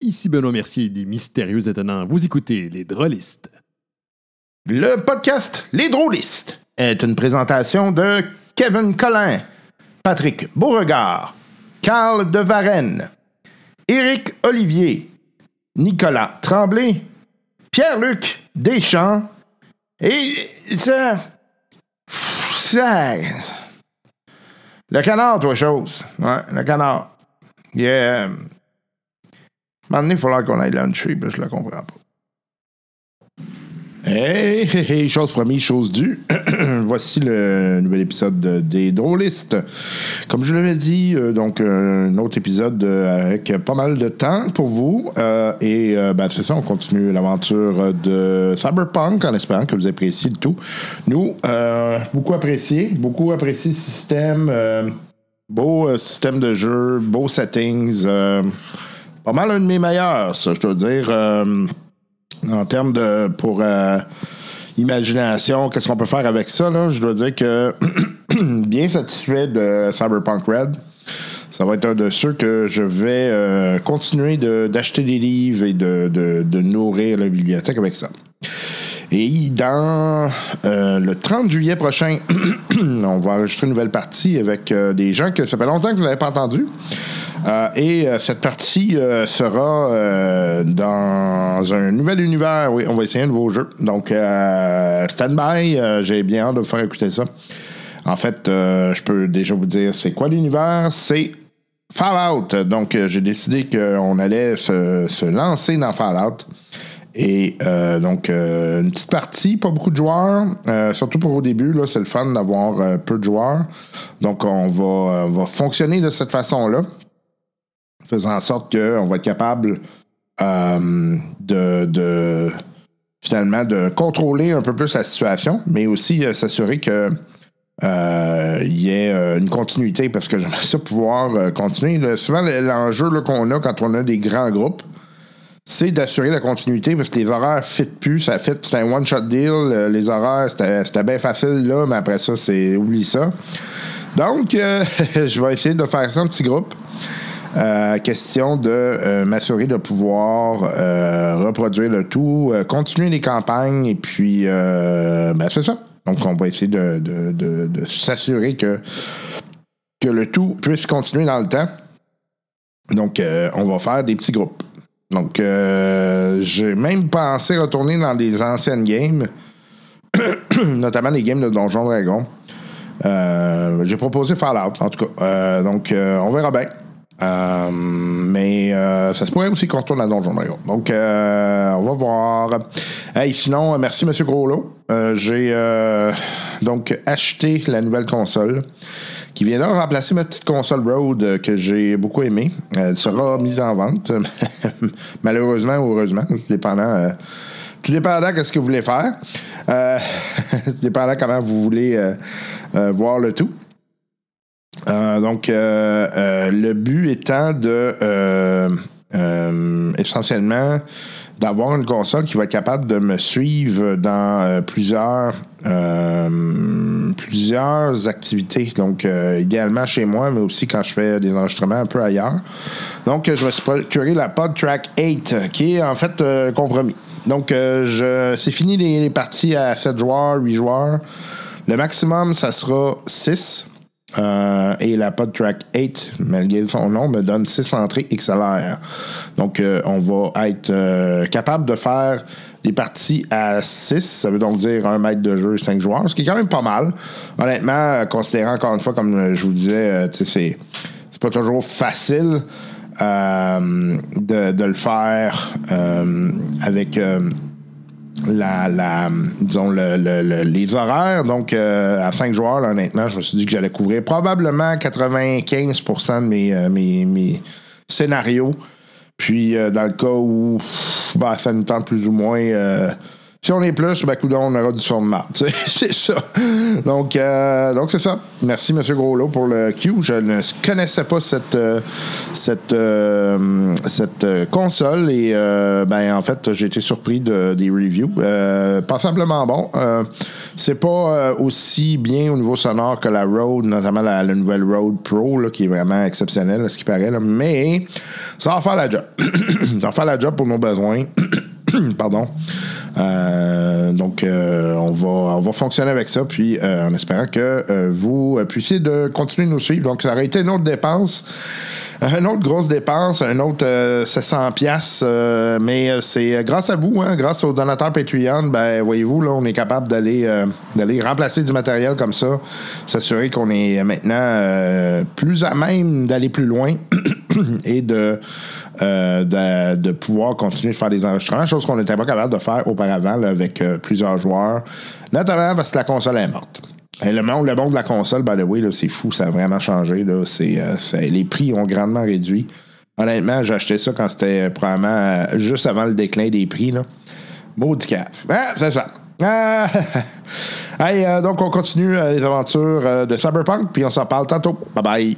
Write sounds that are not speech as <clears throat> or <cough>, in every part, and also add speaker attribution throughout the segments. Speaker 1: Ici Benoît Mercier des Mystérieux Étonnants. Vous écoutez Les Drôlistes.
Speaker 2: Le podcast Les Drôlistes est une présentation de Kevin Collin, Patrick Beauregard, Carl de Varenne, Éric Olivier, Nicolas Tremblay, Pierre-Luc Deschamps et ça. ça. Le canard, toi, chose. Ouais, le canard. Il est, euh, Maintenant, il faudra qu'on aille luncher, puis je le comprends pas. Hey, hey, hey, chose promise, chose due. <clears throat> Voici le nouvel épisode de- des Drôlistes. Comme je l'avais dit, euh, donc euh, un autre épisode euh, avec pas mal de temps pour vous. Euh, et euh, ben, c'est ça, on continue l'aventure de Cyberpunk en espérant que vous appréciez le tout. Nous, euh, beaucoup apprécié, beaucoup apprécié ce système. euh, beau euh, système de jeu, beau settings. euh, pas mal un de mes meilleurs, ça, je dois dire. euh, en termes de pour euh, imagination, qu'est-ce qu'on peut faire avec ça là Je dois dire que <clears throat> bien satisfait de Cyberpunk Red. Ça va être un de ceux que je vais euh, continuer de- d'acheter des livres et de, de- de nourrir la bibliothèque avec ça. Et dans euh, le 30 juillet prochain, <clears throat> on va enregistrer une nouvelle partie avec euh, des gens que ça fait longtemps que vous n'avez pas entendu. Euh, et euh, cette partie euh, sera euh, dans un nouvel univers. Oui, on va essayer un nouveau jeu. Donc, euh, stand by. euh, J'ai bien hâte de vous faire écouter ça. En fait, euh, je peux déjà vous dire c'est quoi l'univers. C'est Fallout. Donc, euh, j'ai décidé qu'on allait se, se lancer dans Fallout. Et euh, donc, euh, une petite partie, pas beaucoup de joueurs. Euh, surtout pour au début, là, c'est le fun d'avoir euh, peu de joueurs. Donc, on va, on va fonctionner de cette façon-là, faisant en sorte qu'on va être capable euh, de, de- finalement de contrôler un peu plus la situation, mais aussi euh, s'assurer que euh, il y ait euh, une continuité parce que j'aimerais ça pouvoir euh, continuer. Le- souvent, le- l'enjeu là, qu'on a quand on a des grands groupes, c'est d'assurer la continuité parce que les horaires fit plus, ça fit, c'est un one-shot deal, euh, les horaires, c'était c'était bien facile là, mais après ça, c'est oublie ça. Donc, euh, <laughs> je vais essayer de faire ça en petit groupe. Euh, question de euh, m'assurer de pouvoir euh, reproduire le tout, euh, continuer les campagnes et puis euh, ben, c'est ça. Donc on va essayer de, de- de- de s'assurer que, que le tout puisse continuer dans le temps. Donc euh, on va faire des petits groupes. Donc euh, j'ai même pensé retourner dans des anciennes games, <coughs> notamment les games de Donjon Dragon. Euh, j'ai proposé Fallout, en tout cas. Euh, donc, euh, on verra bien. Euh, mais euh, ça se pourrait aussi qu'on retourne à Donjon Dragon. Donc, euh, on va voir. Hey, sinon, euh, merci, M. Groslo. Euh, j'ai euh, donc acheté la nouvelle console qui viendra remplacer ma petite console Road euh, que j'ai beaucoup aimée. Elle sera mise en vente, <laughs> malheureusement ou heureusement, tout dépendant. euh, tout dépendant de ce que vous voulez faire, euh, <laughs> tout dépendant comment vous voulez euh, euh, voir le tout. Euh, donc, euh, euh, le but étant de euh, euh, essentiellement d'avoir une console qui va être capable de me suivre dans euh, plusieurs euh, plusieurs activités. Donc, euh, idéalement chez moi, mais aussi quand je fais des enregistrements un peu ailleurs. Donc, euh, je me suis procuré la Pod Track 8, euh, qui est en fait euh, compromis. Donc, euh, je, c'est fini les, les parties à 7 joueurs, 8 joueurs. Le maximum, ça sera 6. Euh, et la PodTrack 8, malgré son nom, me donne 6 entrées XLR. Donc, euh, on va être euh, capable de faire des parties à 6. Ça veut donc dire un mètre de jeu, 5 joueurs, ce qui est quand même pas mal. Honnêtement, euh, considérant encore une fois, comme euh, je vous disais, euh, tu sais, c'est, c'est pas toujours facile euh, de, de le faire euh, avec. euh, la, la- disons le- le- le- les horaires. Donc, euh, à 5 joueurs, là, honnêtement, je me suis dit que j'allais couvrir probablement 95 de mes, euh, mes, mes scénarios. Puis, euh, dans le cas où pff, bah, ça nous tente plus ou moins, euh, Si on est plus, ben, coudonc, on aura du son de marde. <laughs> c'est ça. Donc, euh, donc c'est ça. Merci, M. Groslot, pour le Q. Je ne connaissais pas cette, euh, cette, euh, cette euh, console et, euh, ben, en fait, j'ai été surpris de- des reviews. Euh, passablement bon. Euh, c'est pas euh, aussi bien au niveau sonore que la Road, notamment la, la nouvelle Road Pro, là, qui est vraiment exceptionnelle, à ce qui paraît, là. mais ça va faire la job. <clears throat> ça va faire la job pour nos besoins. <clears throat> <coughs> Pardon. Euh, donc, euh, on, va, on va fonctionner avec ça, puis euh, en espérant que euh, vous euh, puissiez de continuer de nous suivre. Donc, ça aurait été une autre dépense, euh, une autre grosse dépense, un autre euh, 700 pièces, mais euh, c'est grâce à vous, hein, grâce aux donateurs Patreon, ben voyez-vous, là, on est capable d'aller euh, d'aller remplacer du matériel comme ça, s'assurer qu'on est maintenant euh, plus à même d'aller plus loin. et de, euh, de, de pouvoir continuer de faire des enregistrements, chose qu'on n'était pas capable de faire auparavant là, avec euh, plusieurs joueurs, notamment parce que la console est morte. Et le, monde, le monde de la console, by the way, là, c'est fou, ça a vraiment changé. Là, c'est, euh, c'est- les prix ont grandement réduit. Honnêtement, j'ai acheté ça quand c'était euh, probablement euh, juste avant le déclin des prix. Là. Maudit cave. Ah, c'est ça. Ah, <laughs> Hey, euh, donc, on continue euh, les aventures euh, de Cyberpunk, puis on s'en parle tantôt. Bye bye.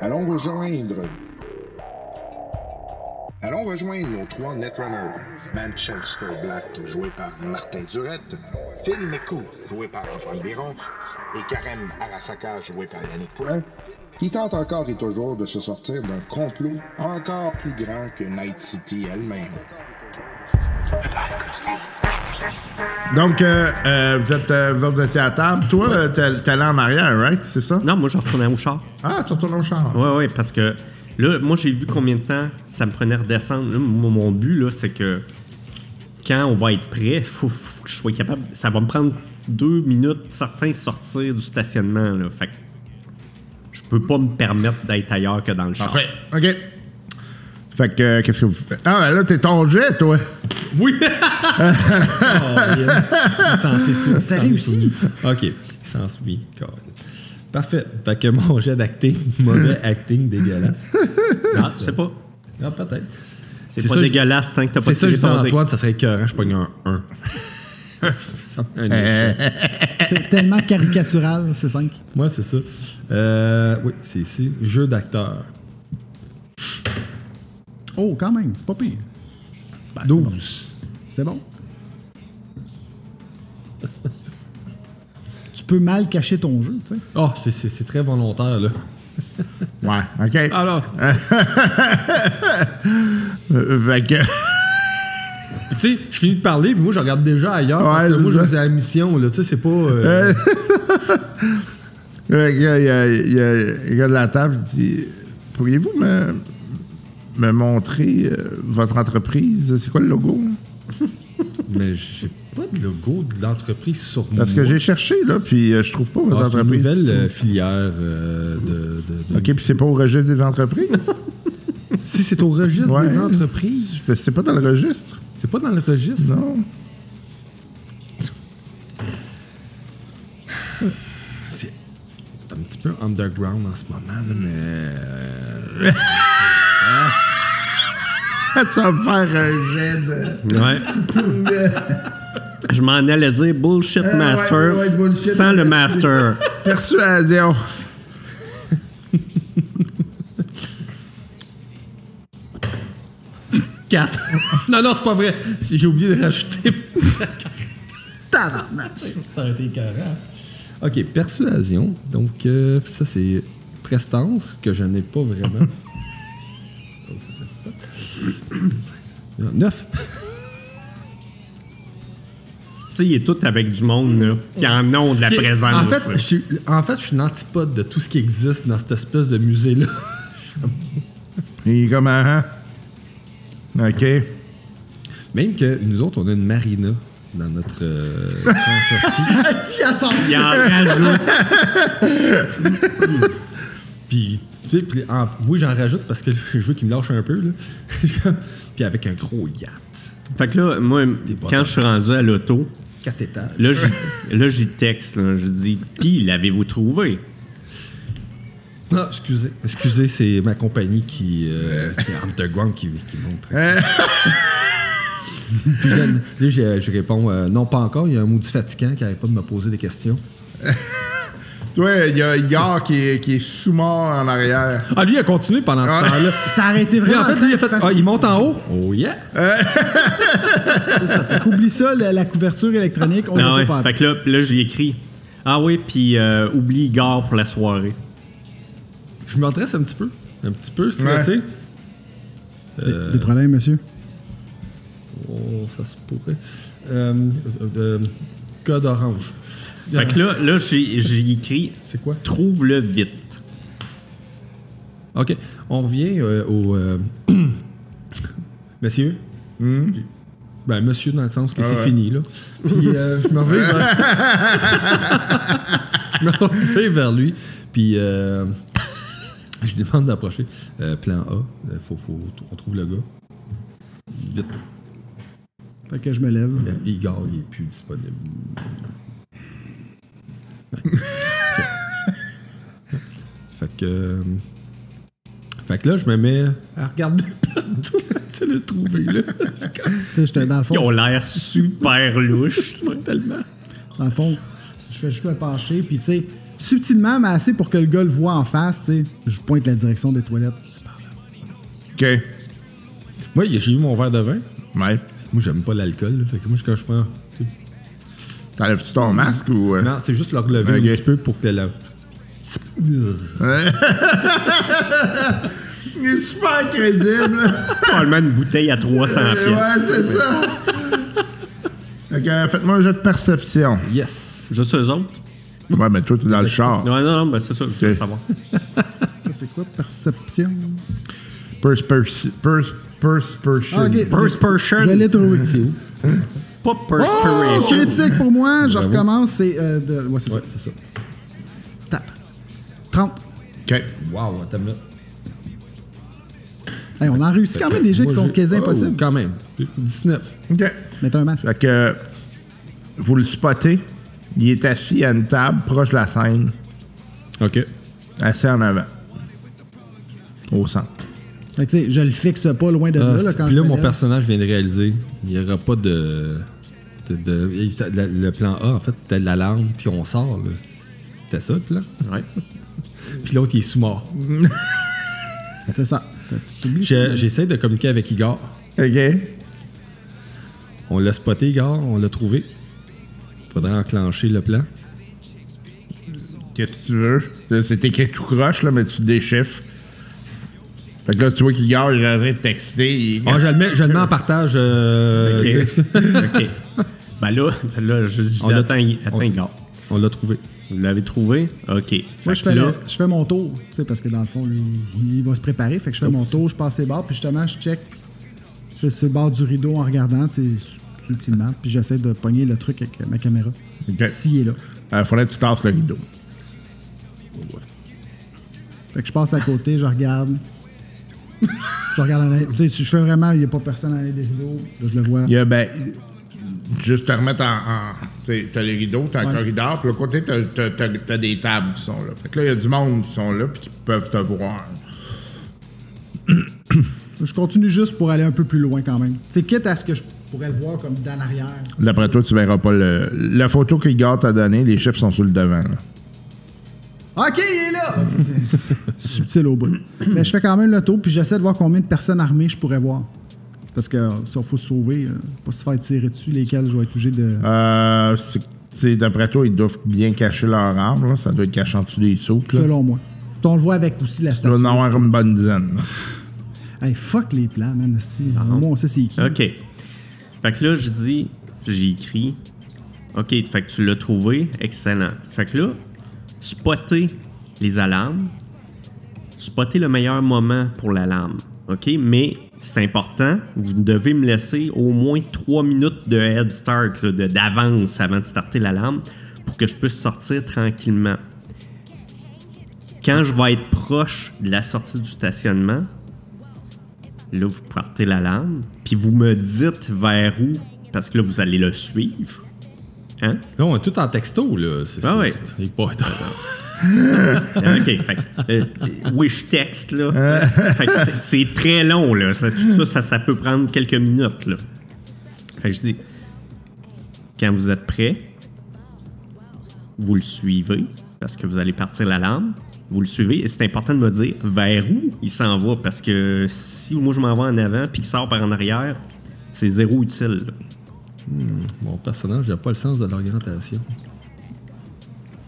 Speaker 2: Allons rejoindre. Allons rejoindre nos trois netrunners. Manchester Black, joué par Martin Durette, Phil Mecou, joué par Antoine Biron, et Karem Arasaka, joué par Yannick Poulin, qui tente encore et toujours de se sortir d'un complot encore plus grand que Night City elle-même. Donc, euh, vous, êtes, à table. Toi, euh, t'es allé en arrière, right? C'est ça?
Speaker 3: Non, moi, je retournais au char.
Speaker 2: Ah, tu retournes au char.
Speaker 3: Ouais, ouais, parce que là, moi, j'ai vu combien de temps ça me prenait à redescendre. Là, mon, mon but, là, c'est que quand on va être prêt, faut, faut que je sois capable. Ça va me prendre deux minutes, certains, sortir du stationnement, là. Fait que je peux pas me permettre d'être ailleurs que dans le char.
Speaker 2: Parfait. OK. Fait que, euh, qu'est-ce que vous faites? Ah, ben là, t'es ton jet, toi.
Speaker 4: Oui! T'as réussi! Ok, il s'en souvient. Colin. Parfait. Fait que mon jet d'acting,
Speaker 2: <laughs>
Speaker 4: mauvais acting dégueulasse.
Speaker 3: Ah, je sais pas.
Speaker 4: Ah, peut-être.
Speaker 3: C'est pas
Speaker 4: ça,
Speaker 3: dégueulasse tant que t'as pas
Speaker 4: C'est ça, je
Speaker 3: tiré
Speaker 4: dis à
Speaker 3: ton dé.
Speaker 4: Antoine, ça serait écœurant, je pogne un 1.
Speaker 3: <laughs>
Speaker 4: un échec.
Speaker 5: C'est tellement caricatural, c'est 5.
Speaker 4: Moi, c'est ça. Euh, oui, c'est ici. Jeu d'acteur.
Speaker 5: Oh, quand même, c'est pas pire.
Speaker 4: 12.
Speaker 5: C'est bon. tu peux mal cacher ton jeu, tu sais.
Speaker 4: Oh, c'est- c'est c'est très volontaire, là.
Speaker 2: Ouais, OK.
Speaker 4: Alors,
Speaker 2: Euh, fait que, <laughs>
Speaker 4: tu sais, je finis de parler, puis moi, je regarde déjà ailleurs. parce
Speaker 2: Ouais,
Speaker 4: que moi,
Speaker 2: c'est
Speaker 4: je
Speaker 2: ça.
Speaker 4: faisais la mission, là. Tu sais, c'est pas. euh,
Speaker 2: fait que, euh, il y a- il y a le gars de la table qui dit Pourriez-vous me, me montrer euh, votre entreprise C'est quoi le logo
Speaker 4: Mais j'ai pas de logo de l'entreprise sur moi.
Speaker 2: Parce que j'ai cherché, là, puis euh, je trouve pas votre
Speaker 4: Ah, c'est une
Speaker 2: entreprise.
Speaker 4: nouvelle euh, filière euh, de. de- de-
Speaker 2: OK, puis c'est pas au registre des entreprises
Speaker 4: Si <laughs> c'est au registre
Speaker 2: Ouais.
Speaker 4: des entreprises,
Speaker 2: Parce que C'est pas dans le registre
Speaker 4: c'est pas dans le registre.
Speaker 2: Non. <laughs>
Speaker 4: C'est c'est un petit peu underground en ce moment, là, mais.
Speaker 2: Ça va me faire un jet de.
Speaker 3: Ouais. <laughs> je m'en allais dire bullshit master
Speaker 2: ouais, ouais, bullshit
Speaker 3: sans le master.
Speaker 2: Persuasion.
Speaker 4: Quatre. <laughs> non, non, c'est pas vrai. J'ai oublié de rajouter. <laughs> Tabarnak. Ça aurait été écœurant. OK, persuasion. Donc, euh, ça, c'est prestance, que je n'ai pas <laughs> vraiment. Donc, ça fait ça. Non, Neuf.
Speaker 3: tu sais, il est tout avec du monde, là, qui en ont de la
Speaker 4: Ok,
Speaker 3: présence.
Speaker 4: En fait, je suis, en fait, je suis l'antipode de tout ce qui existe dans cette espèce de musée-là. <laughs>
Speaker 2: Et comme ah, ah. OK.
Speaker 4: Même que nous autres, on a une marina dans notre. euh, <laughs> entreprise.
Speaker 5: Ah,
Speaker 3: il en rajoute.
Speaker 4: Puis, tu sais, puis en- oui, j'en rajoute parce que <laughs> je veux qu'il me lâche un peu. Là. <laughs> puis avec un gros yacht.
Speaker 3: Fait que là, moi,
Speaker 4: pas
Speaker 3: quand je suis rendu à l'auto,
Speaker 4: quatre étages.
Speaker 3: Là, j'y là, j'y texte, là, je dis, puis l'avez-vous trouvé?
Speaker 4: Non, Ah, excusez. Excusez, c'est ma compagnie qui. Euh, qui est Underground qui, qui <laughs> montre. Puis là, là, je, je réponds euh, non, pas encore. Il y a un maudit fatigant qui n'arrête pas de me poser des questions.
Speaker 6: Toi, il y a Yar qui est, qui est sous-mort en arrière.
Speaker 4: Ah, lui, il a continué pendant ce
Speaker 6: Ouais.
Speaker 4: temps-là.
Speaker 5: Ça a arrêté
Speaker 4: Lui,
Speaker 5: vraiment.
Speaker 4: en fait, lui, il a fait.
Speaker 5: Facile.
Speaker 4: Ah, il monte en haut. Oh yeah!
Speaker 5: Fait qu'oublie ça, la, la couverture électronique, on
Speaker 3: Ah
Speaker 5: ne
Speaker 3: ouais,
Speaker 5: peut pas.
Speaker 3: fait que là, là j'ai écrit, ah oui, puis euh, oublie gare pour la soirée.
Speaker 4: Je me redresse un petit peu. Un petit peu stressé.
Speaker 3: euh,
Speaker 5: Des, des problèmes, monsieur?
Speaker 4: Oh, ça se pourrait. Euh, euh, code orange.
Speaker 3: Fait que là, là j'ai j'ai écrit,
Speaker 4: C'est quoi?
Speaker 3: trouve-le vite.
Speaker 4: OK. On revient euh, au. euh, <clears throat> monsieur?
Speaker 3: Hmm?
Speaker 4: Ben, monsieur, dans le sens
Speaker 3: Ah
Speaker 4: que c'est
Speaker 6: ouais.
Speaker 4: fini, là. Puis euh, je me
Speaker 3: <laughs>
Speaker 4: reviens vers. <laughs> je me reviens vers lui. Puis euh, je lui demande d'approcher. Euh, plan A. euh, Faut, faut, on trouve le gars. Vite.
Speaker 5: Fait que je me lève.
Speaker 4: Euh, Igor, il est plus disponible. fait que. euh, Fait que là, je me mets à regarder partout. tu le trouver, là.
Speaker 5: Tu sais, j'étais dans le
Speaker 3: Ils ont
Speaker 5: fond.
Speaker 3: l'air super louches. tu sais.
Speaker 4: Tellement.
Speaker 5: Dans le fond, je fais juste me pencher, puis tu sais, subtilement, mais assez pour que le gars le voit en face, tu sais. Je pointe la direction des toilettes.
Speaker 6: OK.
Speaker 4: Moi, j'ai eu mon verre de vin.
Speaker 6: Ouais.
Speaker 4: Moi, j'aime pas l'alcool. là. Fait que moi, quand je prends.
Speaker 6: T'enlèves-tu ton masque ou. euh,
Speaker 4: Non, c'est juste le relever
Speaker 6: Ok.
Speaker 4: un petit peu pour que la.
Speaker 6: Il est super crédible.
Speaker 3: Probablement une bouteille à 300
Speaker 6: ouais,
Speaker 3: pièces.
Speaker 6: c'est ça. OK, faites-moi un jeu de perception.
Speaker 4: Yes!
Speaker 3: Juste eux autres?
Speaker 6: Ouais, mais toi, t'es dans le char.
Speaker 3: Non, non, non, ben c'est ça, je voulais
Speaker 6: Ok.
Speaker 3: savoir.
Speaker 5: Ça, C'est quoi, perception?
Speaker 6: Purse, purse, purse, purse, purse.
Speaker 5: Ah, ok.
Speaker 3: Perspiration.
Speaker 5: Je l'ai trouvé.
Speaker 4: <laughs>
Speaker 5: C'est où?
Speaker 3: Pas
Speaker 5: Oh,
Speaker 3: perspiration.
Speaker 5: critique pour moi, je
Speaker 4: Bravo.
Speaker 5: recommence, c'est... euh, de- ouais, c'est
Speaker 4: Ouais,
Speaker 5: ça.
Speaker 4: c'est ça.
Speaker 5: Tape. 30.
Speaker 6: OK.
Speaker 4: Wow, attends une minute.
Speaker 5: Hey, on en réussit quand même des jeux qui
Speaker 4: Moi,
Speaker 5: sont
Speaker 4: j'ai-
Speaker 5: quasi
Speaker 4: Oh,
Speaker 5: impossibles.
Speaker 4: Quand même. 19.
Speaker 6: OK.
Speaker 5: Mettez un masque.
Speaker 6: Fait que vous le spottez. Il est assis à une table proche de la scène,
Speaker 4: OK.
Speaker 6: assis en avant. Au centre.
Speaker 5: Fait que, tu sais, je le fixe pas loin de
Speaker 4: Ah,
Speaker 5: là, là,
Speaker 4: c'est-
Speaker 5: quand
Speaker 4: puis là,
Speaker 5: je me
Speaker 4: mon
Speaker 5: lève.
Speaker 4: personnage vient de réaliser, il n'y aura pas de. de- de- il- la- le plan A, en fait, c'était de l'alarme, puis on sort. là. C'était ça, le plan.
Speaker 3: Ouais.
Speaker 4: <laughs> Puis l'autre, il est sous-mort.
Speaker 5: C'est ça. T'oublies ça.
Speaker 4: Je- J'essaie de communiquer avec Igor.
Speaker 6: OK.
Speaker 4: On l'a spoté, Igor, on l'a trouvé. Faudrait enclencher le plan.
Speaker 6: Qu'est-ce que tu veux? Là, C'est écrit tout croche, là, mais tu déchiffres. Fait que là, tu vois qu'il garde, il est en train de texter. il-
Speaker 4: Ah, je le mets, je le mets en partage. euh, <laughs> tu sais.
Speaker 3: OK. Ben là, là je dis,
Speaker 4: On l'a-
Speaker 3: attends, attends,
Speaker 4: on-
Speaker 3: Igor.
Speaker 4: On l'a trouvé.
Speaker 3: Vous l'avez trouvé? OK.
Speaker 5: Moi,
Speaker 3: Fait
Speaker 5: je
Speaker 3: que
Speaker 5: fais,
Speaker 3: là,
Speaker 5: le- je fais mon tour, tu sais, parce que dans le fond, lui, il va se préparer. Fait que je
Speaker 4: Oh.
Speaker 5: fais mon tour, je passe les barres, puis justement, je check tu sais, sur le bord du rideau en regardant, tu sais, su- subtilement, puis j'essaie de pogner le truc avec euh, ma caméra.
Speaker 6: Ok.
Speaker 5: S'il est là.
Speaker 6: Euh, faudrait que tu tasses le rideau.
Speaker 5: Fait que je passe à côté, je regarde. je regarde en arrière. Tu sais, si je fais vraiment, il n'y a pas personne à l'aide des rideaux. Là, je le vois.
Speaker 6: Il y a, ben, juste te remettre en. en t'sais, t'as les rideaux, t'as un
Speaker 5: Ouais.
Speaker 6: corridor, puis le côté, t'as, t'as- t'as- t'as des tables qui sont là. Fait que là, il y a du monde qui sont là, puis qui peuvent te voir.
Speaker 5: Je continue juste pour aller un peu plus loin quand même. Tu sais, quitte à ce que je pourrais le voir comme d'en arrière.
Speaker 6: D'après toi, tu verras pas le. La photo que Igor t'a donnée, les chiffres sont sur le devant. là.
Speaker 5: OK, il est là! Ah, C'est- c'est- <laughs> Subtil au bout. Mais je fais quand même le tour, puis j'essaie de voir combien de personnes armées je pourrais voir. Parce que euh, ça, faut se sauver, euh, pas se faire tirer dessus, lesquels je vais être obligé de.
Speaker 6: Euh, c'est, t'sais, d'après toi, ils doivent bien cacher leur arme. là. Ça doit être caché en dessous des soutes. Là.
Speaker 5: Selon moi. Puis on le voit avec aussi la
Speaker 6: Il doit
Speaker 5: statue.
Speaker 6: en avoir une bonne dizaine. là.
Speaker 5: Hey, fuck les plans, man. esti. Moi, on sait c'est qui.
Speaker 3: OK. Fait que là, je dis, j'ai écrit. OK, fait que tu l'as trouvé. Excellent. Fait que là, spotter les alarmes. Spotter le meilleur moment pour l'alarme. OK? Mais c'est important, vous devez me laisser au moins 3 minutes de head start, là, de- d'avance avant de starter l'alarme pour que je puisse sortir tranquillement. Quand je vais être proche de la sortie du stationnement, Là, vous partez l'alarme, puis vous me dites vers où, parce que là, vous allez le suivre. Hein?
Speaker 4: Non, on est tout en texto, là. C'est,
Speaker 3: Ah
Speaker 4: c'est-
Speaker 3: ouais.
Speaker 4: c'est- il est pas- <laughs>
Speaker 3: Ah, OK. Fait, que, euh, oui, je texte, là. Fait que c'est- c'est très long, là. Ça, tout ça, ça, ça peut prendre quelques minutes, là. Fait que je dis, quand vous êtes prêt, vous le suivez, parce que vous allez partir l'alarme. Vous le suivez, et c'est important de me dire vers où il s'en va, parce que si moi je m'en vais en avant, puis qu'il sort par en arrière, c'est zéro utile. là.
Speaker 4: Mon personnage n'a pas le sens de l'orientation.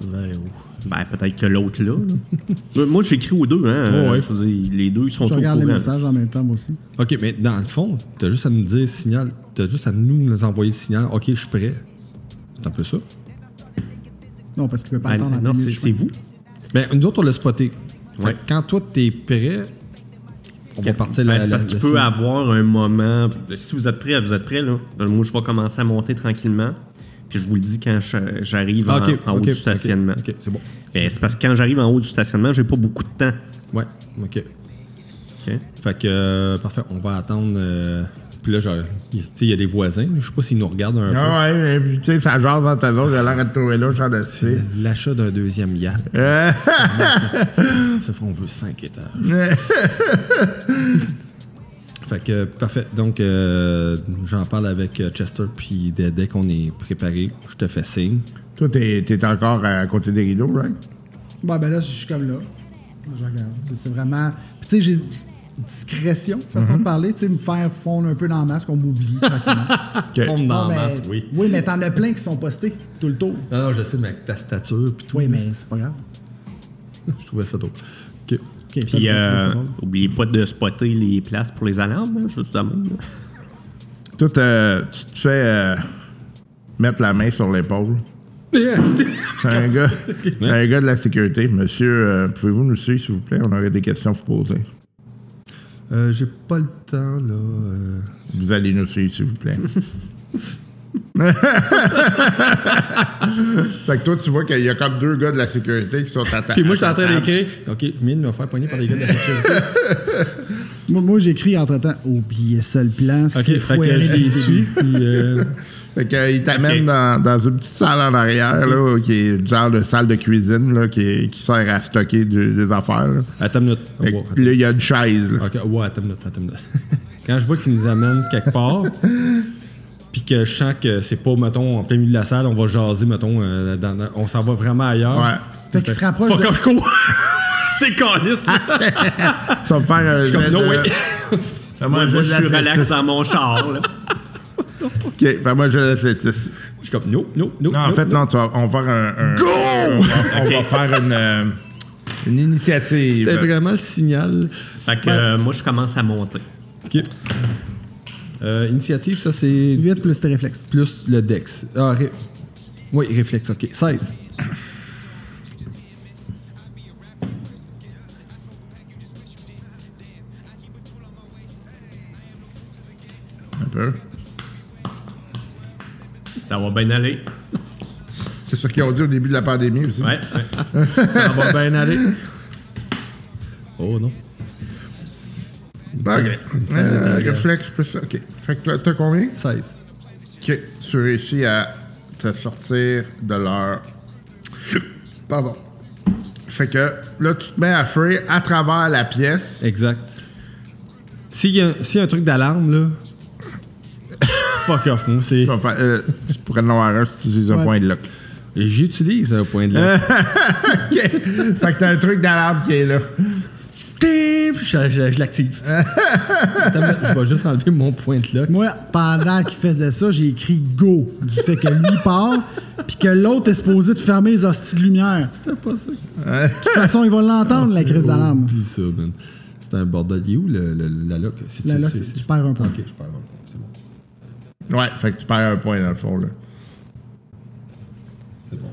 Speaker 4: Vers où?
Speaker 3: Ben, peut-être que l'autre là. là. Euh, <laughs> moi, j'écris aux deux, hein.
Speaker 4: Ouais, ouais.
Speaker 3: Je veux dire, les deux, ils sont
Speaker 5: Je
Speaker 3: au
Speaker 5: regarde les
Speaker 3: courant, là.
Speaker 5: messages en même temps, moi aussi.
Speaker 4: OK, mais dans le fond, t'as juste à nous dire signal. T'as juste à nous, nous envoyer le signal. OK, je suis prêt. C'est un peu ça.
Speaker 5: Non, parce qu'il peut pas
Speaker 3: Ah,
Speaker 5: attendre la
Speaker 3: non,
Speaker 5: fin du
Speaker 3: c'est
Speaker 5: chemin.
Speaker 3: c'est vous.
Speaker 4: Mais nous autres, on l'a spoté. Fait
Speaker 3: Ouais.
Speaker 4: que Quand toi, t'es prêt, on va partir
Speaker 3: Ben,
Speaker 4: la,
Speaker 3: c'est
Speaker 4: la-
Speaker 3: parce
Speaker 4: la
Speaker 3: qu'il peut
Speaker 4: signal.
Speaker 3: avoir un moment. Si vous êtes prêts, vous êtes prêts, là. Ben, Moi, je vais commencer à monter tranquillement. Puis je vous le dis quand je- j'arrive en,
Speaker 4: Ah, OK,
Speaker 3: en haut
Speaker 4: OK,
Speaker 3: du stationnement.
Speaker 4: OK, c'est bon.
Speaker 3: Ben, c'est parce que quand j'arrive en haut du stationnement, j'ai pas beaucoup de temps.
Speaker 4: Ouais, OK.
Speaker 3: OK?
Speaker 4: Fait que, euh, parfait, on va attendre. euh, Puis là, genre, il- tu sais, il y a des voisins. Je sais pas s'ils nous regardent un
Speaker 6: Ah ouais, et puis, tu sais, ça jase dans ta zone, j'ai l'air de te trouver là, genre de
Speaker 4: peu.
Speaker 6: style.
Speaker 4: L'achat d'un deuxième <laughs> yacht.
Speaker 6: Euh,
Speaker 4: Ça fait on veut 5 étages. fait que, parfait. Donc, euh, j'en parle avec euh, Chester, puis dès, dès qu'on est préparé, je te fais signe.
Speaker 6: Toi, t'es t'es encore à côté des rideaux, right?
Speaker 5: Bon, ben là, je suis comme là. Je regarde. C'est- C'est vraiment. Puis, tu sais, j'ai discrétion, façon de parler, tu sais, me faire fondre un peu dans la masse, qu'on m'oublie. tranquillement.
Speaker 4: Fonde Mhm. <laughs> dans la
Speaker 5: Non, mais-
Speaker 4: masse, oui.
Speaker 5: Oui, mais t'en as plein qui sont postés tout le tour.
Speaker 4: Non, non, je sais, mais avec ta stature, puis toi,
Speaker 5: Oui, mais c'est pas grave.
Speaker 4: je trouvais ça drôle. OK. <laughs>
Speaker 5: Ok, faites-le,
Speaker 3: Puis, euh,
Speaker 5: c'est drôle.
Speaker 3: oubliez pas de spotter les places pour les alarmes, hein, juste de même, là.
Speaker 6: Toi, t'es- tu te fais euh, mettre la main sur l'épaule. C'est
Speaker 4: <laughs>
Speaker 6: un gars, c'est un gars de la sécurité. Monsieur, euh, pouvez-vous nous suivre, s'il vous plaît? On aurait des questions à vous poser.
Speaker 4: Euh, J'ai pas le temps, là. euh.
Speaker 6: Vous allez nous suivre, s'il vous
Speaker 4: <laughs>
Speaker 6: plaît. fait que toi, tu vois qu'il y a comme deux gars de la sécurité qui sont à ta
Speaker 4: Puis moi, j'étais en train d'écrire. OK, je viens de me faire pogner par les gars de <laughs> la sécurité.
Speaker 5: Moi, moi, j'écris entre-temps, oubliez ça le plan.
Speaker 4: OK,
Speaker 5: c'est
Speaker 4: fait que
Speaker 5: foiré
Speaker 4: je
Speaker 5: dès le
Speaker 4: les
Speaker 5: début.
Speaker 4: suis, puis... euh,
Speaker 6: Fait qu'il t'amène
Speaker 3: Ok.
Speaker 6: dans, dans une petite salle en arrière,
Speaker 4: Mm.
Speaker 6: là, qui est une genre de salle de cuisine, là, qui, qui sert à stocker du- des affaires. là.
Speaker 4: Attends une minute.
Speaker 6: Fait que-
Speaker 4: Wow,
Speaker 6: puis là, il y a une chaise. là.
Speaker 4: Ok, ouais, attends une minute, attends une minute. <laughs> Quand je vois qu'ils nous amènent
Speaker 6: <laughs>
Speaker 4: quelque part, puis que je sens que c'est pas, mettons, en plein milieu de la salle, on va jaser, mettons, euh, dans- dans- on s'en va vraiment ailleurs.
Speaker 6: Ouais.
Speaker 5: Fait qu'il se rapproche
Speaker 4: Fuck
Speaker 5: de...
Speaker 3: <laughs>
Speaker 4: off, quoi! T'es calice, là!
Speaker 6: Tu vas me faire un.
Speaker 4: Je suis comme,
Speaker 6: jet
Speaker 4: no
Speaker 6: de-
Speaker 4: <laughs> way!
Speaker 6: Fais-moi
Speaker 3: Moi,
Speaker 6: un
Speaker 3: moi, je
Speaker 6: jet
Speaker 3: suis relax
Speaker 6: d'athlétisme.
Speaker 4: hein.
Speaker 3: dans mon char, là.
Speaker 6: Ok, fais-moi un jet d'athlétisme.
Speaker 4: Je suis comme, no, no, no.
Speaker 6: Non, en
Speaker 4: no,
Speaker 6: fait,
Speaker 4: no.
Speaker 6: non, tu vas, on va faire un. un-
Speaker 4: Go!
Speaker 6: on va, on va faire une, euh, une initiative.
Speaker 4: C'était vraiment le signal.
Speaker 3: Fait que euh, moi, je commence à monter.
Speaker 4: Ok. Euh, initiative, ça, c'est
Speaker 5: 8 plus tes réflexes.
Speaker 4: plus le Dex. Ah, ré- Oui, réflexe, ok. 16.
Speaker 6: Un peu.
Speaker 3: Ça va bien aller.
Speaker 6: C'est ce qu'ils ont dit au début de la pandémie aussi.
Speaker 3: Ouais.
Speaker 4: Ça va bien aller. Oh non.
Speaker 6: Ok. Euh, réflexe plus ça. Ok. Fait que là, t'as combien?
Speaker 4: 16.
Speaker 6: Ok, tu réussis à te sortir de leur. Pardon. Fait que là, tu te mets à fuir à travers la pièce.
Speaker 4: Exact. S'il y, a un- s'il y a un truc d'alarme, là. <coughs> Fuck off, moi, c'est.
Speaker 6: Tu, vas faire- euh, tu pourrais en avoir un si tu utilises un
Speaker 5: Ouais.
Speaker 6: point de lock.
Speaker 4: J'utilise un point de
Speaker 6: Euh,
Speaker 4: l'air.
Speaker 6: Ok. fait que t'as un truc d'alarme qui est là.
Speaker 4: Puis je, je- je <laughs> l'active. Attends, je vais juste enlever mon point de lock.
Speaker 5: Moi, pendant qu'il faisait ça, j'ai écrit « go » du fait que lui part, puis que l'autre est supposé de fermer les hosties de lumière. De
Speaker 4: C'était pas ça.
Speaker 5: toute façon, il va l'entendre, la crise d'alarme.
Speaker 4: Oublie ça, man. C'était un bordel. Il est où le- le- la lock C'est-
Speaker 5: La
Speaker 4: c'est-
Speaker 5: lock,
Speaker 4: c'est-
Speaker 5: tu perds un point.
Speaker 4: Ok, je perds un point. C'est bon.
Speaker 6: Ouais, fait que tu perds un point dans le fond, là.
Speaker 4: C'est bon.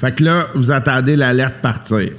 Speaker 6: Fait que là, vous attendez l'alerte partir.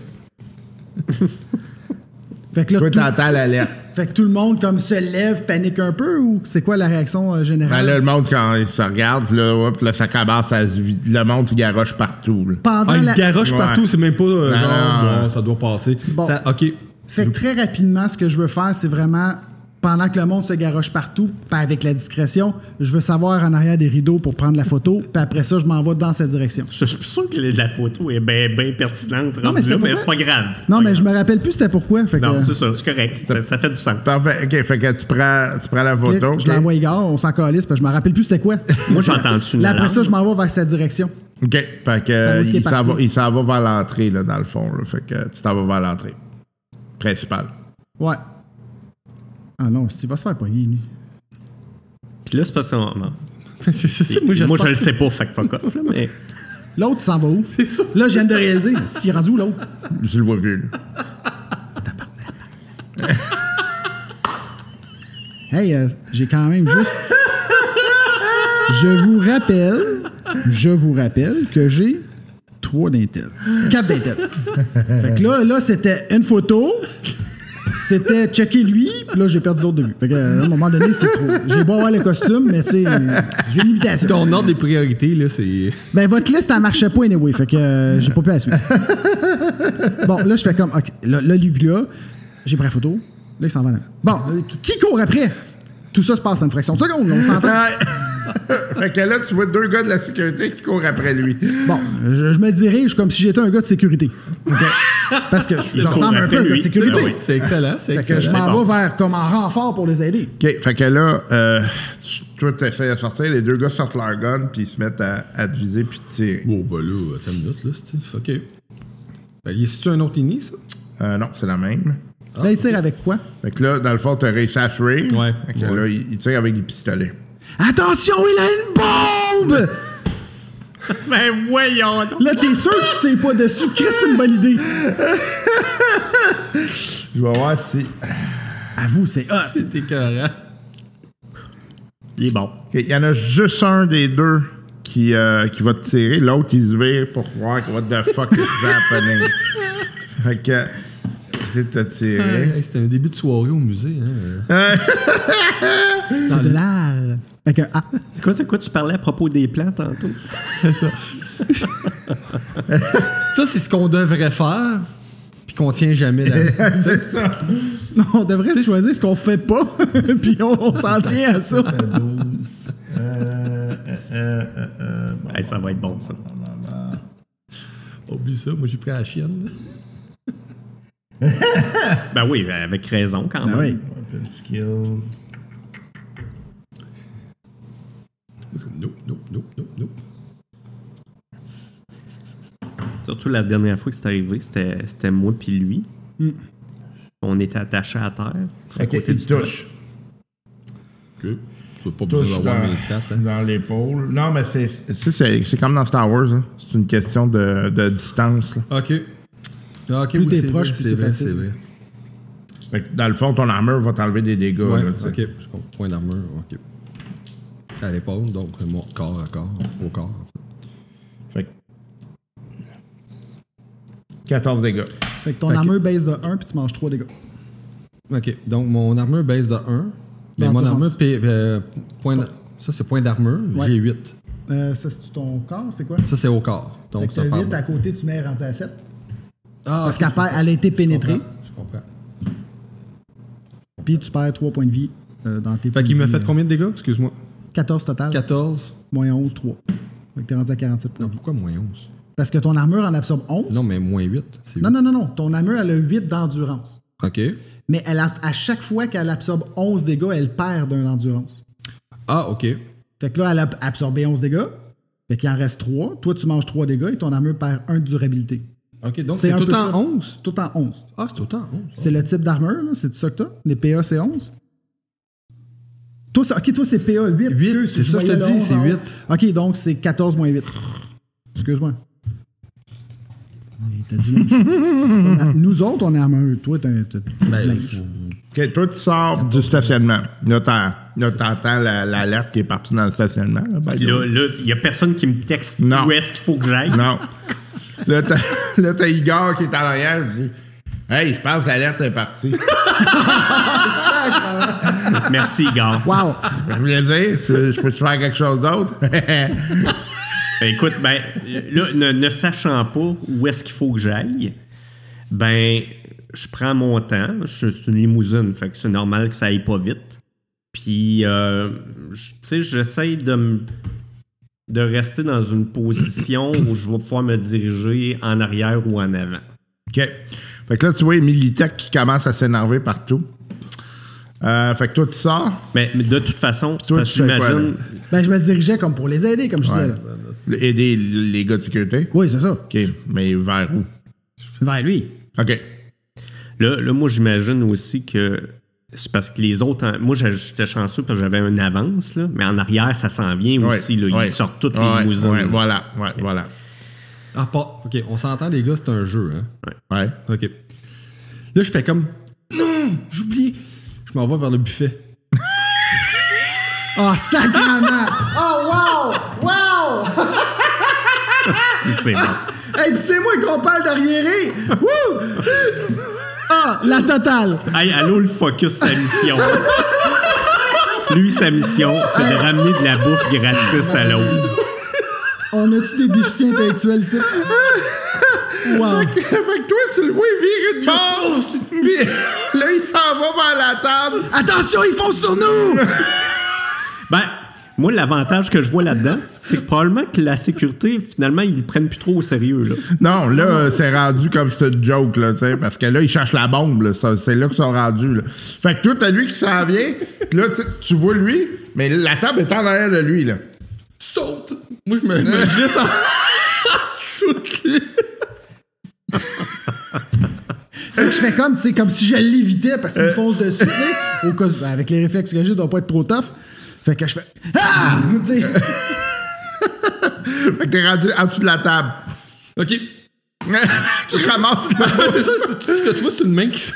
Speaker 5: Fait que, là,
Speaker 6: Toi,
Speaker 5: tout,
Speaker 6: t'entends l'alerte.
Speaker 5: fait que tout le monde comme se lève, panique un peu, ou c'est quoi la réaction euh,
Speaker 6: Ben
Speaker 5: générale?
Speaker 6: là, le monde, quand il se regarde, puis là, hop, là, ça commence à se vider. Le monde se garoche partout, là.
Speaker 5: Pendant
Speaker 4: Ah, il
Speaker 5: la-
Speaker 4: se garoche
Speaker 6: Ouais.
Speaker 4: partout, c'est même pas euh,
Speaker 6: Non,
Speaker 4: genre,
Speaker 6: non, non.
Speaker 4: bon, ça doit passer.
Speaker 5: Bon.
Speaker 4: Ça- ok.
Speaker 5: Fait que très rapidement, ce que je veux faire, c'est vraiment pendant que le monde se garoche partout, pas avec la discrétion, je veux savoir en arrière des rideaux pour prendre la photo, puis après ça, je m'en vais dans cette direction.
Speaker 3: Je suis sûr que la photo est bien pertinente
Speaker 5: mais
Speaker 3: rendue
Speaker 5: c'était
Speaker 3: là, mais
Speaker 5: pas
Speaker 3: c'est pas grave.
Speaker 5: Non, mais
Speaker 3: C'est
Speaker 5: je me rappelle plus c'était pourquoi. Fait que,
Speaker 3: pas grave.
Speaker 5: euh,
Speaker 3: Non, c'est ça, c'est correct. Ça, ça fait du sens.
Speaker 6: Parfait. OK, fait que tu prends, tu prends la photo.
Speaker 5: je l'envoie égard, on s'en calisse, parce que je me rappelle plus c'était quoi.
Speaker 3: Moi, j'ai entendu une
Speaker 5: Là, après
Speaker 3: alarme.
Speaker 5: ça, je m'en vais vers sa direction.
Speaker 6: OK. Fait que
Speaker 5: Ben, où est-ce qu'il est
Speaker 6: il s'en
Speaker 5: parti?
Speaker 6: va- il s'en va, vers l'entrée, là, dans le fond. là. Fait que tu t'en vas vers l'entrée principale.
Speaker 5: Ouais. Ah non, il va se faire pogner, lui.
Speaker 3: Puis là, c'est pas ça. Moi,
Speaker 4: C'est ça,
Speaker 3: moi
Speaker 4: moi,
Speaker 3: je
Speaker 4: j'espère
Speaker 3: le sais pas, fait que fuck off, là, mais.
Speaker 5: L'autre s'en va où?
Speaker 4: <laughs> C'est ça.
Speaker 5: Là, je viens de réaliser. S'il est rendu où, l'autre?
Speaker 6: Je le vois plus, là.
Speaker 5: Hey, euh, j'ai quand
Speaker 4: <laughs>
Speaker 5: même juste. Je vous rappelle, je vous rappelle que j'ai trois dentelles. Quatre dentelles. Fait que là, là c'était une photo. C'était checker lui, puis là, j'ai perdu l'autre de vue. Fait que, euh, à un moment donné, c'est trop. J'ai beau avoir le costume, mais tu sais, euh, j'ai une limitation.
Speaker 4: Ton ordre des priorités, là, c'est.
Speaker 5: Ben, votre liste, elle marchait pas anyway, fait que euh, j'ai pas pu
Speaker 4: <laughs>
Speaker 5: la suivre. bon, là, je fais comme, OK, là, là, lui, là, j'ai pris la photo, là, il s'en va là. Bon, euh, qui court après? Tout ça se passe en une fraction de seconde, là,
Speaker 4: <laughs>
Speaker 5: on s'entend.
Speaker 6: Ouais. <laughs> fait que là, tu vois deux gars de la sécurité qui courent après lui.
Speaker 5: Bon, je, je me dirige comme si j'étais un gars de sécurité.
Speaker 4: <laughs>
Speaker 5: Parce que je, je ressemble un peu à un gars de sécurité.
Speaker 3: Ah oui.
Speaker 4: C'est excellent, c'est
Speaker 5: Fait que
Speaker 4: excellent.
Speaker 5: je m'en vais vers comme en renfort pour les aider.
Speaker 6: OK, fait que là, euh, tu- toi, tu essaies de sortir, les deux gars sortent leur gun, puis ils se mettent à, à te viser, puis tu tirer.
Speaker 4: Bon, bah là, attends une minute, là, c'est. OK. Ben, y a-tu un autre ini, ça?
Speaker 6: Euh, non, c'est la même.
Speaker 4: Ah.
Speaker 5: Là, il tire avec quoi?
Speaker 6: Fait que là, dans le fond, tu as réussi à fuir.
Speaker 4: Ouais.
Speaker 6: Fait que
Speaker 4: Ouais.
Speaker 6: là, ils ils tirent avec des pistolets.
Speaker 5: Attention, il a
Speaker 4: <laughs>
Speaker 5: une bombe!
Speaker 3: Ben voyons donc.
Speaker 5: Là, t'es sûr qu'il tire pas dessus? Chris, c'est une bonne idée.
Speaker 6: Je vais voir si.
Speaker 5: Avoue, c'est hot.
Speaker 4: Ah, C'est écœurant.
Speaker 3: Il est bon.
Speaker 6: OK, Il y en a juste un des deux qui, euh, qui va te tirer. L'autre, il se vire pour voir what the fuck is
Speaker 4: <laughs>
Speaker 6: happening. Fait que. Essaye de te tirer.
Speaker 4: Hey, C'était un début de soirée au musée, hein.
Speaker 5: C'est de l'art. Fait que, ah,
Speaker 3: C'est quoi, c'est quoi tu parlais à propos des plans tantôt?
Speaker 4: C'est ça. ça, c'est ce qu'on devrait faire, puis qu'on tient jamais
Speaker 5: <laughs>
Speaker 4: la
Speaker 6: C'est ça.
Speaker 5: Non, <laughs> on devrait choisir ce qu'on fait pas, <laughs> puis on, on s'en tient à ça.
Speaker 4: <laughs>
Speaker 3: Hey, ça va être bon, ça.
Speaker 4: Oublie ça, moi j'ai pris la chienne.
Speaker 3: Ben oui, avec raison quand même.
Speaker 5: Ah oui.
Speaker 6: Weapon skills.
Speaker 4: Parce que Nope, nope, nope, nope, nope.
Speaker 3: Surtout la dernière fois que c'est arrivé, c'était c'était moi puis lui. On était attachés à terre. à
Speaker 6: Ok,
Speaker 3: côté
Speaker 6: il
Speaker 3: du
Speaker 6: touche.
Speaker 4: Ok. Tu veux pas
Speaker 6: Touche
Speaker 4: besoin d'avoir mes stats, hein.
Speaker 6: dans l'épaule. Non, mais c'est, c'est, c'est- c'est comme dans Star Wars. hein. C'est une question de, de distance. là.
Speaker 4: hein. Ok. Ah, Ok,
Speaker 5: Plus t'es
Speaker 4: c'est
Speaker 5: proche,
Speaker 4: vrai,
Speaker 5: plus
Speaker 4: c'est
Speaker 5: c'est
Speaker 4: vrai,
Speaker 5: facile.
Speaker 4: c'est vrai.
Speaker 6: Fait que dans le fond, ton armure va t'enlever des dégâts.
Speaker 4: Ouais,
Speaker 6: là, tu sais.
Speaker 4: ok, je comprends. Point d'armure, ok. À l'épaule, donc euh, mon corps à corps, au corps. en fait.
Speaker 6: Fait que- 14 dégâts.
Speaker 5: Fait que ton armure baisse de 1, puis tu manges 3 dégâts.
Speaker 4: Ok, donc mon armure baisse de 1. Mais
Speaker 5: Dans
Speaker 4: mon
Speaker 5: ton
Speaker 4: armure,
Speaker 5: sens.
Speaker 4: pi- euh, point d'a- ça c'est point d'armure,
Speaker 5: Ouais.
Speaker 4: j'ai 8.
Speaker 5: Euh, ça, c'est ton corps, c'est quoi?
Speaker 4: Ça c'est au corps.
Speaker 5: Fait
Speaker 4: Donc
Speaker 5: que
Speaker 4: ça
Speaker 5: t'as
Speaker 4: parle.
Speaker 5: 8 à côté, tu mets rendu à 7.
Speaker 4: Ah,
Speaker 5: Parce
Speaker 4: ok,
Speaker 5: qu'elle
Speaker 4: je
Speaker 5: perd- elle a été pénétrée,
Speaker 4: comprends, Je comprends.
Speaker 5: puis tu perds 3 points de vie euh, dans tes
Speaker 4: Fait qu'il me
Speaker 5: points de
Speaker 4: fait
Speaker 5: vie,
Speaker 4: combien de dégâts Excuse-moi.
Speaker 5: euh, 14 total,
Speaker 4: 14.
Speaker 5: moins 11, 3. Fait que t'es rendu à 47 points
Speaker 4: Non,
Speaker 5: de vie.
Speaker 4: pourquoi moins 11
Speaker 5: Parce que ton armure en absorbe 11.
Speaker 4: Non, mais moins 8. C'est
Speaker 5: non,
Speaker 4: huit.
Speaker 5: non, non, non. Ton armure, elle a 8 d'endurance.
Speaker 4: Ok.
Speaker 5: Mais elle a- à chaque fois qu'elle absorbe 11 dégâts, elle perd d'un endurance.
Speaker 4: Ah, ok.
Speaker 5: Fait que là, elle a absorbé 11 dégâts. Fait qu'il en reste 3. Toi, tu manges 3 dégâts et ton armure perd 1 de durabilité.
Speaker 4: Ok, donc
Speaker 5: C'est
Speaker 4: c'est
Speaker 5: un
Speaker 4: tout
Speaker 5: peu
Speaker 4: en
Speaker 5: ça.
Speaker 4: 11
Speaker 5: Tout en 11.
Speaker 4: Ah, c'est tout en 11.
Speaker 5: C'est le type d'armure, là. c'est ça que t'as. Les PA, c'est 11. Toi, c'est- ok, toi, c'est PA 8.
Speaker 4: 8, c'est ça que je te dis, c'est 8.
Speaker 5: Ok, donc c'est 14 moins 8. Excuse-moi. Hey, t'as dit
Speaker 4: <laughs>
Speaker 5: même chose. Nous autres, on est armure. Toi, t'as. t'as- t'as-
Speaker 4: Ben,
Speaker 5: t'as-
Speaker 6: Ok, toi, tu sors du stationnement. Là, t'en- là, t'entends la- l'alerte qui est partie dans le stationnement. là, by the
Speaker 3: Puis Là,
Speaker 6: way.
Speaker 3: là, il y a personne qui me texte
Speaker 6: Non.
Speaker 3: où est-ce qu'il faut que j'aille.
Speaker 6: Non. là, t'as- <laughs> là, t'as Igor qui est en arrière. Je dis Hey, je pense que l'alerte est partie. <laughs>
Speaker 3: Merci, gars.
Speaker 6: <laughs>
Speaker 3: <laughs>
Speaker 5: Wow!
Speaker 6: je voulais dire, c'est- je peux-tu faire quelque chose d'autre? <laughs>
Speaker 3: Ben, écoute, ben, là, ne, ne sachant pas où est-ce qu'il faut que j'aille, ben, je prends mon temps. Je suis une limousine, fait que c'est normal que ça aille pas vite. Puis, euh, je- tu sais, j'essaie de, m- de rester dans une position où je vais pouvoir me diriger en arrière ou en avant.
Speaker 6: OK. Fait que là, tu vois Militech qui commence à s'énerver partout. Euh, fait que toi, tu sors.
Speaker 3: Mais, mais de toute façon,
Speaker 6: Toi,
Speaker 3: parce
Speaker 6: tu
Speaker 3: que
Speaker 6: fais quoi,
Speaker 3: j'imagine,
Speaker 5: Ben, je me dirigeais comme pour les aider, comme je disais. là.
Speaker 6: Aider les gars de sécurité.
Speaker 5: Oui, c'est ça.
Speaker 6: OK. Mais vers où?
Speaker 5: Vers lui.
Speaker 6: OK.
Speaker 3: Là, là, moi, j'imagine aussi que c'est parce que les autres. en- Moi, j'a- j'étais chanceux parce que j'avais une avance, là, mais en arrière, ça s'en vient
Speaker 6: Ouais,
Speaker 3: aussi. Là,
Speaker 6: ouais.
Speaker 3: Ils sortent toutes
Speaker 6: Ouais,
Speaker 3: les limousines.
Speaker 6: ouais, voilà, ouais, voilà.
Speaker 7: Ah, pas. Ok, on s'entend, les gars, c'est un jeu, hein.
Speaker 6: Ouais.
Speaker 7: Ok. Là, je fais comme. Non, j'oublie. Je m'en vais vers le buffet.
Speaker 5: Ah, sacrement! <laughs> oh, wow! Wow!
Speaker 3: C'est- c'est-
Speaker 5: <laughs> Hey, pis c'est moi qu'on parle d'arriéré! Wouh! Ah, la totale!
Speaker 3: Hey, allô, le focus, sa mission. Lui, sa mission, c'est de ramener de la bouffe gratis à l'autre.
Speaker 5: On a-tu des déficients intellectuels ici? Wow!
Speaker 6: fait que toi, tu le vois virer de bord. Puis là, il s'en va vers la table.
Speaker 5: Attention, ils font sur nous!
Speaker 3: Ben, moi, l'avantage que je vois là-dedans, c'est que probablement que la sécurité, finalement, ils le prennent plus trop au sérieux. Là.
Speaker 6: Non, là, euh, c'est rendu comme c'était une joke, là, tu sais, parce que là, ils cherchent la bombe, là. Ça, C'est là qu'ils sont rendus, là. Fait que toi, t'as lui qui s'en vient, puis là, tu- tu vois lui, mais la table est en arrière de lui, là.
Speaker 7: Saute! Moi, je me, me glisse en. Saute lui!
Speaker 5: Fait que je fais comme, tu sais, comme si je l'évitais parce qu'il me fonce dessus, tu sais. Au cas, ben, avec les réflexes que j'ai, ils doivent pas être trop tough. Fait que je fais. Ah! Tu sais.
Speaker 6: Fait que t'es rendu en dessous de la table. <laughs>
Speaker 7: Ok.
Speaker 6: tu ramasses le
Speaker 7: Ah, c'est ça, c'est tout ce que tu vois, c'est une main qui. s-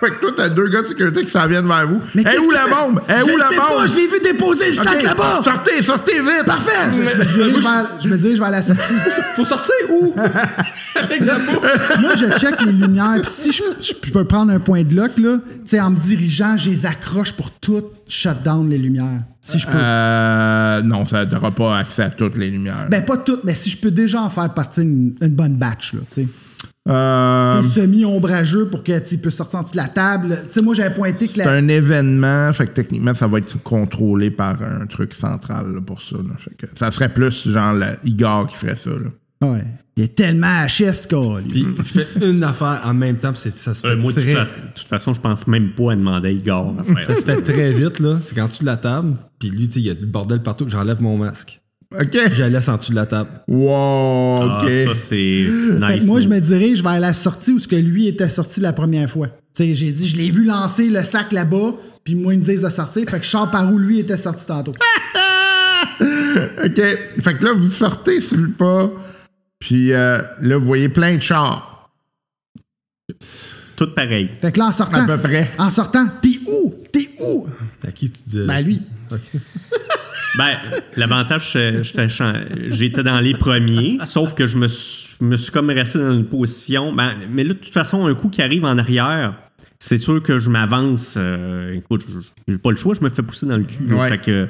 Speaker 6: Fait que toi, t'as deux gars de sécurité qui s'en viennent vers vous.
Speaker 5: Mais
Speaker 6: Eh
Speaker 5: qu'est-ce
Speaker 6: où
Speaker 5: que
Speaker 6: la
Speaker 5: fait-
Speaker 6: bombe? Eh
Speaker 5: Je
Speaker 6: où
Speaker 5: le
Speaker 6: la
Speaker 5: sais
Speaker 6: bombe?
Speaker 5: pas, je l'ai vu déposer le sac
Speaker 6: Ok,
Speaker 5: là-bas!
Speaker 6: Sortez, sortez vite!
Speaker 5: Parfait! Je, me dirige vers, je me dirige vers la sortie.
Speaker 7: <laughs> Faut sortir où? Avec la bouffe!
Speaker 5: Moi, je check les lumières, puis si je, je- je peux prendre un point de lock, là, tu sais, en me dirigeant, je les accroche pour tout shut down les lumières. Si je peux.
Speaker 6: Euh. Non, ça t'auras pas accès à toutes les lumières.
Speaker 5: Ben, pas toutes, mais si je peux déjà en faire partie une, une bonne batch, là, tu sais.
Speaker 6: Euh,
Speaker 5: Tu sais, semi-ombrageux pour que tu puisses sortir en dessous de la table. Tu sais, moi, j'avais pointé que
Speaker 6: C'est
Speaker 5: la.
Speaker 6: un événement, fait que techniquement, ça va être contrôlé par un truc central là, pour ça. là. Fait que ça serait plus genre la Igor qui ferait ça. là.
Speaker 5: Ouais. Il est tellement HS, quoi.
Speaker 7: Puis je fais une affaire en même temps, puis c'est- ça se fait.
Speaker 3: Euh, moi, de toute,
Speaker 7: très,
Speaker 3: fa- de toute façon, je pense même pas à demander à Igor à faire
Speaker 7: ça
Speaker 4: <laughs>
Speaker 7: se fait très vite, là. C'est qu'en dessous de la table, puis lui, tu sais, il y a du bordel partout, j'enlève mon masque.
Speaker 6: OK.
Speaker 7: Je la laisse en dessous de la table.
Speaker 6: Wow, OK.
Speaker 3: Ah, ça, c'est nice.
Speaker 5: Fait que moi, je
Speaker 3: move.
Speaker 5: me dirige vers la sortie où ce que lui était sorti la première fois. Tu sais, j'ai dit, je l'ai vu lancer le sac là-bas, puis moi, ils me disent de sortir. Fait que je sors par où lui était sorti tantôt.
Speaker 6: OK. Fait que là, vous sortez sur le pas, puis euh, là, vous voyez plein de chars,
Speaker 3: Tout pareil.
Speaker 5: Fait que là, en
Speaker 6: à
Speaker 5: sortant,
Speaker 6: peu près.
Speaker 5: en sortant, t'es où? T'es où?
Speaker 7: À qui tu dis?
Speaker 5: Ben, lui.
Speaker 3: Ben, l'avantage, c'est- j'étais chan- j'étais dans les premiers, sauf que je me suis, me suis comme resté dans une position. Ben, mais là, de toute façon, un coup qui arrive en arrière, c'est sûr que je m'avance. euh, écoute, je- j'ai pas le choix, je me fais pousser dans le cul. là.
Speaker 6: Ouais.
Speaker 3: Fait que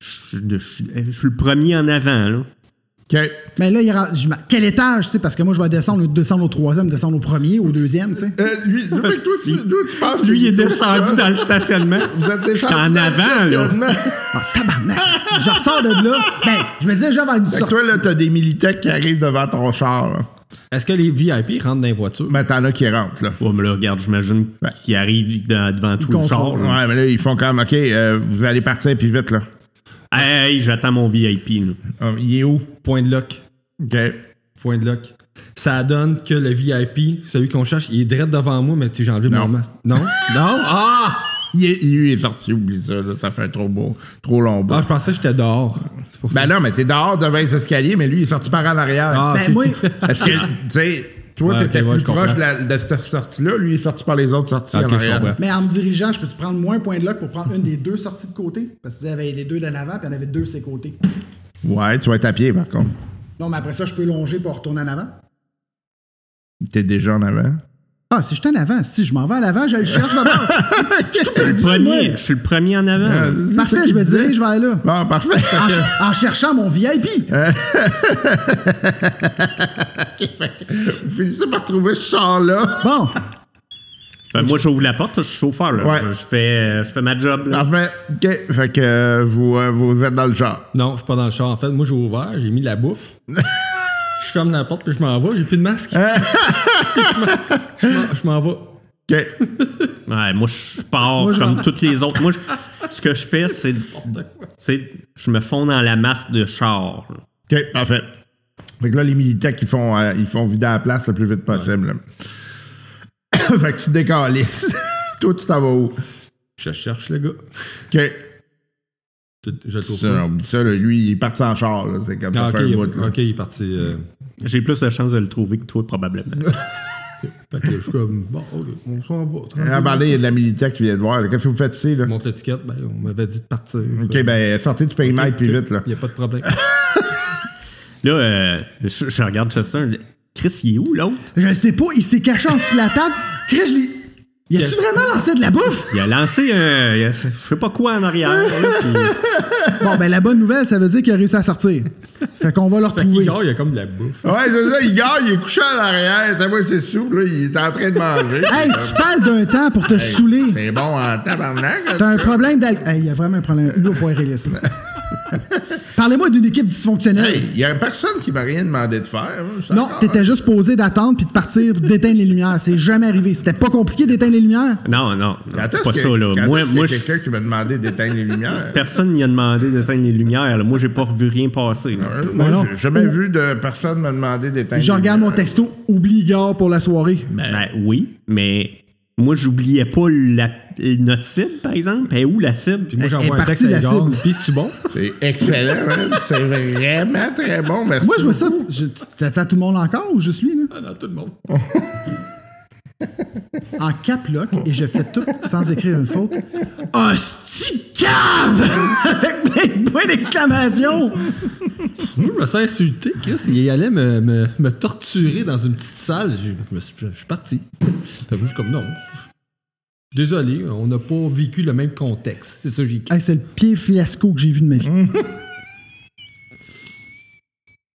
Speaker 3: je, je- je- je suis le premier en avant. Là.
Speaker 6: OK.
Speaker 5: Mais là, il rend- je m'en- quel étage, tu sais, parce que moi, je vais descendre, descendre au troisième, descendre au premier, au deuxième, tu sais.
Speaker 6: Euh,
Speaker 3: <laughs>
Speaker 6: lui, fait que toi, tu, toi, tu penses que
Speaker 3: Lui, il est descendu dans le stationnement.
Speaker 6: Vous êtes
Speaker 3: J'étais
Speaker 6: descendu
Speaker 3: en
Speaker 6: dans le
Speaker 3: avant, là.
Speaker 6: stationnement.
Speaker 5: Ah, tabarnak! si je ressors de là, ben, je me disais, je vais avoir une
Speaker 6: Fait que
Speaker 5: sortie.
Speaker 6: toi, là, t'as des militaires qui arrivent devant ton char. là.
Speaker 7: Est-ce que les VIP rentrent dans les voitures?
Speaker 6: Mais t'en as qui rentrent, là.
Speaker 3: Ouais, mais là, regarde, j'imagine
Speaker 6: Ouais.
Speaker 3: qu'il arrive dans- devant tout le char.
Speaker 5: contrôle.
Speaker 3: là.
Speaker 6: Ouais, mais là, ils font quand même, OK, euh, vous allez partir, puis vite, là.
Speaker 3: Hey, hey, j'attends mon VIP. là.
Speaker 6: Ah, il est où?
Speaker 7: Point de lock.
Speaker 6: OK.
Speaker 7: Point de lock. Ça donne que le VIP, celui qu'on cherche, il est direct devant moi, mais tu sais, j'ai enlevé
Speaker 6: Non.
Speaker 7: mon masque.
Speaker 6: <laughs>
Speaker 7: Non? non? Ah!
Speaker 6: Il est, il est sorti, oublie ça, là, ça fait trop beau, trop long. bas.
Speaker 7: Ah, je pensais que j'étais dehors. C'est pour ça.
Speaker 6: Ben non, mais t'es dehors devant les escaliers, mais lui, il est sorti par en arrière.
Speaker 7: Ah,
Speaker 6: Ah.
Speaker 5: Ben,
Speaker 7: ok.
Speaker 5: moi,
Speaker 6: <laughs> Parce que, tu sais, toi,
Speaker 7: Ouais,
Speaker 6: t'étais
Speaker 7: Ah, ok, ouais,
Speaker 6: plus
Speaker 7: je comprends. Ah,
Speaker 6: proche de, la- de cette sortie-là, lui, il est sorti par les autres sorties
Speaker 7: Ok,
Speaker 6: en
Speaker 7: je
Speaker 6: arrière.
Speaker 7: comprends.
Speaker 5: mais en me dirigeant, je peux-tu prendre moins point de lock pour prendre une des deux sorties de côté? Parce qu'il y avait les deux de l'avant, puis il y en avait deux de ses côtés.
Speaker 6: Ouais, tu vas être à pied, par contre.
Speaker 5: Non, mais après ça, je peux longer pour retourner en avant.
Speaker 6: T'es déjà en avant.
Speaker 5: Ah, si je suis en avant, si je m'en vais à l'avant, je le cherche là-bas.
Speaker 3: Je suis le premier. Je suis le premier en avant.
Speaker 5: Parfait, je me dis, hey, je vais aller là.
Speaker 6: Bon, parfait.
Speaker 5: En, ch- en cherchant mon VIP.
Speaker 6: <laughs> Vous finissez par trouver ce char-là.
Speaker 5: Bon,
Speaker 3: Ben, moi, j'ouvre la porte, là, je suis chauffeur. Là.
Speaker 6: Ouais. Ah.
Speaker 3: Je, je fais, euh, je fais ma job. là.
Speaker 6: Parfait. OK. Fait que euh, vous, euh, vous êtes dans le char.
Speaker 7: Non, je suis pas dans le char. En fait, moi, j'ai ouvert, j'ai mis la bouffe.
Speaker 6: <laughs>
Speaker 7: je ferme la porte, puis je m'en vais. J'ai plus de masque. Puis je m'en- je m'en- je m'en vais.
Speaker 6: OK.
Speaker 3: Ouais, moi, je pars
Speaker 5: Moi, je
Speaker 3: comme
Speaker 5: rentre.
Speaker 3: toutes les autres. Moi, je- ce que je fais, c'est. tu sais, Je me fonds dans la masse de chars. là.
Speaker 6: OK, parfait. Fait que là, les militaires qui font, euh, ils font vider la place le plus vite possible. là. <coughs> fait que tu décalisses. <laughs> Toi, tu t'en vas où?
Speaker 7: Je cherche le gars.
Speaker 6: OK.
Speaker 7: Je je le trouve
Speaker 6: Ça,
Speaker 7: pas.
Speaker 6: on dit ça, là, lui, il est parti en char. là. C'est comme ça
Speaker 7: Ah, ok, il
Speaker 6: fait un
Speaker 7: est-
Speaker 6: bout. là.
Speaker 7: ok, il est parti. euh,
Speaker 3: J'ai plus de chances de le trouver que toi, probablement.
Speaker 6: <laughs>
Speaker 7: fait que je suis comme, bon, ok, on s'en va.
Speaker 6: Ah,
Speaker 7: tranquille.
Speaker 6: ben là, il y a de la militaire qui vient te voir. là. Qu'est-ce que vous faites ici? Là?
Speaker 7: Je monte l'étiquette, ben, on m'avait dit de partir.
Speaker 6: OK, ben sortez du pays mail plus vite. là.
Speaker 7: Il n'y a pas de problème.
Speaker 3: Là, euh, je, je regarde Chester. Chris, il est où, l'autre?
Speaker 5: je le sais pas, il s'est caché en dessous de la table. Chris, je l'ai. Y a-tu vraiment lancé de la bouffe?
Speaker 3: Il a lancé un. il a- je sais pas quoi en arrière. là,
Speaker 6: <laughs>
Speaker 3: puis-
Speaker 5: Bon, ben, la bonne nouvelle, ça veut dire qu'il a réussi à sortir. Fait qu'on va le
Speaker 7: Fait qu'il
Speaker 5: retrouver.
Speaker 7: gare, il y a comme de la bouffe.
Speaker 6: Ouais, c'est ça, il gare, il est couché à l'arrière, t'as vu, c'est souple, là, il est en train de manger.
Speaker 5: Hey, tu parles d'un temps pour te saouler.
Speaker 6: C'est bon en tabarnak. là.
Speaker 5: T'as un problème d'alcool. Hey, il y a vraiment un problème. Là, faut régler ça. Parlez-moi d'une équipe dysfonctionnelle.
Speaker 6: Hey, il y a personne qui m'a rien demandé de faire. hein, c'est
Speaker 5: non,
Speaker 6: encore-
Speaker 5: t'étais juste posé d'attendre puis de partir, d'éteindre les lumières. C'est jamais arrivé. C'était pas compliqué d'éteindre les lumières.
Speaker 3: Non, non, non,
Speaker 6: Quand
Speaker 3: Ah, c'est
Speaker 6: est-ce
Speaker 3: pas
Speaker 6: que-
Speaker 3: ça, là.
Speaker 6: quand
Speaker 3: Moi,
Speaker 6: est-ce qu'il y a
Speaker 3: moi je-
Speaker 6: quelqu'un qui m'a demandé d'éteindre
Speaker 3: <laughs>
Speaker 6: les lumières.
Speaker 3: personne n'y a demandé d'éteindre les lumières. là. Moi, j'ai pas vu rien passer. là.
Speaker 6: Hein,
Speaker 5: Ben
Speaker 6: Moi,
Speaker 5: non.
Speaker 6: j'ai jamais vu de personne me demander d'éteindre
Speaker 5: Je
Speaker 6: les
Speaker 5: regarde mon
Speaker 6: lumières.
Speaker 5: texto, oublie gare pour la soirée.
Speaker 3: Ben oui, mais moi, j'oubliais pas la- notre cible, par exemple. Et où la cible?
Speaker 7: Puis moi,
Speaker 5: Elle
Speaker 7: j'envoie
Speaker 5: est
Speaker 7: un texte
Speaker 5: partie,
Speaker 7: à
Speaker 5: la
Speaker 7: gare.
Speaker 5: cible.
Speaker 7: Puis, c'est-tu bon?
Speaker 6: C'est excellent, hein, c'est vraiment très bon, merci.
Speaker 5: Moi, je vois ça. Je, t'attends tout le monde encore ou juste lui, là?
Speaker 7: <laughs> Ah non, tout le monde.
Speaker 5: En cap lock, et je fais tout sans écrire une faute. Hostie de
Speaker 7: <laughs>
Speaker 5: cave! Avec plein de points d'exclamation!
Speaker 7: Moi, je me suis insulté, Chris. Il allait me, me, me torturer dans une petite salle. Je, je me suis, je suis parti. Fait que moi, je suis comme non. Désolé, on n'a pas vécu le même contexte. C'est ça, j'ai
Speaker 5: Hey, c'est le pire fiasco que j'ai vu de ma vie.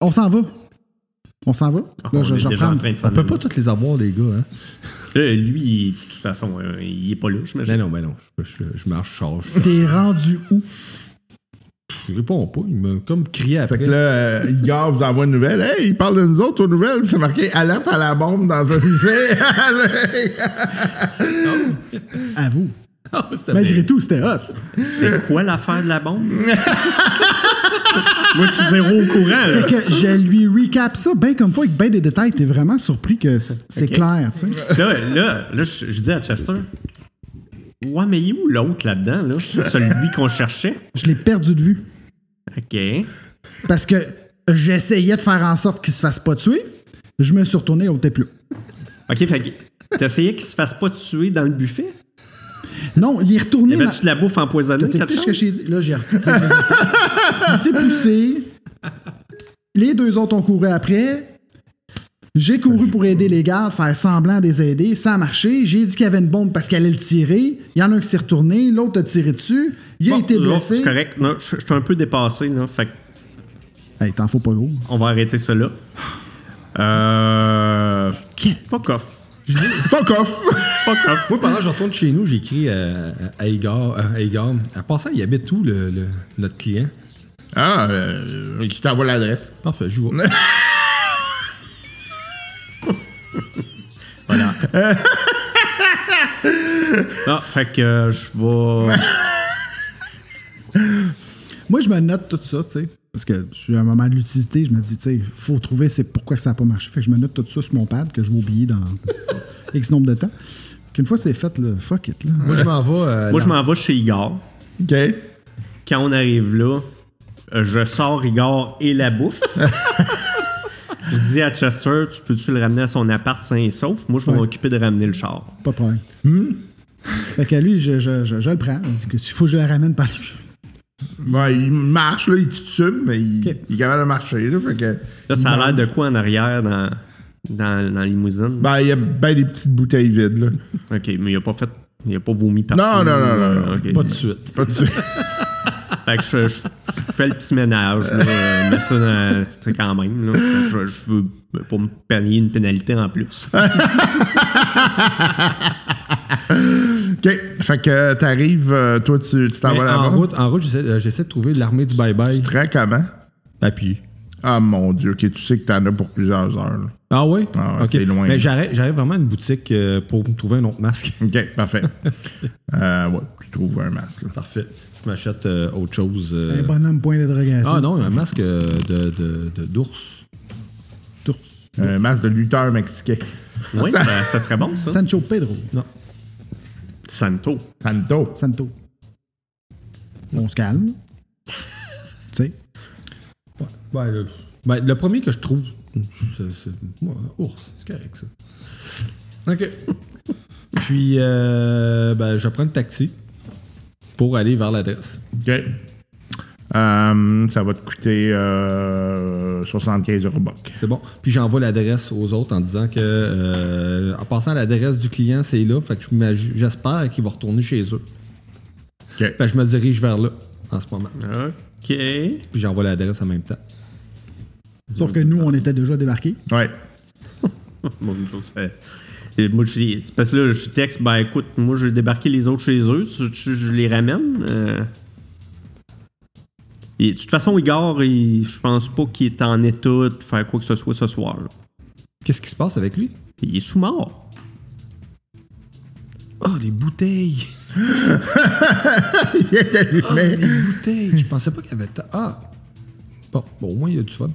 Speaker 5: On s'en va. On s'en va. Là,
Speaker 3: On
Speaker 5: je,
Speaker 3: est
Speaker 5: je
Speaker 3: déjà en
Speaker 5: reprends.
Speaker 3: train de s'en
Speaker 7: On peut
Speaker 3: aller.
Speaker 7: pas toutes les avoir, les gars. Hein?
Speaker 3: Là, lui, il- de toute façon, euh, il est pas là, j'imagine.
Speaker 7: Ben non, ben non. Je, je- je marche, je charge. Je,
Speaker 5: T'es rendu où?
Speaker 7: je réponds pas. Il m'a comme crié
Speaker 6: Fait
Speaker 7: après.
Speaker 6: que là, euh, Igor vous envoie une nouvelle. Hey, il parle de nous autres aux nouvelles. C'est marqué alerte à la bombe dans un musée. <laughs>
Speaker 5: À vous.
Speaker 7: Ah, c'était-
Speaker 5: Malgré tout, c'était hot.
Speaker 3: C'est quoi l'affaire de la bombe? Moi, je suis zéro au courant, là.
Speaker 5: Fait que je lui recap ça bien comme fois avec bien des détails. T'es vraiment surpris que c- c'est clair, tu sais.
Speaker 3: Là, là, là, je, je dis à Chester, ouais, mais il est où l'autre là-dedans, là? Celui qu'on cherchait?
Speaker 5: Je l'ai perdu de vue.
Speaker 3: OK.
Speaker 5: Parce que j'essayais de faire en sorte qu'il se fasse pas tuer. Je me suis retourné, l'autre était plus là.
Speaker 3: OK, fait que t'essayais qu'il se fasse pas tuer dans le buffet?
Speaker 5: Non, il est
Speaker 3: Y
Speaker 5: retourné. dans-
Speaker 3: avait-tu de la bouffe empoisonnée,
Speaker 5: Tu sais,
Speaker 3: quelque
Speaker 5: qu'est-ce que
Speaker 3: chose?
Speaker 5: j'ai dit? Là, j'ai repris. Il s'est poussé. Les deux autres ont couru après. J'ai couru pour aider les gardes, faire semblant de les aider. Ça a marché. J'ai dit qu'il y avait une bombe parce qu'elle allait le tirer. Il y en a un qui s'est retourné, l'autre a tiré dessus. Il a
Speaker 3: Bon,
Speaker 5: été
Speaker 3: non,
Speaker 5: blessé.
Speaker 3: C'est correct. Non, je, je suis un peu dépassé, là. Fait que
Speaker 5: Hey, t'en faut pas gros.
Speaker 3: on va arrêter ça là. Euh... Fuck off.
Speaker 6: Fuck off.
Speaker 3: Fuck off.
Speaker 7: Moi, pendant que je retourne chez nous, j'écris à, à, à Igor. euh, À, Igor. En passant, il habite où, le, le- notre client?
Speaker 6: Ah, euh, qui t'envoie l'adresse.
Speaker 7: Parfait, je vois.
Speaker 3: Non, fait que euh, je vais...
Speaker 5: Moi, je me note tout ça, tu sais. Parce que j'ai un moment de l'utilité, je me dis, tu sais, faut trouver c'est pourquoi ça n'a pas marché. Fait que je me note tout ça sur mon pad que je vais oublier dans <laughs> X nombre de temps. Qu'une fois c'est fait, là, fuck it, là.
Speaker 7: Moi, je m'en vais. euh,
Speaker 3: Moi, je
Speaker 7: dans-
Speaker 3: m'en vais chez Igor.
Speaker 6: <laughs> OK.
Speaker 3: Quand on arrive là, euh, je sors Igor et la
Speaker 6: <laughs>
Speaker 3: bouffe. je dis à Chester, tu peux-tu le ramener à son appart sain et sauf? Moi, je vais
Speaker 5: Ouais.
Speaker 3: m'occuper de ramener le char.
Speaker 5: Pas de problème. Hmm? Fait que lui, je, je, je, je le prends. Il dit que faut que je le ramène par lui.
Speaker 6: Ouais, il marche, là, il titube, mais il,
Speaker 5: OK.
Speaker 6: il est capable de marcher. Là, fait que,
Speaker 3: Là, ça a l'air de quoi en arrière dans... dans, dans la limousine.
Speaker 6: Ben, il y a ben des petites bouteilles vides, là.
Speaker 3: Ok, mais il a pas fait. Il a pas vomi partout.
Speaker 6: Bah. Non, non, non, non, non.
Speaker 3: Ok.
Speaker 4: Pas de suite.
Speaker 6: Pas de suite.
Speaker 3: Fait que je, je- je fais le petit ménage, là, euh, mais ça, dans- tu sais, quand même. Là, Fait que je, je veux pas me payer une pénalité en plus.
Speaker 4: Ah,
Speaker 6: OK. Fait que euh, t'arrives, euh, toi, tu tu t'en
Speaker 4: Mais
Speaker 6: vas
Speaker 4: en,
Speaker 6: là-bas.
Speaker 4: route, en route, j'essaie euh, j'essaie de trouver l'armée du bye-bye.
Speaker 6: Très comment?
Speaker 4: Appuyé.
Speaker 6: Ah, mon Dieu. OK, tu sais que t'en as pour plusieurs heures, là.
Speaker 4: Ah oui?
Speaker 6: Ah ouais,
Speaker 4: Ok.
Speaker 6: c'est loin.
Speaker 4: Mais j'arrive j'arrive vraiment à une boutique euh, pour me trouver un autre masque. <laughs>
Speaker 6: OK, parfait. euh, ouais, tu trouves un masque, là.
Speaker 4: Parfait. Je m'achète euh, autre chose. euh.
Speaker 5: Un bonhomme point d'interrogation.
Speaker 4: Ah non, un masque euh, de de- de- d'ours. D'ours.
Speaker 6: Un masque de lutteur mexicain.
Speaker 3: oui, ben, ça serait bon, ça.
Speaker 5: Sancho Pedro.
Speaker 3: Santo.
Speaker 6: Santo.
Speaker 5: Santo. On se calme. tu sais.
Speaker 4: Ben, le... premier que je trouve, c'est c'est- ouais, ours. C'est correct, ça. OK. <laughs> Puis, euh, ben, je prends le taxi pour aller vers l'adresse.
Speaker 6: OK. Euh, ça va te coûter euh, 75 euros bucks.
Speaker 4: C'est bon. Puis j'envoie l'adresse aux autres en disant que, euh, en passant à l'adresse du client, c'est là. Fait que je m'imagine- j'espère qu'il va retourner chez eux.
Speaker 6: OK.
Speaker 4: Fait que je me dirige vers là en ce moment.
Speaker 3: Ok. <laughs>
Speaker 4: Puis j'envoie l'adresse en même temps.
Speaker 5: Sauf que nous, on était déjà débarqués.
Speaker 6: Ouais.
Speaker 3: Bon, une chose, euh, et moi, je dis- parce que là, je texte, ben écoute, moi, j'ai débarqué les autres chez eux, tu- tu- je les ramène. euh. Et, de toute façon, Igor, il- je pense pas qu'il est en état de faire quoi que ce soit ce soir. là.
Speaker 4: Qu'est-ce qui se passe avec lui?
Speaker 3: Il est sous-mort.
Speaker 4: Oh, les <laughs> bouteilles! Ah,
Speaker 6: Il est allumé.
Speaker 4: Les bouteilles! Je pensais pas qu'il y avait. ta- Ah! Bon, bon, au moins, il y a du fun.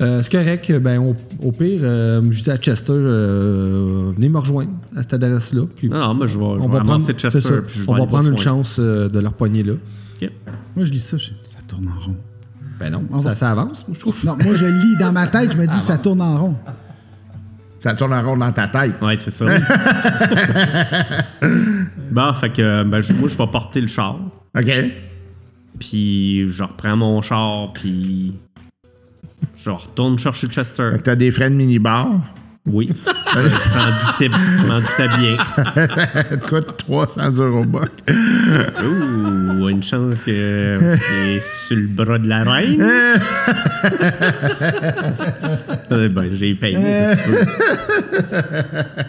Speaker 4: Euh, c'est correct. Ben, au, au pire, euh, je dis à Chester, euh, venez me rejoindre à cette adresse-là. Puis
Speaker 3: Non, non, mais je vais, je
Speaker 4: on
Speaker 3: vais
Speaker 4: va prendre,
Speaker 3: ramasser
Speaker 4: c'est ça,
Speaker 3: Chester. puis je vais
Speaker 4: on va
Speaker 3: aller
Speaker 4: prendre une
Speaker 3: rejoindre.
Speaker 4: chance euh, de leur poigner là.
Speaker 3: Ok.
Speaker 5: Moi, je lis ça, je- ça tourne en rond.
Speaker 4: Ben non,
Speaker 5: On
Speaker 4: ça,
Speaker 5: va-
Speaker 4: ça avance, moi, je trouve.
Speaker 5: Non, moi, je lis dans ma tête, je me dis, ça tourne en rond.
Speaker 6: Ça tourne en rond dans ta tête.
Speaker 3: Ouais, c'est ça. bon, fait que ben, je- moi, je vais porter le char.
Speaker 6: OK.
Speaker 3: Puis je reprends mon char, puis je retourne chercher Chester.
Speaker 6: Fait que t'as des frais de mini-bar.
Speaker 3: Oui. Euh, je m'en doutais- je m'en doutais bien.
Speaker 6: Ça te coûte 300 euros bucks.
Speaker 3: Ouh, une chance que c'est sur le bras de la reine. Euh, ben, j'ai payé. qu'est-ce que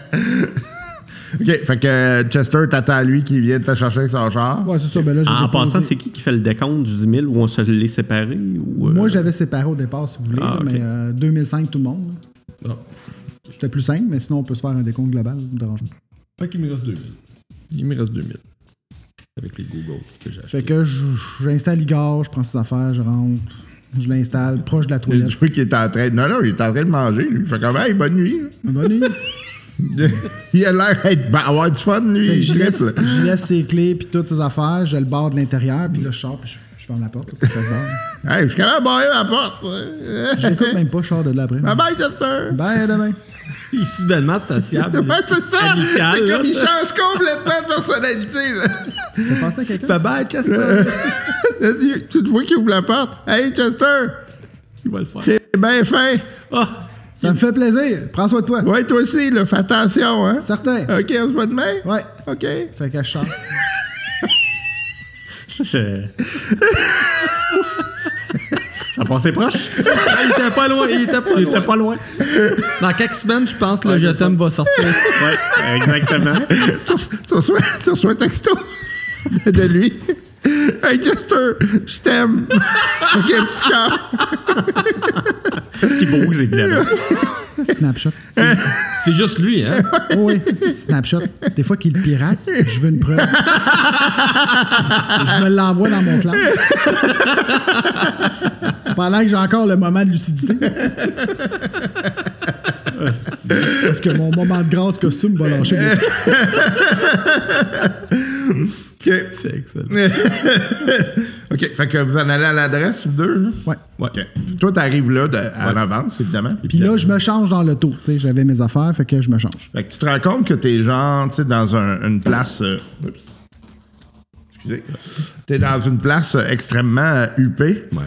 Speaker 3: tu veux.
Speaker 6: OK. Fait que euh, Chester, t'attends lui qui vient te chercher avec son char.
Speaker 5: Ouais, c'est ça. Ben là, j'ai
Speaker 3: En
Speaker 5: déposé.
Speaker 3: passant, c'est qui qui fait le décompte du 10 000 où on se l'est séparé? Ou, euh,
Speaker 5: Moi, j'avais séparé au départ, si vous voulez,
Speaker 3: Ah,
Speaker 5: là,
Speaker 3: ok.
Speaker 5: mais euh, 2005, tout le monde.
Speaker 4: Ah.
Speaker 5: là. C'était plus simple, mais sinon, on peut se faire un décompte global. ça me dérange pas.
Speaker 4: Fait qu'il me reste 2000. Il me reste 2000. Avec les Google que j'ai achetés.
Speaker 5: Fait que je- j'installe Igor, je prends ses affaires, je rentre, je l'installe proche de la
Speaker 6: J'ai
Speaker 4: <laughs>
Speaker 5: toilette.
Speaker 6: dit qu'il était en train de... Non, non, il est en train de manger, lui. Fait comme, hey, bonne nuit.
Speaker 5: Bonne nuit.
Speaker 6: <laughs> il a l'air d'être- ben, avoir du fun, lui.
Speaker 5: Fait que
Speaker 6: Il
Speaker 5: je laisse,
Speaker 6: triple.
Speaker 5: je laisse ses clés puis toutes ses affaires, je le barre de l'intérieur, puis là, je sors, puis je, je ferme la porte, là, pour que ça se
Speaker 4: <laughs>
Speaker 5: barre.
Speaker 6: Hey, je suis capable de barrer ma porte.
Speaker 5: Je l'écoute même pas, je sors de là après.
Speaker 6: Bye-bye, Chester.
Speaker 5: Bye,
Speaker 4: <laughs>
Speaker 5: à demain.
Speaker 4: Il est
Speaker 6: <laughs>
Speaker 4: soudainement sociable.
Speaker 6: Ouais, c'est ça.
Speaker 4: Amical,
Speaker 6: C'est
Speaker 4: là,
Speaker 6: comme il
Speaker 4: ça.
Speaker 6: change complètement de personnalité. Là.
Speaker 5: Ça passé à quelqu'un?
Speaker 4: Bye bye, Chester!
Speaker 6: Là, tu- tu te vois qu'il ouvre la porte. Hey, Chester,
Speaker 4: Il va le faire.
Speaker 6: t'es bien fin.
Speaker 4: Ah!
Speaker 5: Ça me fait plaisir. Prends soin de toi.
Speaker 6: Ouais, toi aussi, là, fais attention. Hein.
Speaker 5: Certain.
Speaker 6: OK, on se voit demain?
Speaker 5: Ouais.
Speaker 6: OK.
Speaker 5: Fait que je sors.
Speaker 3: je- je- Ça passait proche?
Speaker 4: Ah, il était pas loin, il était pas
Speaker 3: Il
Speaker 4: loin.
Speaker 3: était pas loin.
Speaker 4: Dans quelques semaines, je pense que le Je t'aime va sortir.
Speaker 3: Ouais, exactement.
Speaker 6: Tu reçois- tu reçois, tu reçois un texto de lui. Hey, Chester, je t'aime. OK, petit cœur.
Speaker 3: Qui bouge, évidemment.
Speaker 5: Snapshot.
Speaker 4: C'est juste lui, hein?
Speaker 5: Oh oui, snapshot. Des fois qu'il le pirate, je veux une preuve. je me l'envoie dans mon clan. Pendant que j'ai encore le moment de lucidité. Parce que mon moment de grâce costume va lâcher.
Speaker 6: OK.
Speaker 4: C'est excellent.
Speaker 6: <laughs> OK, fait que vous en allez à l'adresse, vous deux, là?
Speaker 5: Ouais.
Speaker 6: OK. Toi, t'arrives là de- en avance, évidemment.
Speaker 5: Puis là, je me change dans l'auto. Tu sais, j'avais mes affaires, fait que je me change.
Speaker 6: Fait que tu te rends compte que t'es genre, tu sais, dans un- une place. euh, oups. Excusez. T'es dans une place euh, extrêmement euh, huppée.
Speaker 4: <laughs> Ouais.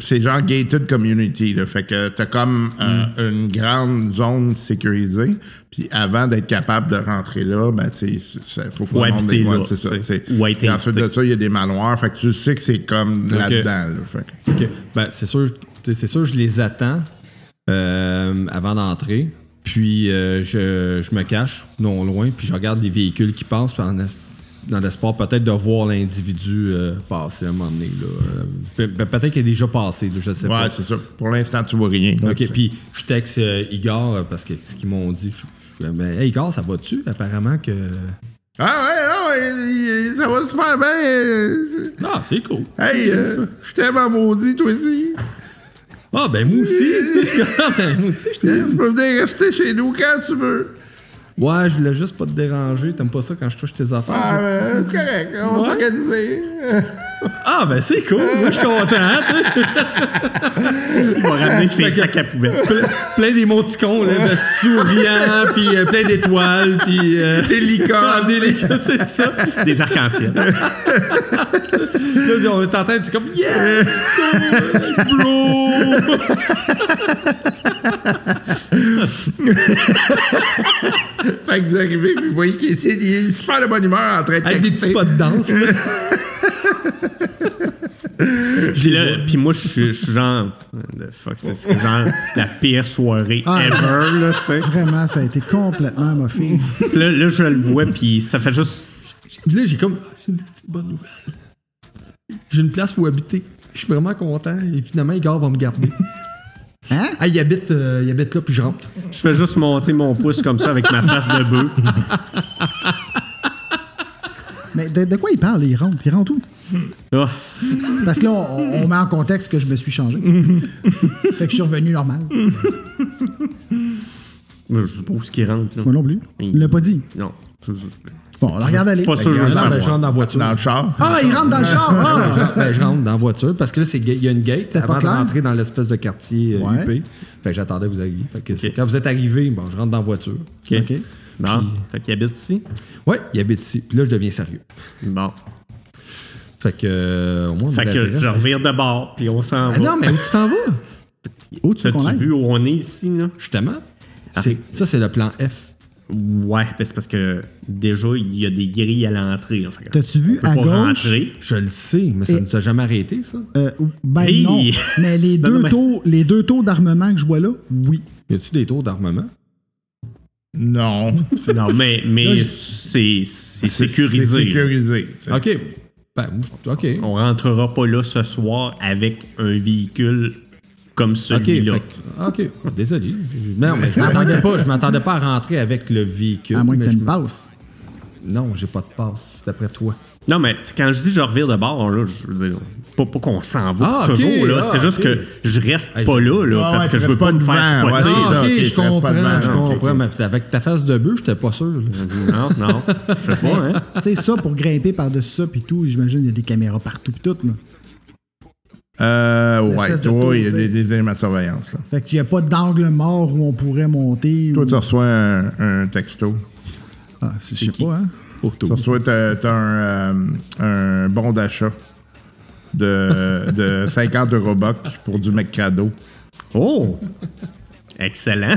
Speaker 6: C'est genre gated community, là. Fait que t'as comme
Speaker 3: Mm.
Speaker 6: euh, une grande zone sécurisée. Puis avant d'être capable de rentrer là, ben, tu sais, c'est- c'est- faut faut
Speaker 3: Ouais,
Speaker 6: le monde
Speaker 3: puis t'es
Speaker 6: dévoile,
Speaker 3: là,
Speaker 6: c'est ça.
Speaker 3: tu sais.
Speaker 6: tu sais.
Speaker 3: Ouais, t'es
Speaker 6: Puis ensuite de
Speaker 3: invité.
Speaker 6: ça, il y a des manoirs. Fait que tu sais que c'est comme là-dedans, là. Fait que-
Speaker 4: Ok. Ben, c'est sûr, tu sais, c'est sûr, je les attends euh, avant d'entrer. Puis euh, je, je me cache, non loin, puis je regarde les véhicules qui passent puis en es- dans l'espoir peut-être de voir l'individu euh, passer à un moment donné. là. Euh, pe- pe- peut-être qu'il est déjà passé, là, je sais pas.
Speaker 6: Ouais, c'est ça. Pour l'instant, tu vois rien. là, tu sais.
Speaker 4: OK, puis je texte euh, Igor euh, parce que ce qu'ils m'ont dit. je- je- ben, hey, Igor, ça va-tu? Apparemment que.
Speaker 6: Ah ouais, non, il- il- ça va super bien. euh,
Speaker 4: Ah, c'est cool.
Speaker 6: Hey, euh, je t'aime à maudit, toi aussi.
Speaker 4: Ah, ben moi aussi. <laughs> Ah, ben, moi aussi, je t'aime.
Speaker 6: Tu peux venir rester chez nous quand tu veux.
Speaker 4: Ouais, je voulais juste pas te déranger. T'aimes pas ça quand je touche tes affaires?
Speaker 6: Ah, ben, c'est correct, on va
Speaker 4: Ouais.
Speaker 6: s'organiser.
Speaker 4: Ah, ben c'est cool. Moi, je suis content. hein,
Speaker 6: <laughs>
Speaker 4: tu sais.
Speaker 3: Il va ramener ses sacs à poubelle.
Speaker 4: Ple- plein d'émoticons, là, de souriants, puis euh, plein d'étoiles, puis. euh,
Speaker 6: <laughs> Des
Speaker 4: ah,
Speaker 6: licornes.
Speaker 4: des licornes, c'est ça.
Speaker 3: Des arcs-en-ciel.
Speaker 4: Là, on t'entend, tu es comme Yeah! cool,
Speaker 6: <laughs>
Speaker 4: Bro!
Speaker 6: Fait que vous arrivez, puis vous voyez qu'il est, il est super de bonne humeur en train de
Speaker 4: Avec des
Speaker 6: texter.
Speaker 4: petits pas de danse. là.
Speaker 3: Puis là, puis moi, je suis je suis genre. The fuck, c'est ce que genre la pire soirée
Speaker 5: Ah.
Speaker 3: ever, là, tu sais.
Speaker 5: Vraiment, ça a été complètement
Speaker 3: Puis
Speaker 5: moffé.
Speaker 3: Là, là, je le vois, puis ça fait juste.
Speaker 4: Puis là, j'ai comme. ah, J'ai une petite bonne nouvelle. J'ai une place où habiter. Je suis vraiment content. Et finalement, Igor va me garder.
Speaker 5: Hein?
Speaker 4: Ah, il habite, euh, il habite là, puis je rentre.
Speaker 3: Je fais juste monter mon pouce comme ça avec ma face de bœuf.
Speaker 5: Mais de, de quoi il parle? Il rentre. Il rentre où?
Speaker 3: Ah,
Speaker 5: Parce que là, on, on met en contexte que je me suis changé. fait que je suis revenu normal.
Speaker 3: je sais pas où ce qui rentre, là.
Speaker 5: Moi non plus. Il l'a pas dit.
Speaker 3: Non. Je suis
Speaker 5: Bon, on la regarde aller.
Speaker 3: Pas sûr, je veux le
Speaker 4: Ah, ben, je
Speaker 3: savoir.
Speaker 4: rentre dans la voiture.
Speaker 6: Dans le char.
Speaker 5: Ah, il rentre dans le char!
Speaker 4: Ah,
Speaker 5: Ah!
Speaker 4: genre, ben, je rentre dans la voiture parce que là, c'est ga- il y a une gate
Speaker 5: C'était pas
Speaker 4: avant de
Speaker 5: clair?
Speaker 4: rentrer dans l'espèce de quartier euh,
Speaker 5: Ouais.
Speaker 4: huppé. Fait que j'attendais que vous arriviez. Fait que c'est- quand vous êtes arrivé, bon, je rentre dans la voiture.
Speaker 3: OK.
Speaker 5: OK.
Speaker 3: Bon. Fait qu'il habite ici.
Speaker 4: Ouais, il habite ici. Puis là, je deviens sérieux.
Speaker 3: Bon.
Speaker 4: Fait que, euh, au moins, on
Speaker 3: Fait
Speaker 4: a
Speaker 3: que
Speaker 4: l'adresse.
Speaker 3: je revire de bord, puis on s'en
Speaker 4: Ah
Speaker 3: va.
Speaker 4: non, mais où tu t'en vas?
Speaker 5: Où tu veux qu'on
Speaker 3: T'as-tu
Speaker 5: aille?
Speaker 3: vu où on est ici, là?
Speaker 4: Justement. C'est- Ça, c'est le plan F.
Speaker 3: Ouais, ben, c'est parce que déjà, il y a des grilles à l'entrée. là. Fait que
Speaker 5: T'as-tu
Speaker 3: on
Speaker 5: vu
Speaker 3: peut
Speaker 5: à
Speaker 3: pas
Speaker 5: gauche?
Speaker 3: rentrer.
Speaker 4: Je le sais, mais ça
Speaker 5: Et-
Speaker 4: ne nous a jamais arrêté, ça.
Speaker 5: Euh, ou- ben
Speaker 3: Hey!
Speaker 5: non. Mais les
Speaker 3: Non, non,
Speaker 5: deux,
Speaker 3: mais-
Speaker 5: taux, les deux taux d'armement que je vois là, oui.
Speaker 4: Y a-tu des tours d'armement?
Speaker 6: Non.
Speaker 3: Non, mais,
Speaker 5: Là,
Speaker 3: mais
Speaker 5: je-
Speaker 3: c'est c'est
Speaker 6: <laughs> C'est-
Speaker 3: sécurisé.
Speaker 6: C'est sécurisé. Ah. tu sais.
Speaker 4: OK. Ben, moi, je- OK.
Speaker 3: On rentrera pas là ce soir avec un véhicule comme
Speaker 4: OK.
Speaker 3: celui-là.
Speaker 4: fait que- OK. Désolé. Non, <laughs> mais je m'attendais pas. Je m'attendais pas à rentrer avec le véhicule.
Speaker 5: À moins que
Speaker 4: mais
Speaker 5: tu
Speaker 4: je
Speaker 5: me
Speaker 4: m-
Speaker 5: passes.
Speaker 4: Non, j'ai pas de passe, d'après toi.
Speaker 3: Non, mais tu sais, quand je dis je revire de bord, là, je veux dire, pas, pas qu'on s'en va
Speaker 4: Ah,
Speaker 3: pour
Speaker 4: ok,
Speaker 3: toujours, là.
Speaker 4: ah,
Speaker 3: c'est juste
Speaker 4: ok.
Speaker 3: que je reste
Speaker 4: Hey,
Speaker 3: pas
Speaker 4: je-
Speaker 3: là, là
Speaker 6: Ouais,
Speaker 3: parce
Speaker 6: ouais,
Speaker 3: que je
Speaker 6: tu
Speaker 3: veux
Speaker 6: restes
Speaker 3: pas
Speaker 6: pas
Speaker 3: me
Speaker 6: devant,
Speaker 3: faire
Speaker 6: ouais,
Speaker 3: spotter.
Speaker 6: c'est
Speaker 4: Ah,
Speaker 6: ça,
Speaker 4: ok,
Speaker 6: ok,
Speaker 4: je
Speaker 6: je reste pas
Speaker 4: comprends,
Speaker 6: devant,
Speaker 4: je
Speaker 6: ok, ok.
Speaker 4: comprends. Mais avec ta face de bœuf, j'étais pas sûr. là.
Speaker 3: Non, non, je sais pas, hein.
Speaker 5: <laughs> Tu sais, ça, pour grimper par-dessus ça, puis tout, j'imagine, il y a des caméras partout, puis tout, là.
Speaker 6: Euh, ouais,
Speaker 5: L'espèce de
Speaker 6: toi, il y a
Speaker 5: tour,
Speaker 6: des, des éléments de surveillance. là.
Speaker 5: Fait qu'il n'y a pas d'angle mort où on pourrait monter.
Speaker 6: Toi,
Speaker 5: ou-
Speaker 6: tu reçois un, un texto.
Speaker 5: Ah, je sais pas, hein.
Speaker 6: Tu reçois t'as- t'as un, euh, un bon d'achat de, <laughs> de 50 Eurobucks pour du McCrado.
Speaker 3: Oh! Excellent!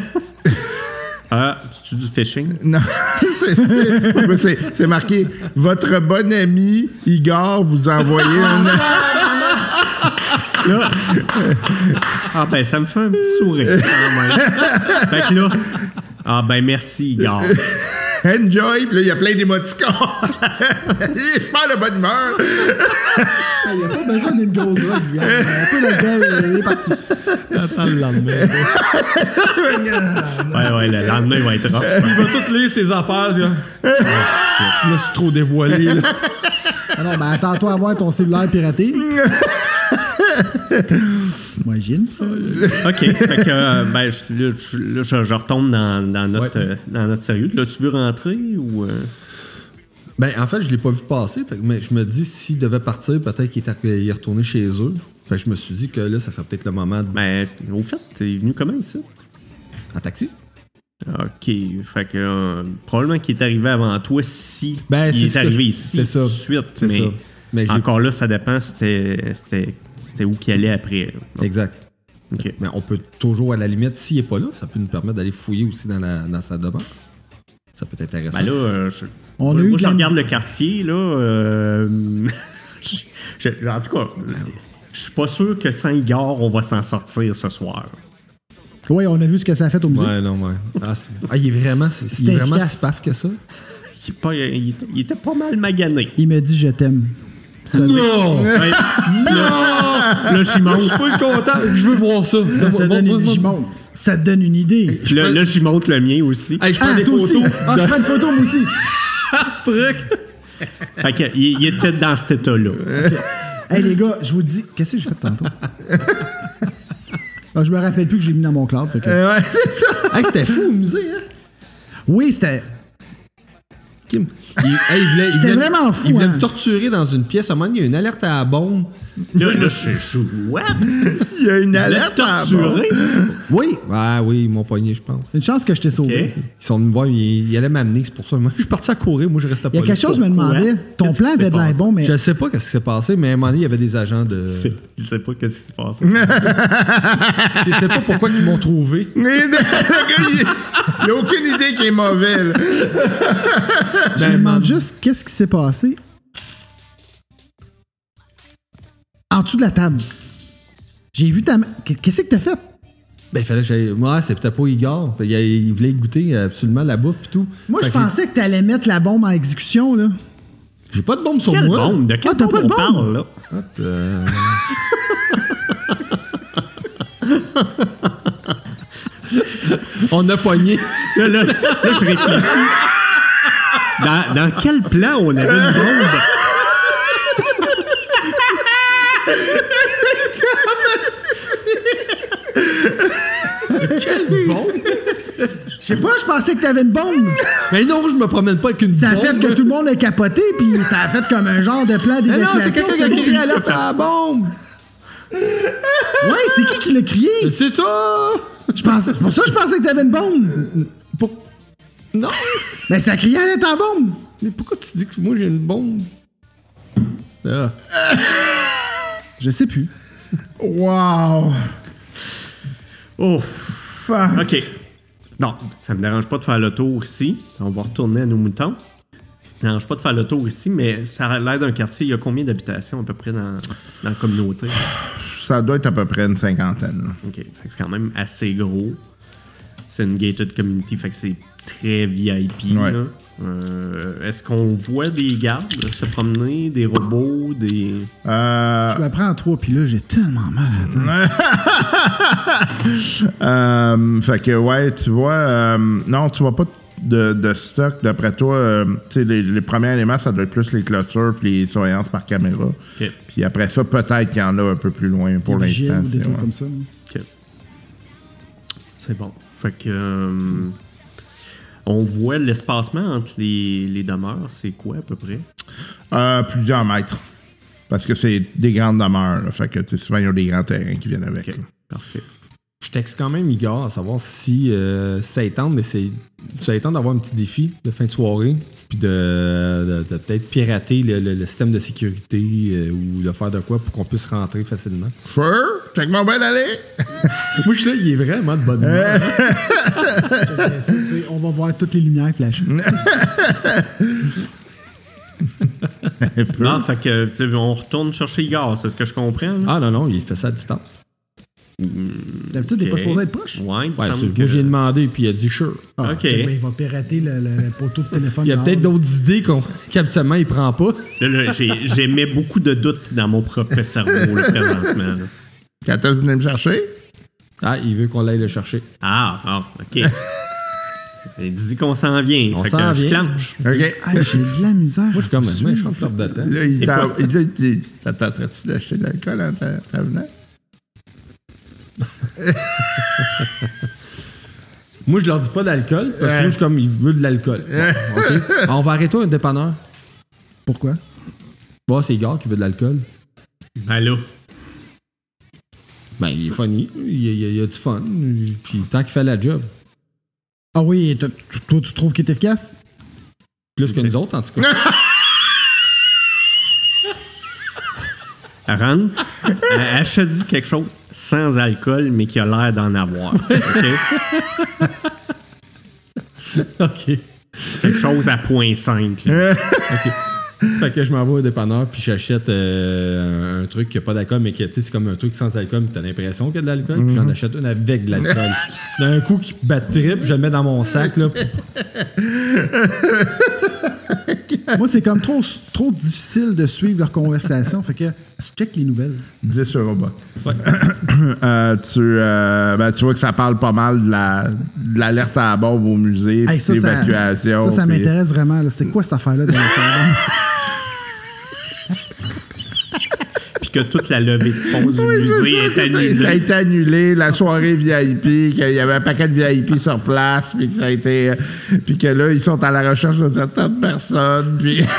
Speaker 3: Ah, c'est-tu du phishing?
Speaker 6: Non, <laughs> c'est- c'est- c'est c'est marqué Votre bon ami Igor vous a envoyé <laughs> une.
Speaker 3: Là, ah ben, ça me fait un petit sourire quand même. Fait que là, ah ben merci, Igor.
Speaker 6: Enjoy, puis là, il y a plein d'émoticons. <laughs> Il est super de bonne humeur.
Speaker 5: Ah, Il n'y a pas besoin d'une grosse drogue, lui. hein. Un peu l'alcool, il est parti.
Speaker 4: Attends le lendemain.
Speaker 3: Ouais, ouais, le lendemain, il va être rough.
Speaker 4: Il va toutes lire ses affaires. Je me suis trop dévoilé. là.
Speaker 5: Ah non, ben attends-toi à voir ton cellulaire
Speaker 3: <laughs>
Speaker 5: piraté. Imagine.
Speaker 3: OK. Fait que, euh, ben, je, là, je, là, je- je retombe dans, dans notre,
Speaker 4: Ouais.
Speaker 3: euh, dans notre sérieux. Là, tu veux rentrer ou. euh?
Speaker 4: Ben, en fait, je l'ai pas vu passer. fait que- mais je me dis, s'il devait partir, peut-être qu'il est arri- il est retourné chez eux. Fait que je me suis dit que là, ça serait peut-être le moment de...
Speaker 3: Ben, au fait, t'es venu comment ici?
Speaker 4: En taxi?
Speaker 3: OK. Fait que, euh, probablement qu'il est arrivé avant toi si
Speaker 4: Ben, c'est
Speaker 3: il est,
Speaker 4: ce que
Speaker 3: arrivé
Speaker 4: je-
Speaker 3: ici
Speaker 4: c'est ça.
Speaker 3: tout de suite.
Speaker 4: C'est
Speaker 3: mais
Speaker 4: ça. Mais j'ai-
Speaker 3: encore là, ça dépend. C'était. c'était C'était où qu'il allait après. Bon,
Speaker 4: Exact.
Speaker 3: ok.
Speaker 4: Mais on peut toujours, à la limite, s'il n'est pas là, ça peut nous permettre d'aller fouiller aussi dans, la, dans sa demande. Ça peut être intéressant.
Speaker 3: Ben là, euh, je,
Speaker 5: On
Speaker 3: moi,
Speaker 5: a eu
Speaker 3: moi,
Speaker 5: de
Speaker 3: je
Speaker 5: la
Speaker 3: regarde
Speaker 5: mis-
Speaker 3: le quartier, là. euh, <laughs> je- je- en tout cas,
Speaker 4: Ben
Speaker 3: je suis pas sûr que sans Igor, on va s'en sortir ce soir.
Speaker 5: Oui, on a vu ce que ça a fait au musée.
Speaker 4: ouais, non, ouais. Ah, c'est- ah, il est vraiment,
Speaker 5: C'est
Speaker 4: il est vraiment
Speaker 5: efficace.
Speaker 4: si paf que ça.
Speaker 3: Il, est pas- il- il était pas mal magané.
Speaker 5: Il me dit je t'aime. Ça-
Speaker 3: Ouais. Là, là, j'y monte.
Speaker 4: Pas content, je veux voir ça.
Speaker 5: Ça te donne une
Speaker 4: moi,
Speaker 5: Digimon. Ça te donne une idée.
Speaker 3: Là, là, j'y monte le mien aussi.
Speaker 4: Hey, je prends
Speaker 5: Ah,
Speaker 4: des
Speaker 5: toi
Speaker 4: photos.
Speaker 5: aussi! Ah, je prends une photo, moi aussi!
Speaker 4: Truc.
Speaker 3: Fait que, il, il était dans cet état-là.
Speaker 5: Hey les gars, je vous dis, qu'est-ce que j'ai fait tantôt? Ah, je me rappelle plus que j'ai mis dans mon cloud. fait que-
Speaker 6: ouais, c'est ça.
Speaker 4: Hey, c'était fou au musée, hein?
Speaker 5: Oui, c'était.
Speaker 4: Kim. Il, hey, il voulait, il
Speaker 5: C'était
Speaker 4: voulait-
Speaker 5: vraiment fou,
Speaker 4: Il voulait
Speaker 5: hein.
Speaker 4: me torturer dans une pièce. À un moment, donné, il y a une alerte à la bombe.
Speaker 3: Là, là, je je- What?
Speaker 6: Il y a une
Speaker 3: Il l'a
Speaker 6: alerte à bord.
Speaker 3: torturé.
Speaker 4: Oui. Ah oui, ils m'ont pogné, je pense.
Speaker 5: C'est une chance que je t'ai sauvé.
Speaker 3: Ok.
Speaker 4: Ils sont venus me voir, ils, ils allaient m'amener, c'est pour ça. Moi, je suis parti à courir, moi, je restais pas
Speaker 5: Il y a
Speaker 4: là.
Speaker 5: quelque chose, je me
Speaker 3: Pourquoi?
Speaker 5: demandais. Ton
Speaker 3: Qu'est-ce
Speaker 5: plan
Speaker 3: qui s'est
Speaker 5: avait de l'air
Speaker 3: passé?
Speaker 5: bon, mais.
Speaker 4: Je sais pas qu'est-ce qui s'est passé, mais à un moment donné, il y avait des agents de.
Speaker 3: C'est- Il sait pas qu'est-ce qui s'est passé.
Speaker 4: Je sais pas pourquoi ils m'ont trouvé.
Speaker 6: Mais <laughs> le gars, il il y a aucune idée qui est mauvais. là.
Speaker 5: Je me demande juste qu'est-ce qui s'est passé en dessous de la table. J'ai vu ta main. Qu'est-ce que t'as fait?
Speaker 4: Ben, il fallait que j'aille. Ouais, c'est peut-être pas Igor. Il, il voulait goûter absolument la bouffe et tout.
Speaker 5: Moi,
Speaker 4: Fait
Speaker 5: je
Speaker 4: que j'ai-
Speaker 5: pensais que t'allais mettre la bombe en exécution, là.
Speaker 4: J'ai pas de bombe sur
Speaker 3: Quelle
Speaker 4: moi.
Speaker 3: bombe? De quelle
Speaker 5: Ah, t'as
Speaker 3: bombe
Speaker 5: pas de
Speaker 3: on
Speaker 5: bombe?
Speaker 3: parle, là?
Speaker 4: On
Speaker 3: <laughs>
Speaker 4: a pogné.
Speaker 3: Là, là, là, je réfléchis. Dans, dans quel plan on avait une bombe?
Speaker 4: bombe?
Speaker 5: Je sais pas, je pensais que t'avais une bombe.
Speaker 4: Mais non, je me promène pas avec une
Speaker 5: Ça a
Speaker 4: bombe.
Speaker 5: fait que tout le monde a capoté, puis ça a fait comme un genre de plan
Speaker 4: Mais non,
Speaker 5: d'évacuation.
Speaker 4: c'est quelqu'un qui a crié alerte à la
Speaker 5: <laughs>
Speaker 4: bombe.
Speaker 5: Ouais, c'est qui qui l'a crié?
Speaker 4: C'est ça.
Speaker 5: Je pensais, c'est pour ça que je pensais que t'avais une bombe.
Speaker 4: Pour- Non.
Speaker 5: Mais ça criait à ta bombe.
Speaker 4: Mais pourquoi tu dis que moi j'ai une bombe? Ah.
Speaker 5: Je sais plus.
Speaker 6: Wow.
Speaker 3: Oh,
Speaker 6: Fuck.
Speaker 3: OK. Non, ça me dérange pas de faire le tour ici. On va retourner à nos moutons. Ça me dérange pas de faire le tour ici, mais ça a l'air d'un quartier. Il y a combien d'habitations à peu près dans, dans la communauté?
Speaker 6: Ça doit être à peu près une cinquantaine. là.
Speaker 3: OK. Fait que c'est quand même assez gros. C'est une gated community, fait que c'est très VIP.
Speaker 6: Ouais.
Speaker 3: là. Euh, Est-ce qu'on voit des gardes se promener, des robots, des...
Speaker 6: Euh,
Speaker 5: Je la prends en trois, puis là, j'ai tellement mal à la tête.
Speaker 6: <laughs> Euh, fait que, ouais, tu vois, euh, non, tu vois pas de, de stock. D'après toi, euh, tu sais, les, les premiers éléments, ça doit être plus les clôtures puis les surveillances par caméra. Puis après ça, peut-être qu'il y en a un peu plus loin pour
Speaker 5: Des gels
Speaker 6: l'instant.
Speaker 5: ou des
Speaker 6: c'est-
Speaker 5: trucs
Speaker 6: ouais.
Speaker 5: comme ça.
Speaker 3: Ok. C'est bon. Fait que. euh, on voit l'espacement entre les, les demeures, c'est quoi à peu près?
Speaker 6: Euh, plusieurs mètres. Parce que c'est des grandes demeures. là. Fait que, tu sais, souvent, il y a des grands terrains qui viennent avec.
Speaker 3: Ok,
Speaker 6: là.
Speaker 3: parfait.
Speaker 4: Je texte quand même Igor à savoir si euh, ça étend, mais c'est ça étend d'avoir un petit défi de fin de soirée, puis de, de- de peut-être pirater le, le- le système de sécurité euh, ou le faire de quoi pour qu'on puisse rentrer facilement.
Speaker 6: Sure, check mon bel aller.
Speaker 4: Moi, je suis là, il est vraiment de bonne humeur.
Speaker 5: Après ça, tu sais, On va voir toutes les lumières flasher.
Speaker 3: Non, fait que tu sais, on retourne chercher Igor, c'est ce que je comprends. là?
Speaker 4: Ah non, non, il fait ça à distance.
Speaker 5: D'habitude, t'es pas
Speaker 3: Ok.
Speaker 5: supposé être proche.
Speaker 3: Ouais, il me
Speaker 4: Ouais,
Speaker 3: semble
Speaker 4: c'est-
Speaker 3: que-
Speaker 4: Moi, j'ai demandé, puis il a dit sure.
Speaker 5: Ah,
Speaker 3: Ok.
Speaker 5: ben, il va pirater le, le- le poteau de téléphone.
Speaker 4: Il y a
Speaker 5: dehors.
Speaker 4: peut-être d'autres idées qu'on- <laughs> qu'habituellement, il prend pas.
Speaker 3: Là, là, j'ai- J'émets beaucoup de doutes dans mon propre cerveau là, présentement. là.
Speaker 6: Quand tu venu me chercher,
Speaker 4: Ah, il veut qu'on l'aille le chercher.
Speaker 3: Ah, ah, ok. <laughs> Il dit qu'on s'en vient.
Speaker 4: On
Speaker 3: fait
Speaker 4: s'en
Speaker 3: que je
Speaker 4: vient.
Speaker 3: clenche.
Speaker 6: OK.
Speaker 5: Ah, j'ai de la misère.
Speaker 4: Moi, je suis comme, moi, je rentre de temps.
Speaker 6: Là, il t'a- il- là, il dit, Ça te tenterait-tu d'acheter de l'alcool en t'a- t'en venant?
Speaker 4: Moi, je leur dis pas d'alcool, parce que moi, je suis comme, il veut de l'alcool. Bon,
Speaker 5: <laughs>
Speaker 4: ok. Ah, On va arrêter un dépanneur.
Speaker 5: Pourquoi?
Speaker 4: Bah, c'est Igor qui veut de l'alcool.
Speaker 3: Ben là,
Speaker 4: Ben, il est funny, il, il- il a du fun, puis tant qu'il fait la job.
Speaker 5: Ah oui, t- t- toi, tu trouves qu'il est efficace?
Speaker 4: Plus que nous
Speaker 5: <laughs>
Speaker 4: autres, en tout cas.
Speaker 3: rentre. Elle se euh, dit quelque chose sans alcool, mais qui a l'air d'en avoir.
Speaker 4: <laughs>
Speaker 3: OK?
Speaker 4: <laughs> OK.
Speaker 3: Quelque chose à 0.5.
Speaker 6: Euh.
Speaker 3: là.
Speaker 4: Fait que je m'envoie au dépanneur, puis j'achète euh, un truc qui n'a pas d'alcool, mais qui, tu sais, c'est comme un truc sans alcool, mais t'as l'impression qu'il y a de l'alcool, puis
Speaker 5: Mhm.
Speaker 4: j'en achète une avec de
Speaker 5: <laughs>
Speaker 4: l'alcool. D'un coup, qui bat trip, je le mets dans mon sac, là.
Speaker 5: Moi, c'est comme trop, trop difficile de suivre leur conversation. Fait que je check les nouvelles.
Speaker 6: 10 sur robot. <coughs> Euh, tu, euh, ben, tu vois que ça parle pas mal de la- de l'alerte à la bombe au musée,
Speaker 5: Hey,
Speaker 6: puis
Speaker 5: ça, ça, ça,
Speaker 6: l'évacuation.
Speaker 5: ça
Speaker 6: puis-
Speaker 5: m'intéresse vraiment. là. C'est quoi cette affaire-là de l'alcool?
Speaker 3: Puis que toute la levée de fonds du
Speaker 6: Oui, c'est
Speaker 3: musée
Speaker 6: ça,
Speaker 3: est
Speaker 6: que tu sais, Ça a
Speaker 3: annulée.
Speaker 6: été annulé, la soirée VIP, qu'il y avait un paquet de VIP sur place, puis que ça a été. euh, Puis que là, ils sont à la recherche de certaines personnes. Puis <laughs>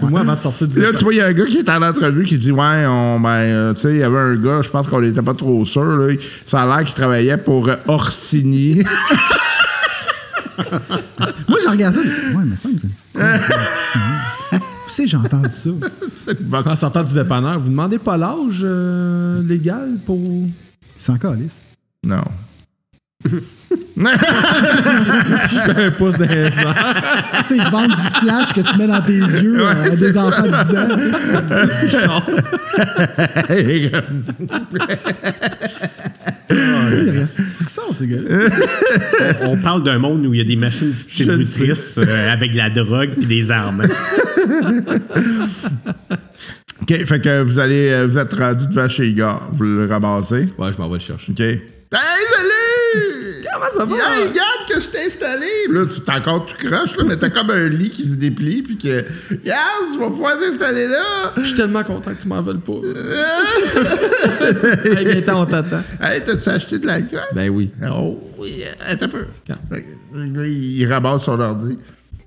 Speaker 4: Pour moi, avant de sortir du
Speaker 6: là, tu vois, il y a un gars qui est en entrevue qui dit Ouais, on, ben, euh, tu sais, il y avait un gars, je pense qu'on n'était pas trop sûr, là, ça a l'air qu'il travaillait pour euh, Orsini. <laughs>
Speaker 5: Moi, je regarde ça. mais- Ouais, mais ça, me semble que c'est une petite- <laughs> Où c'est que j'ai entendu ça?
Speaker 4: <laughs> en sortant du dépanneur, vous demandez pas l'âge euh, légal pour.
Speaker 5: C'est encore lisse.
Speaker 6: non. <laughs>
Speaker 4: un pouce dans les airs.
Speaker 5: Tu sais, ils te vendent du flash que tu mets dans tes yeux euh, à des enfants de 10 ans. tu sais. Il reste- C'est que ça, ces gars-là.
Speaker 3: On parle d'un monde où il y a des machines distributrices euh, avec de la drogue puis des armes.
Speaker 6: OK, fait que vous allez euh, vous êtes rendu devant chez le gars, vous le ramassez.
Speaker 4: <laughs> Ouais, je m'en vais le chercher.
Speaker 6: OK. Hey, salut! Comment
Speaker 4: Ah
Speaker 6: ça va? Hey, regarde que je t'ai installé! Là, tu t'es encore tout croche, là, mais t'as comme un lit qui se déplie, puis que. Regarde, tu vas pouvoir t'installer là!
Speaker 4: Je suis tellement content que tu m'en <laughs> veuilles pas. hey, bientôt, on t'attend.
Speaker 6: Hey, t'as-tu acheté de l'alcool?
Speaker 4: Ben oui.
Speaker 6: Oh, oui, euh, attends un peu.
Speaker 4: Quand?
Speaker 6: Fait que le gars, Il, il ramasse son ordi.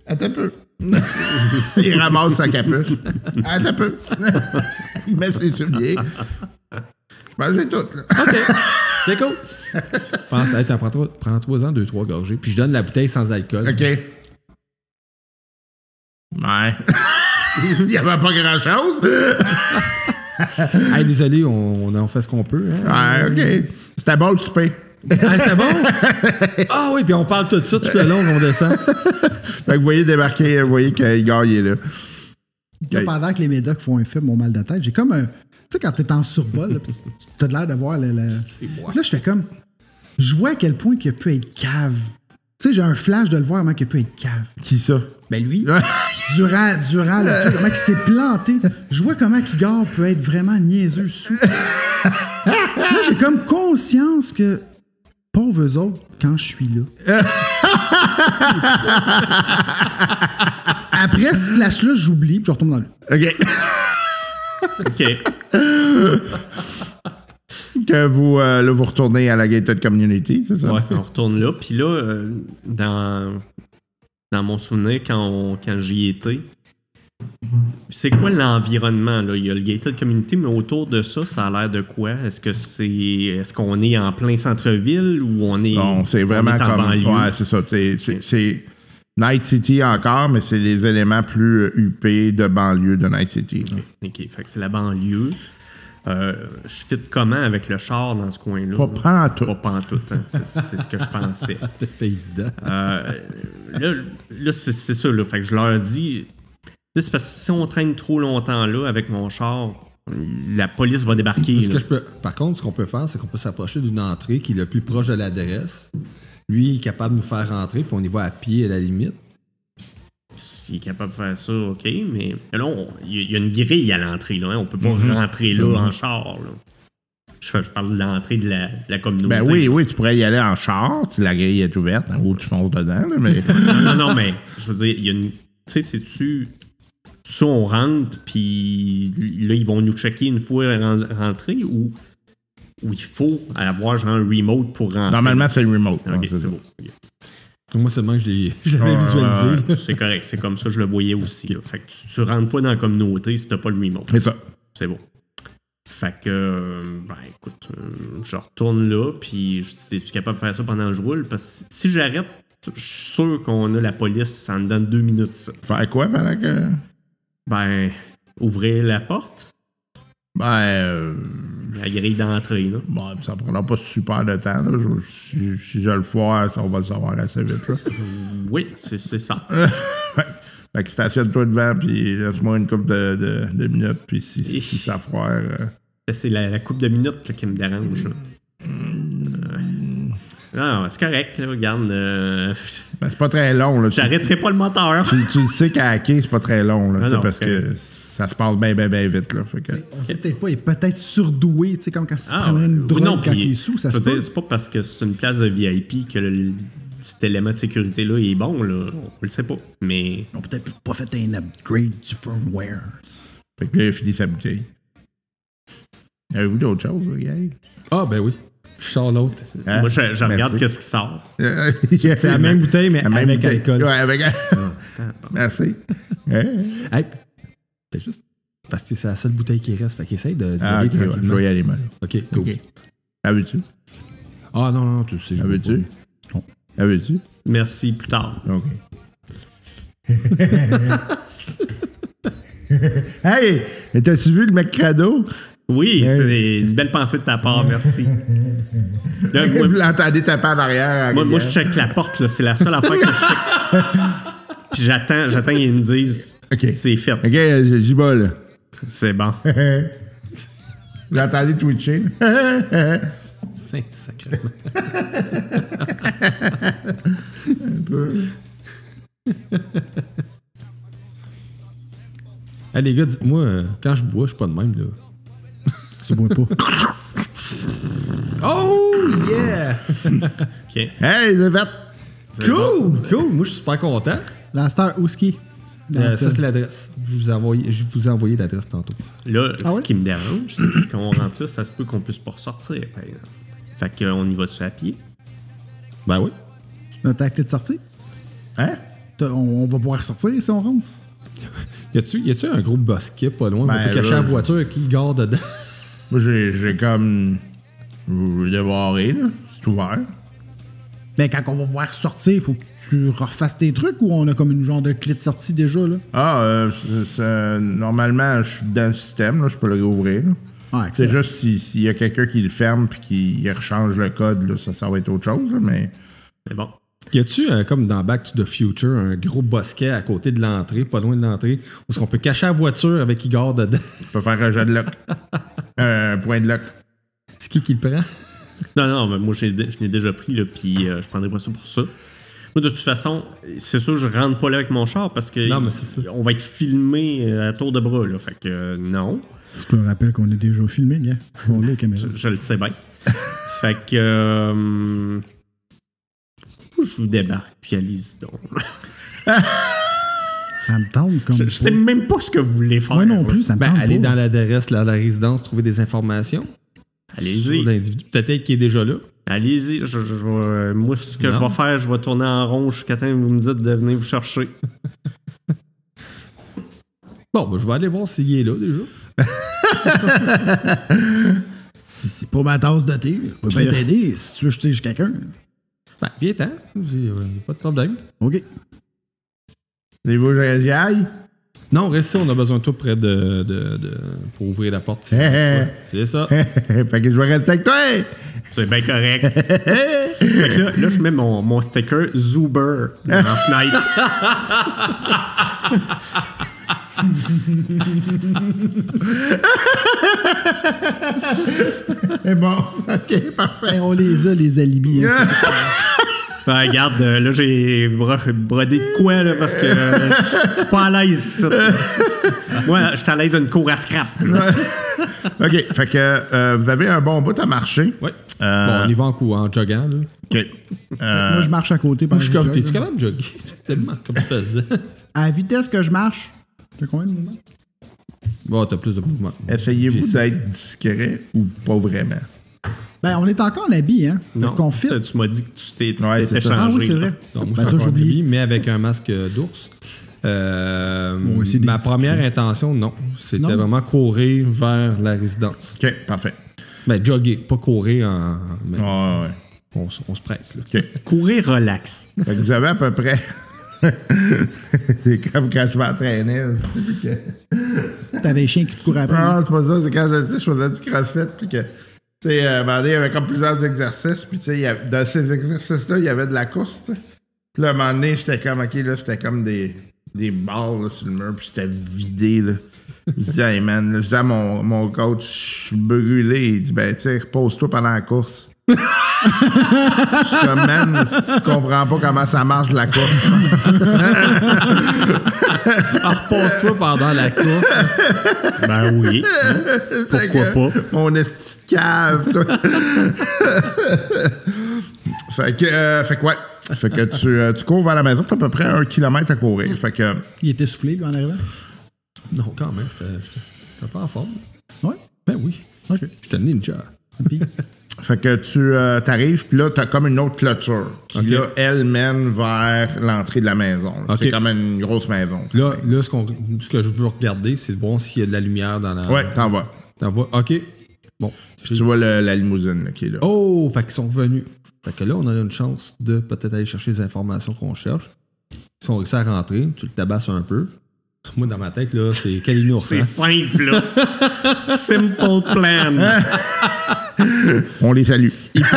Speaker 6: Attends un peu. <laughs> il ramasse sa capuche. Attends un peu. <laughs> il met ses souliers. Ben, j'ai tout, là. <laughs>
Speaker 4: C'est cool. Je <laughs> pense, hey, t'en prends trois, prends trois ans, deux, trois gorgées, puis je donne la bouteille sans alcool.
Speaker 6: OK. Ouais. <laughs> Il n'y avait pas grand-chose.
Speaker 4: Hey, désolé, on, on en fait ce qu'on peut. hein.
Speaker 6: Ouais, Ah, OK. C'était bon le souper.
Speaker 4: Ah, c'était bon? <laughs> Ah oui, puis on parle tout ça tout le long qu'on descend. <laughs>
Speaker 6: Fait que vous voyez débarquer, vous voyez que Igor, il est là.
Speaker 5: Là, pendant que les médocs font un film, mon mal de tête, j'ai comme un. Tu sais, quand t'es en survol, là, pis tu- t'as de l'air de voir le. le- Puis Là, je fais comme. Je vois à quel point qu'il a pu être cave. Tu sais, j'ai un flash de le voir, comment qu'il a pu être cave.
Speaker 6: Qui ça?
Speaker 5: Ben lui, durant, durant le truc, comment il s'est planté. Je vois comment Igor peut être vraiment niaiseux sous. Là, j'ai comme conscience que pauvres eux autres quand je suis là. Après ce flash-là, j'oublie, puis je retourne dans le.
Speaker 6: <laughs> OK.
Speaker 3: OK.
Speaker 6: <laughs> que vous, euh, là, vous retournez à la Gated Community, c'est ça?
Speaker 3: Ouais, on retourne là. Puis là, euh, dans, dans mon souvenir, quand, on- quand j'y étais, c'est quoi l'environnement? là? Il y a le gated community, mais autour de ça, ça a l'air de quoi? Est-ce que c'est est-ce qu'on est en plein centre-ville ou on est,
Speaker 6: Non, c'est
Speaker 3: on
Speaker 6: vraiment
Speaker 3: est en
Speaker 6: comme.
Speaker 3: banlieue?
Speaker 6: Ouais, c'est ça. C'est- C'est c'est Night City encore, mais c'est les éléments plus euh, huppés de banlieue de Night City. là.
Speaker 3: OK, fait que c'est la banlieue. Euh, je fit comment avec le char dans ce coin-là?
Speaker 6: Pas prends tout.
Speaker 3: Pas pantoute, hein. C'est- C'est ce que je pensais.
Speaker 4: C'était évident.
Speaker 3: Euh, là, là, c'est c'est ça. Là. Fait que je leur dis. Tu sais, C'est parce que si on traîne trop longtemps là avec mon char, la police va débarquer.
Speaker 4: Ce
Speaker 3: là.
Speaker 4: que je peux, par contre, ce qu'on peut faire, c'est qu'on peut s'approcher d'une entrée qui est le plus proche de l'adresse. Lui, il est capable de nous faire rentrer, puis on y va à pied à la limite.
Speaker 3: S'il est capable de faire ça, OK, mais là, on- il y a- il y, a une grille à l'entrée. là, hein. On peut pas rentrer là en char. là. Je, je parle de l'entrée de la, de la communauté.
Speaker 6: Ben oui, oui, tu pourrais y aller en char si la grille est ouverte, hein, ou tu fonces dedans, là,
Speaker 3: <laughs>
Speaker 6: mais.
Speaker 3: Non, non, non, mais je veux dire, il y a une. Tu sais, c'est-tu. Ça, on rentre, puis là, ils vont nous checker une fois ren- rentré ou, ou il faut avoir genre un remote pour rentrer?
Speaker 6: Normalement, c'est le remote.
Speaker 3: Ok,
Speaker 6: hein,
Speaker 3: c'est
Speaker 6: ça.
Speaker 3: beau.
Speaker 4: Donc, moi seulement, je l'ai- je l'avais visualisé.
Speaker 3: Ouais,
Speaker 4: là.
Speaker 3: ouais, Euh, c'est correct, c'est comme ça, je le voyais aussi. là. Fait que tu, tu rentres pas dans la communauté si t'as pas le remote.
Speaker 6: C'est ça.
Speaker 3: C'est bon. Fait que, euh, ben écoute, euh, je retourne là, puis je dis, es-tu capable de faire ça pendant que je roule? Parce que si j'arrête, je suis sûr qu'on a la police en dedans de deux minutes, ça.
Speaker 6: Faire quoi pendant que.
Speaker 3: Ben, ouvrir la porte.
Speaker 6: Ben, euh,
Speaker 3: La grille d'entrée, là.
Speaker 6: bon, ça prendra pas super de temps. là. Je- si, si je le foire, ça, on va le savoir assez vite. là.
Speaker 3: Oui, c'est c'est ça.
Speaker 6: fait que stationne-toi devant, puis laisse-moi une couple de, de- de minutes, puis si, si, si ça foire. euh,
Speaker 3: Ça, C'est la, la coupe de minutes là, qui me dérange. là. Euh, Non, c'est correct, là, regarde. euh, <laughs>
Speaker 6: ben, c'est pas très long. Là. Tu,
Speaker 3: J'arrêterai pas le moteur.
Speaker 6: tu- tu le sais qu'à hacker, c'est pas très long, là,
Speaker 3: Ah
Speaker 6: tu sais,
Speaker 3: non,
Speaker 6: parce
Speaker 3: c'est
Speaker 6: que ça se passe bien, bien, bien vite. Là. Fait que-
Speaker 5: On sait peut-être pas, il est peut-être surdoué, tu sais, comme quand il se
Speaker 3: Ah,
Speaker 5: prendrait une
Speaker 3: oui,
Speaker 5: drogue
Speaker 3: non,
Speaker 5: quand
Speaker 3: puis,
Speaker 5: il est sous, ça
Speaker 3: je
Speaker 5: se
Speaker 3: veux
Speaker 5: peut.
Speaker 3: dire, C'est pas parce que c'est une place de VIP que le- cet élément de sécurité-là est bon, là. On le sait pas. Mais.
Speaker 5: Ils ont peut-être pas fait un upgrade du firmware.
Speaker 6: Fait que là, il a fini sa bouteille. Avez-vous d'autres choses, là, gang?
Speaker 4: Ah, ben oui. Je sors l'autre.
Speaker 6: Hein?
Speaker 5: Ah,
Speaker 3: moi, je, je regarde
Speaker 6: Merci.
Speaker 3: qu'est-ce qui sort.
Speaker 6: <laughs> C'est
Speaker 4: la même bouteille, mais avec alcool.
Speaker 6: Ouais, avec Merci. Hein?
Speaker 4: Hey, fais juste. Parce que c'est la seule bouteille qui reste. Fait qu'essaye de. de
Speaker 6: Ah,
Speaker 4: aller
Speaker 6: ok, ouais, je
Speaker 4: tranquillement.
Speaker 6: vais y aller, moi. là.
Speaker 4: Ok, cool.
Speaker 6: Ok. Avais-tu?
Speaker 4: Ah, non, non, non, tu sais. je bois
Speaker 6: Avais-tu?
Speaker 5: Non.
Speaker 6: Avais-tu?
Speaker 3: Merci plus tard.
Speaker 6: OK. <laughs> hey! T'as-tu vu le mec crado?
Speaker 3: Oui, c'est une belle pensée de ta part,
Speaker 5: <laughs>
Speaker 3: merci. Là, moi,
Speaker 6: Vous l'entendez taper en arrière. en
Speaker 3: moi- moi, je
Speaker 6: riant.
Speaker 3: check la porte, là. C'est la seule affaire que je check. Puis j'attends, j'attends qu'ils me disent
Speaker 6: Ok.
Speaker 3: c'est fait.
Speaker 6: OK, euh, j'y vais, là.
Speaker 3: C'est bon.
Speaker 6: Vous l'entendez twitcher?
Speaker 4: pas. Saint sacrément. Hey, les gars, dites-moi, euh, quand je bois, je suis pas de même, là.
Speaker 5: Tu bois pas.
Speaker 4: Oh, yeah!
Speaker 3: OK.
Speaker 6: <laughs> hey, le vert!
Speaker 4: Cool! Cool! Moi, je suis super content.
Speaker 5: L'Aster Ouski.
Speaker 4: Euh, ça, c'est l'adresse. Je vous ai envoyé, je vous ai envoyé l'adresse tantôt.
Speaker 3: Là,
Speaker 5: Ah
Speaker 3: ce
Speaker 5: ouais?
Speaker 3: qui me dérange, c'est qu'on rentre là, ça se peut qu'on puisse pas ressortir, par exemple. Fait qu'on y va dessus à pied.
Speaker 4: Ben oui.
Speaker 5: T'as la clé de sortie?
Speaker 6: Hein?
Speaker 5: T'as- On, on va pouvoir sortir si on rentre.
Speaker 4: Y a-tu y a-tu un gros bosquet pas loin
Speaker 6: Ben,
Speaker 4: on peut cacher
Speaker 6: là,
Speaker 4: la
Speaker 6: je-
Speaker 4: voiture qui gare dedans?
Speaker 6: Moi, j'ai j'ai comme. Vous le barré, là. C'est ouvert.
Speaker 5: Mais Ben, quand on va pouvoir sortir, faut que tu refasses tes trucs ou on a comme une genre de clé de sortie déjà, là?
Speaker 6: Ah, euh, c'est- c'est- normalement, je suis dans le système, là. Je peux le rouvrir.
Speaker 5: Ah,
Speaker 6: C'est
Speaker 5: excellent.
Speaker 6: juste si- s'il y a quelqu'un qui le ferme puis qui il rechange le code, là, ça, ça va être autre chose, là, mais.
Speaker 3: C'est bon.
Speaker 4: <laughs> Y a-tu, euh, comme dans Back to the Future, un gros bosquet à côté de l'entrée, pas loin de l'entrée, où est-ce qu'on peut cacher la voiture avec qui gare dedans?
Speaker 6: Tu peux faire un jet <laughs> de lock. un point de lock.
Speaker 4: C'est qui qui le prend?
Speaker 3: Non, non, mais moi, j'ai- je l'ai déjà pris, là, puis euh, je prendrai pas ça pour ça. Moi, de toute façon, c'est sûr, je rentre pas là avec mon char parce que
Speaker 4: Non, mais c'est ça.
Speaker 3: on va être filmé euh, à tour de bras, là. Fait que euh, non,
Speaker 5: Je te rappelle qu'on est déjà filmé, gars. On est aux caméras.
Speaker 3: je le sais bien. fait que. euh, je vous débarque, puis allez-y donc.
Speaker 5: Ça me tente comme.
Speaker 3: Je, je sais même pas ce que vous voulez faire.
Speaker 5: Moi non plus, ça me
Speaker 4: Ben,
Speaker 5: tente.
Speaker 4: aller
Speaker 5: pas.
Speaker 4: dans l'adresse, là, à la résidence, trouver des informations. Sur
Speaker 3: Allez-y.
Speaker 4: l'individu, peut-être qui est déjà là.
Speaker 3: Allez-y. Je- je- je vais- moi, ce que je vais faire, je vais tourner en rond jusqu'à temps que vous me dites de venir vous chercher.
Speaker 4: Bon, ben, je vais aller voir s'il est là déjà.
Speaker 5: Si c'est pas ma tasse de thé, je peux
Speaker 6: Ben,
Speaker 5: bien t'aider si tu veux jeter chez quelqu'un.
Speaker 4: Ben, viens-t'en. J'ai euh, pas de problème.
Speaker 5: OK.
Speaker 6: Voulez-vous que j'y aille?
Speaker 4: Non, reste ici, on a besoin de toi près de, de- de- pour ouvrir la porte.
Speaker 6: Hé,
Speaker 5: Eh,
Speaker 4: Ouais,
Speaker 6: hé.
Speaker 4: C'est
Speaker 6: <laughs>
Speaker 4: ça.
Speaker 6: fait que je vais rester
Speaker 5: <laughs>
Speaker 6: avec toi!
Speaker 3: C'est bien correct. <laughs> fait que là, là, je mets mon, mon sticker Zuber dans la fenêtre.
Speaker 6: C'est
Speaker 5: <laughs>
Speaker 6: bon, ok, parfait.
Speaker 5: Ben, on les a, les alibis. hein, <laughs> ça.
Speaker 3: Fait, regarde, euh, là, j'ai bro- brodé de quoi, là, parce que euh, je je suis pas à l'aise. ici. Moi, je suis à l'aise d'une cour à scrap.
Speaker 6: Ok, fait que euh, vous avez un bon bout à marcher.
Speaker 4: Ouais.
Speaker 6: Euh,
Speaker 4: Bon, on y va en cou, en joguant. Là.
Speaker 6: Ok. Euh,
Speaker 5: Moi, je marche à côté. pendant
Speaker 4: Je suis
Speaker 5: que
Speaker 4: comme,
Speaker 5: je jogge,
Speaker 4: t'es-tu
Speaker 5: là.
Speaker 4: capable de jogger? <laughs> T'es Tellement comme pesant.
Speaker 5: À la vitesse que je marche, t'as combien de mouvements?
Speaker 4: Bon, t'as plus de mouvement.
Speaker 6: Eh, Essayez-vous
Speaker 4: J'ai-
Speaker 6: d'être discret ou pas vraiment.
Speaker 5: Ben, on est encore en habit, hein.
Speaker 3: Non,
Speaker 5: Donc, on fit.
Speaker 3: Tu m'as dit que tu t'es- tu
Speaker 6: Ouais,
Speaker 3: t'étais
Speaker 6: c'est ça.
Speaker 5: Ah oui,
Speaker 3: changé.
Speaker 5: c'est
Speaker 3: là.
Speaker 5: vrai.
Speaker 4: Non, moi,
Speaker 5: Ben,
Speaker 4: je
Speaker 5: ça,
Speaker 4: suis encore
Speaker 5: j'oublie.
Speaker 4: habillé, mais avec un masque euh, d'ours. Euh,
Speaker 5: Ouais, c'est des
Speaker 4: ma
Speaker 5: petits
Speaker 4: première intention, non. C'était
Speaker 5: Non?
Speaker 4: vraiment courir vers la résidence.
Speaker 6: Ok, parfait.
Speaker 4: Ben, jogger, pas courir en. mais
Speaker 6: Ah, ouais.
Speaker 4: on, se- on se presse,
Speaker 5: <laughs>
Speaker 4: là.
Speaker 6: Ok.
Speaker 3: Courir relax.
Speaker 6: Fait que vous avez à peu <laughs> près. c'est comme quand je m'entraînais. c'est que-
Speaker 5: T'avais un chien qui te courait après.
Speaker 4: Ah.
Speaker 6: Non, c'est pas ça. C'est quand je dis, je faisais du crossfit, puis que, tu sais, euh, à un moment donné, il y avait comme plusieurs exercices, puis tu sais, il y a- dans ces exercices-là, il y avait de la course, tu sais. Puis là, à un moment donné, j'étais comme, OK, là, c'était comme des, des barres là, sur le mur, puis j'étais vidé, là. Je dis, hey man, là, je dis à mon, mon coach, je suis brûlé. Il dit, ben, tu sais, repose-toi pendant la course. <laughs> je suis comme, man, si tu comprends pas comment ça marche la course.
Speaker 4: Repose-toi pendant la course.
Speaker 3: Ben oui. Pourquoi
Speaker 6: Fait que,
Speaker 3: pas?
Speaker 6: Mon esti de cave, toi. <laughs> fait que, euh, fait que ouais. Fait que tu, euh, tu cours vers la maison, t'as à peu près un kilomètre à courir. Fait que,
Speaker 5: Il était soufflé, lui, en arrivant.
Speaker 4: Non, quand même, j'étais- j'étais j'étais pas en forme.
Speaker 5: Ouais.
Speaker 4: Ben oui.
Speaker 5: OK.
Speaker 4: J'étais ninja.
Speaker 5: Puis,
Speaker 6: fait que tu euh, t'arrives, puis là, t'as comme une autre clôture qui,
Speaker 4: Ok.
Speaker 6: là, elle mène vers l'entrée de la maison. là.
Speaker 4: Ok.
Speaker 6: C'est comme une grosse maison.
Speaker 4: Là, là ce, qu'on- ce que je veux regarder, c'est de voir s'il y a de la lumière dans la.
Speaker 6: Ouais, t'en vas.
Speaker 4: T'en vois? OK. Bon.
Speaker 6: Puis tu vois le- la limousine là, qui est là.
Speaker 4: Oh, fait qu'ils sont revenus. Fait que là, on aurait une chance de peut-être aller chercher les informations qu'on cherche. Si on réussit à rentrer, tu le tabasses un peu. Moi, dans ma tête, là, c'est hein? Kalinours.
Speaker 3: C'est simple, là. Simple plan.
Speaker 6: On les salue.
Speaker 4: Il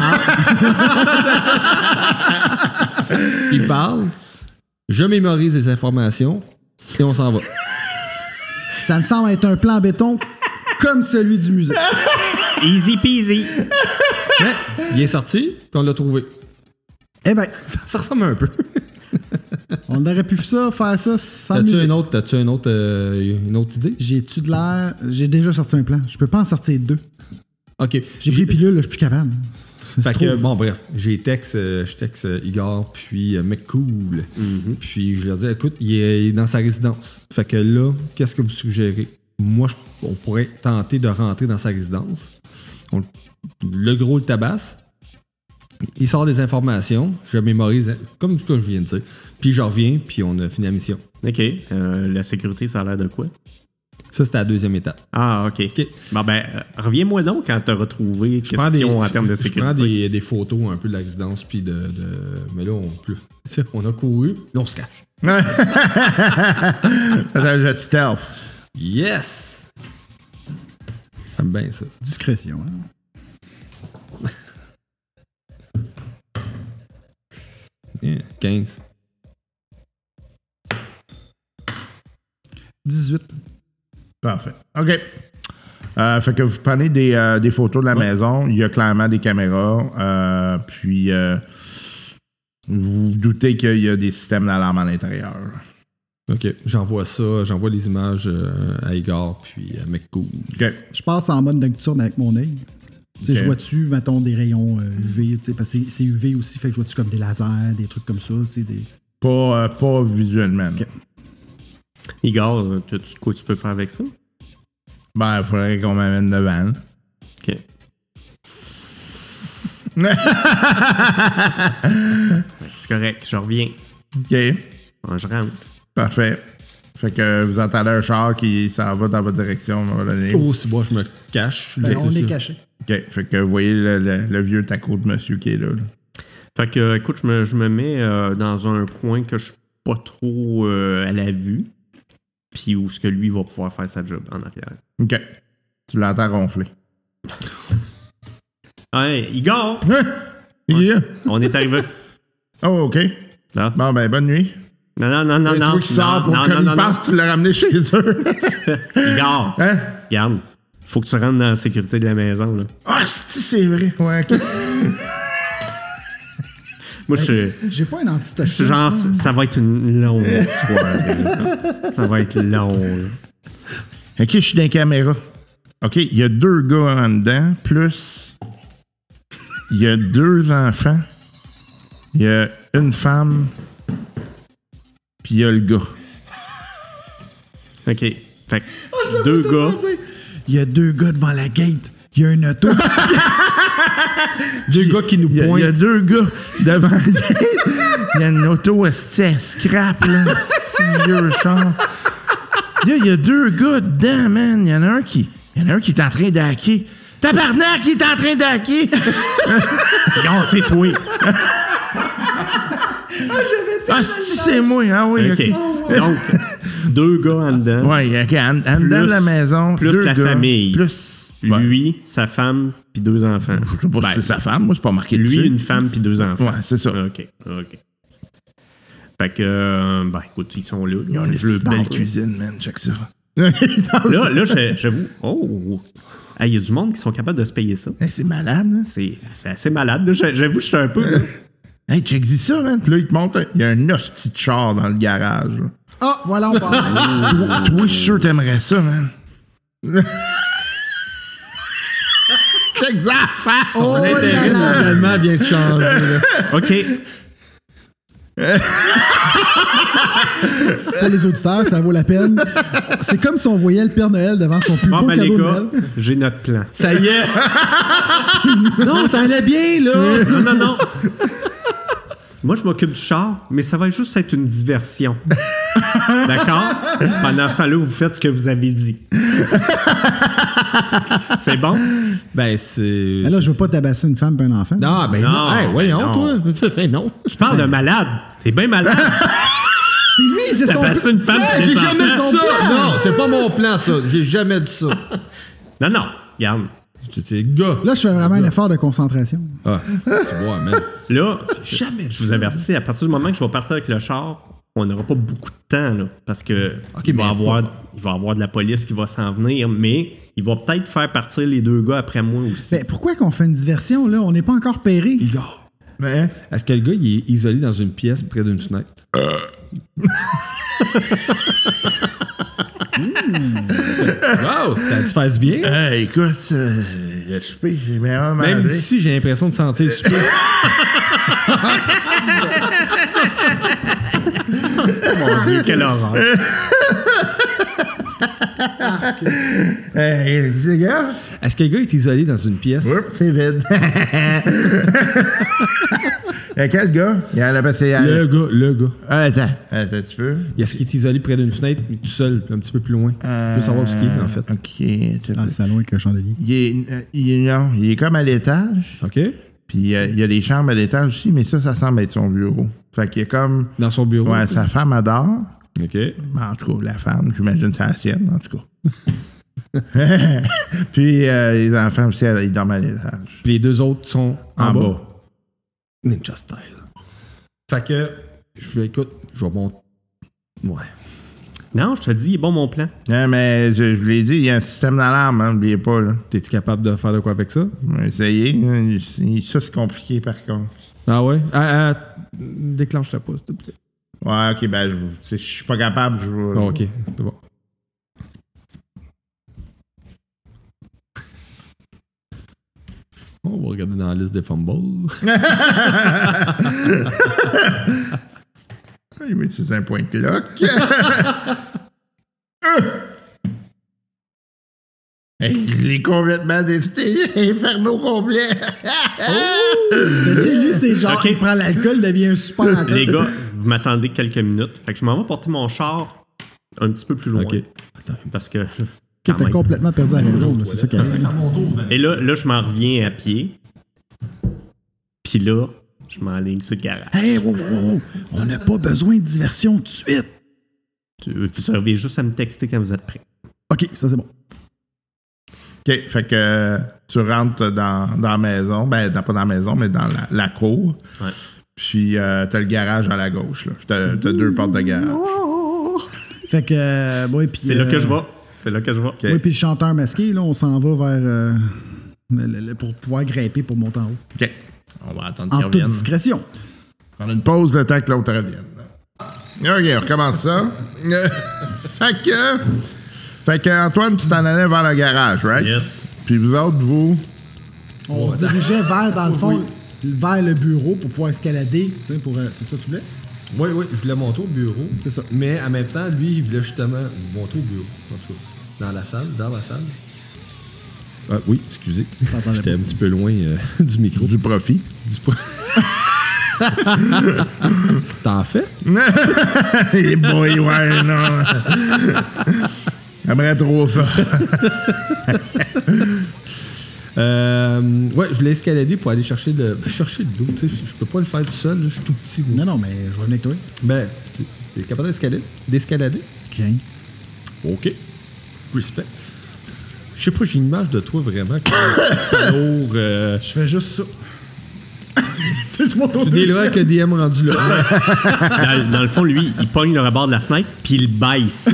Speaker 4: parle, je mémorise les informations et on s'en va.
Speaker 5: ça me semble être un plan béton comme celui du musée.
Speaker 3: Easy peasy.
Speaker 4: Mais il est sorti, puis on l'a trouvé. <laughs>
Speaker 5: Eh ben,
Speaker 4: Ça ressemble un peu.
Speaker 5: on aurait pu ça, faire ça sans
Speaker 4: T'as-tu
Speaker 5: musée.
Speaker 4: un autre, t'as-tu un autre, euh, une autre idée?
Speaker 5: J'ai-tu de l'air. J'ai déjà sorti un plan. Je peux pas en sortir deux.
Speaker 4: Ok.
Speaker 5: J'ai pris les pilules, là, je suis plus capable.
Speaker 4: Fait que, bon, bref, j'ai texte, euh, je texte euh, Igor, puis euh, McCool.
Speaker 3: Mm-hmm.
Speaker 4: Puis je leur dis, écoute, il est, il est dans sa résidence. Fait que là, qu'est-ce que vous suggérez? Moi, je- on pourrait tenter de rentrer dans sa résidence. On- le gros le tabasse. Il sort des informations, je mémorise, hein, comme ce que je viens de dire. Puis je reviens, puis on a fini la mission.
Speaker 3: OK. euh, la sécurité, ça a l'air de quoi?
Speaker 4: Ça, c'était la deuxième étape.
Speaker 3: Ah, OK.
Speaker 4: OK.
Speaker 3: Bon, ben, euh, reviens-moi donc quand t'as retrouvé
Speaker 4: Je prends
Speaker 3: qu'est-ce
Speaker 4: des,
Speaker 3: qu'ils ont en
Speaker 4: je-
Speaker 3: termes de
Speaker 4: je prends
Speaker 3: sécurité.
Speaker 4: des, des photos un peu de la résidence, puis de, de- Mais là, on peut. <laughs> tu sais, On a couru, là, on se cache.
Speaker 6: Attends, je stealth.
Speaker 4: Yes! J'aime bien ça.
Speaker 5: Discrétion. hein.
Speaker 4: Yeah, 15.
Speaker 5: 18.
Speaker 6: Parfait. OK. Euh, fait que vous prenez des, euh, des photos de la maison. Il y a clairement des caméras. Euh, puis, euh, vous vous doutez qu'il y a des systèmes d'alarme à l'intérieur.
Speaker 4: Ok, j'envoie ça, j'envoie les images euh, à Igor puis à McCool.
Speaker 6: OK.
Speaker 5: Je passe en mode nocturne avec mon œil. Tu sais,
Speaker 6: Ok.
Speaker 5: je vois-tu, mettons, des rayons euh, UV, tu sais, parce que c'est- c'est UV aussi, fait que je vois-tu comme des lasers, des trucs comme ça, tu sais, des...
Speaker 6: Pas, euh, pas visuellement. non.
Speaker 3: Igor, euh, t'as-tu de quoi tu peux faire avec ça?
Speaker 6: Ben, il faudrait qu'on m'amène devant. là.
Speaker 3: OK. Ben, C'est correct, je reviens.
Speaker 6: OK.
Speaker 3: Bon, je rentre.
Speaker 6: Parfait. Fait que vous entendez un char qui s'en va dans votre direction à un moment donné.
Speaker 4: Oh, c'est bon, je me cache.
Speaker 5: Ben,
Speaker 4: Là,
Speaker 5: on
Speaker 4: c'est
Speaker 5: est
Speaker 4: ça.
Speaker 5: caché.
Speaker 6: OK. Fait que vous voyez le, le- le vieux taco de monsieur qui est là. là.
Speaker 3: Fait que, euh, écoute, je me, je me mets euh, dans un coin que je suis pas trop euh, à la vue. Puis où ce que lui va pouvoir faire sa job en arrière.
Speaker 6: OK. Tu l'entends ronfler.
Speaker 3: Ah, Hey, Igor!
Speaker 6: <laughs> Hein? Il est là?
Speaker 3: On est arrivé.
Speaker 6: Oh, OK.
Speaker 3: Non.
Speaker 6: Bon, ben, bonne nuit.
Speaker 3: Non, non, non, non,
Speaker 6: C'est
Speaker 3: non.
Speaker 6: toi qui
Speaker 3: non,
Speaker 6: sors pour
Speaker 3: non,
Speaker 6: comme
Speaker 3: non,
Speaker 6: ils
Speaker 3: non,
Speaker 6: pensent, tu l'as ramené chez eux. <laughs>
Speaker 3: non. Igor!
Speaker 6: hein?
Speaker 3: Regarde, faut que tu rentres dans la sécurité de la maison. Là.
Speaker 6: Ah, c'ti, c'est vrai. Ouais, ok.
Speaker 3: Moi, je suis-
Speaker 5: J'ai pas un
Speaker 3: je suis
Speaker 5: antitoxine.
Speaker 3: genre,
Speaker 5: ça.
Speaker 3: ça ça va être une longue soirée. là. ça va être long. là.
Speaker 6: ok, je suis dans la caméra. Ok, il y a deux gars en dedans, plus il y a deux enfants, il y a une femme, puis il y a le gars.
Speaker 3: OK. Fait que deux gars.
Speaker 5: Il y a deux gars devant la gate. Il y a une auto.
Speaker 4: Deux gars qui nous
Speaker 6: Il y a- il y, a
Speaker 4: pointent.
Speaker 6: deux gars devant lui. Il y a une auto esti, à scrap, là, si vieux char. Là, il y a deux gars dedans, man. Il y en a un qui, il y en a un qui est en train de hacker. Tabarnak, il est en train de hacker!
Speaker 3: Non, c'est toi.
Speaker 6: Ah, si, c'est moi, ah oui,
Speaker 3: OK.
Speaker 6: ok.
Speaker 3: Donc, deux gars en dedans.
Speaker 6: Ouais, ok, en, en dedans de la maison.
Speaker 3: Plus
Speaker 6: deux
Speaker 3: la
Speaker 6: gars,
Speaker 3: famille.
Speaker 6: Plus Ouais.
Speaker 3: Lui, sa femme, puis deux enfants.
Speaker 6: Je sais pas
Speaker 3: Ben,
Speaker 6: si c'est sa femme, moi, c'est pas marqué
Speaker 3: Lui, Euh,
Speaker 6: dessus.
Speaker 3: une femme, puis deux enfants.
Speaker 6: Ouais, c'est ça.
Speaker 3: OK, OK. Fait que, euh, ben, écoute, ils sont là.
Speaker 6: Ils ont
Speaker 3: Fait
Speaker 6: une
Speaker 3: que je le
Speaker 6: belle
Speaker 3: parle.
Speaker 6: cuisine, man, check ça.
Speaker 3: Là, là j'ai- j'avoue, oh! Ah, Il y a du monde qui sont capables de se payer ça.
Speaker 6: Hey, c'est malade, hein?
Speaker 3: C'est c'est assez malade. là. J'ai- J'avoue, je suis un
Speaker 6: <laughs>
Speaker 3: peu. là.
Speaker 6: Hey, check dis ça, man. Puis là, il te montre, hein, il y a un hostie de char dans le garage. là.
Speaker 5: Ah, voilà,
Speaker 4: <laughs>
Speaker 5: on parle.
Speaker 6: Toi, toi, je suis sûr que t'aimerais ça, man. check la face!
Speaker 5: Oh là là.
Speaker 4: Finalement, vient de changer. là.
Speaker 3: OK.
Speaker 5: Pour les auditeurs, ça vaut la peine. C'est comme si on voyait le Père Noël devant son plus
Speaker 3: Bon,
Speaker 5: beau
Speaker 3: ben, les
Speaker 5: cadeau de
Speaker 3: gars,
Speaker 5: Noël.
Speaker 3: j'ai notre plan.
Speaker 4: Ça y est! non, ça allait bien, là!
Speaker 3: Non, non, non. <laughs> Moi, je m'occupe du char, mais ça va juste être une
Speaker 4: <laughs>
Speaker 3: diversion. D'accord? Pendant ce temps-là, vous faites ce que vous avez
Speaker 4: <laughs>
Speaker 3: dit. C'est bon?
Speaker 4: Ben, c'est.
Speaker 5: Mais là, je veux pas tabasser une femme et un enfant.
Speaker 4: Non, ben non.
Speaker 3: Non,
Speaker 4: Hey, voyons,
Speaker 3: non.
Speaker 4: toi. Ben, Ça fait non.
Speaker 3: Tu parles de malade. T'es bien
Speaker 4: <laughs>
Speaker 3: malade.
Speaker 5: C'est lui, c'est son.
Speaker 3: T'as une femme
Speaker 4: Hey,
Speaker 3: qui
Speaker 4: Ben,
Speaker 3: dépense
Speaker 4: j'ai jamais
Speaker 3: ça.
Speaker 4: dit ça! Non, c'est pas mon plan, ça. J'ai jamais dit ça.
Speaker 3: Non, non. Regarde.
Speaker 4: C'est gars.
Speaker 5: Là, je fais vraiment un effort de concentration.
Speaker 4: Ah, tu vois, man.
Speaker 3: Là, jamais je vous avertis, à partir du moment que je vais partir avec le char, on n'aura pas beaucoup de temps, là, parce que
Speaker 4: Ok,
Speaker 3: il, va
Speaker 4: mais
Speaker 3: avoir,
Speaker 4: pas-
Speaker 3: il va avoir de la police qui va s'en venir, mais il va peut-être faire partir les deux gars après moi aussi.
Speaker 4: Ben,
Speaker 5: Mais pourquoi qu'on fait une diversion, là? On n'est pas encore péré.
Speaker 6: Mais, hein?
Speaker 4: Est-ce que le gars, il est isolé dans une pièce près d'une fenêtre?
Speaker 6: Euh.
Speaker 4: Hmm.
Speaker 6: <laughs>
Speaker 4: wow! Ça a dû faire du bien.
Speaker 6: euh, ben, écoute, euh, le souper, j'ai vraiment mangé.
Speaker 4: Même d'ici, j'ai l'impression de
Speaker 6: Euh,
Speaker 4: sentir le souper. Ah.
Speaker 3: Mon Dieu, quelle horreur!
Speaker 6: Hey, les gars,
Speaker 4: Est-ce que le gars est isolé dans une pièce?
Speaker 6: Oups, c'est vide. <laughs> Euh, quel gars? Il y a la passière.
Speaker 4: Le gars, le gars.
Speaker 6: Ah, attends, attends, tu peux?
Speaker 4: Est-ce qu'il est isolé près d'une fenêtre, mais tout seul, un petit peu plus loin? Je veux savoir ce qu'il est, en fait.
Speaker 6: Euh, OK. attends.
Speaker 5: Dans le salon avec le chandelier.
Speaker 6: Il est, euh, il est- non, il est comme à l'étage.
Speaker 4: OK?
Speaker 6: Puis euh, il y a des chambres à l'étage aussi, mais ça, ça semble être son bureau. Fait qu'il est comme.
Speaker 4: Dans son bureau?
Speaker 6: Ouais, sa femme adore.
Speaker 4: OK.
Speaker 6: Ben, en tout cas, la femme, j'imagine, c'est la sienne, en tout cas. <laughs> Puis euh, les enfants aussi, ils dorment à l'étage.
Speaker 4: Puis les deux autres sont en,
Speaker 6: En,
Speaker 4: bas.
Speaker 6: bas.
Speaker 4: Ninja style. Fait que, je fais, écoute, je vais monter. Ouais.
Speaker 3: Non, je te dis, il est bon mon plan.
Speaker 6: Non, Hein, mais je, je vous l'ai dit, il y a un système d'alarme, hein, n'oubliez pas. Là.
Speaker 4: T'es-tu capable de faire de quoi avec ça?
Speaker 6: On va essayer. hein, c'est- Ça, c'est compliqué, par contre.
Speaker 4: Ah ouais? Ah, ah, déclenche-la pas, s'il te plaît.
Speaker 6: Ouais, OK, ben, je, tu sais, je suis pas capable. Je,
Speaker 4: Ah, OK, c'est bon. On va regarder dans la liste des fumbles.
Speaker 6: Il va utiliser Ah, un point de cloque.
Speaker 4: <laughs>
Speaker 6: Euh! <laughs> Hey, je l'ai complètement détesté. <laughs> Inferno complet.
Speaker 4: Oh!
Speaker 5: Mais tu sais, lui, c'est genre,
Speaker 3: Ok.
Speaker 5: il prend l'alcool, il devient un super alcool.
Speaker 3: Les gars, vous m'attendez quelques minutes. Fait que je m'en vais porter mon char un petit peu plus loin.
Speaker 4: OK.
Speaker 3: Parce que.
Speaker 5: Qui
Speaker 3: quand
Speaker 5: était
Speaker 3: même.
Speaker 5: complètement perdu la raison, là, c'est ça qui arrive.
Speaker 3: Et là, là je m'en reviens à pied. Puis là, je m'enligne sur le garage.
Speaker 5: Hey, wow, wow, wow, on n'a pas besoin de diversion tout de suite.
Speaker 3: Tu- Vous servez juste à me texter quand vous êtes prêts.
Speaker 5: OK, ça c'est bon.
Speaker 6: OK, fait que euh, tu rentres dans, dans la maison. Ben, dans- pas dans la maison, mais dans la, la cour.
Speaker 3: Ouais.
Speaker 6: Puis euh, t'as le garage à la gauche. là. T'as t'as deux portes de garage.
Speaker 5: Fait que, euh, ouais, puis.
Speaker 3: C'est là
Speaker 5: euh,
Speaker 3: que je vais. C'est là que je vais.
Speaker 5: Ouais, puis le chanteur masqué, là, on s'en va vers. euh, le- le- le- pour pouvoir grimper pour monter en haut.
Speaker 6: OK. On va attendre
Speaker 5: En
Speaker 6: qu'ils
Speaker 5: toute
Speaker 6: reviennent.
Speaker 5: discrétion.
Speaker 6: On a une pause le temps que l'autre revienne. OK, on recommence ça. <laughs> fait que. Fait que Antoine, tu t'en allais vers le garage, right?
Speaker 3: Yes.
Speaker 6: Puis vous autres, vous.
Speaker 5: On se dirigeait vers, dans le fond, vers le bureau pour pouvoir escalader. tu sais, pour, euh, c'est ça que tu voulais?
Speaker 4: Oui, oui, je voulais monter au bureau.
Speaker 5: C'est ça.
Speaker 4: Mais en même temps, lui, il voulait justement monter au bureau. En tout cas, dans la salle, dans la salle. Ah, oui, excusez.
Speaker 5: t'entendais
Speaker 4: J'étais un petit peu loin euh, <laughs> du micro.
Speaker 6: Du profit. <laughs>
Speaker 4: Dis pas. <laughs> T'en fais?
Speaker 6: Eh boy, ouais, non. <laughs> J'aimerais trop ça.
Speaker 3: <laughs>
Speaker 4: Euh, ouais, je voulais escalader pour aller chercher le, chercher le dos. tu sais, Je peux pas le faire tout seul, là, je suis tout petit. moi.
Speaker 5: Non, non, mais je vais venir avec toi.
Speaker 4: Ben, tu sais, T'es capable d'escalader? D'escalader?
Speaker 5: OK.
Speaker 4: OK. Respect. Je sais pas, j'ai une image de toi vraiment comme lourd. euh,
Speaker 5: Je fais juste ça. tu sais, je monte au
Speaker 4: tu dis là
Speaker 5: deuxième.
Speaker 4: avec le DM rendu là.
Speaker 3: Dans, dans le fond, lui, il pogne le rebord de la fenêtre, puis il baisse.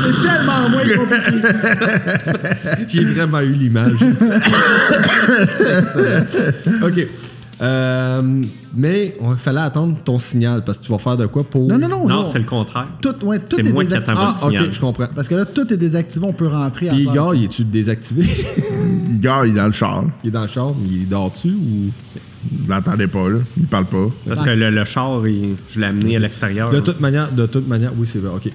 Speaker 5: C'est tellement moins compliqué.
Speaker 4: J'ai vraiment eu l'image. <laughs> Excellent. OK. Euh, mais il fallait attendre ton signal parce que tu vas faire de quoi pour.
Speaker 5: Non, non, non.
Speaker 3: non, c'est le contraire.
Speaker 5: Tout, ouais, tout
Speaker 3: C'est
Speaker 5: est,
Speaker 3: moi qui
Speaker 5: désactivé.
Speaker 3: attends
Speaker 4: Ah,
Speaker 3: votre signal.
Speaker 4: ok, je comprends.
Speaker 5: Parce que là, tout est désactivé, on peut rentrer à
Speaker 4: Puis,
Speaker 5: terre.
Speaker 4: gars, il est-tu désactivé?
Speaker 6: Le gars, il est dans le char.
Speaker 4: il est dans le char, il dort-tu ou.
Speaker 6: Vous l'entendez pas, là. Il parle pas.
Speaker 3: Parce que le, le char, il- je l'ai amené à l'extérieur.
Speaker 4: De toute manière, de toute manière, oui, c'est vrai, ok.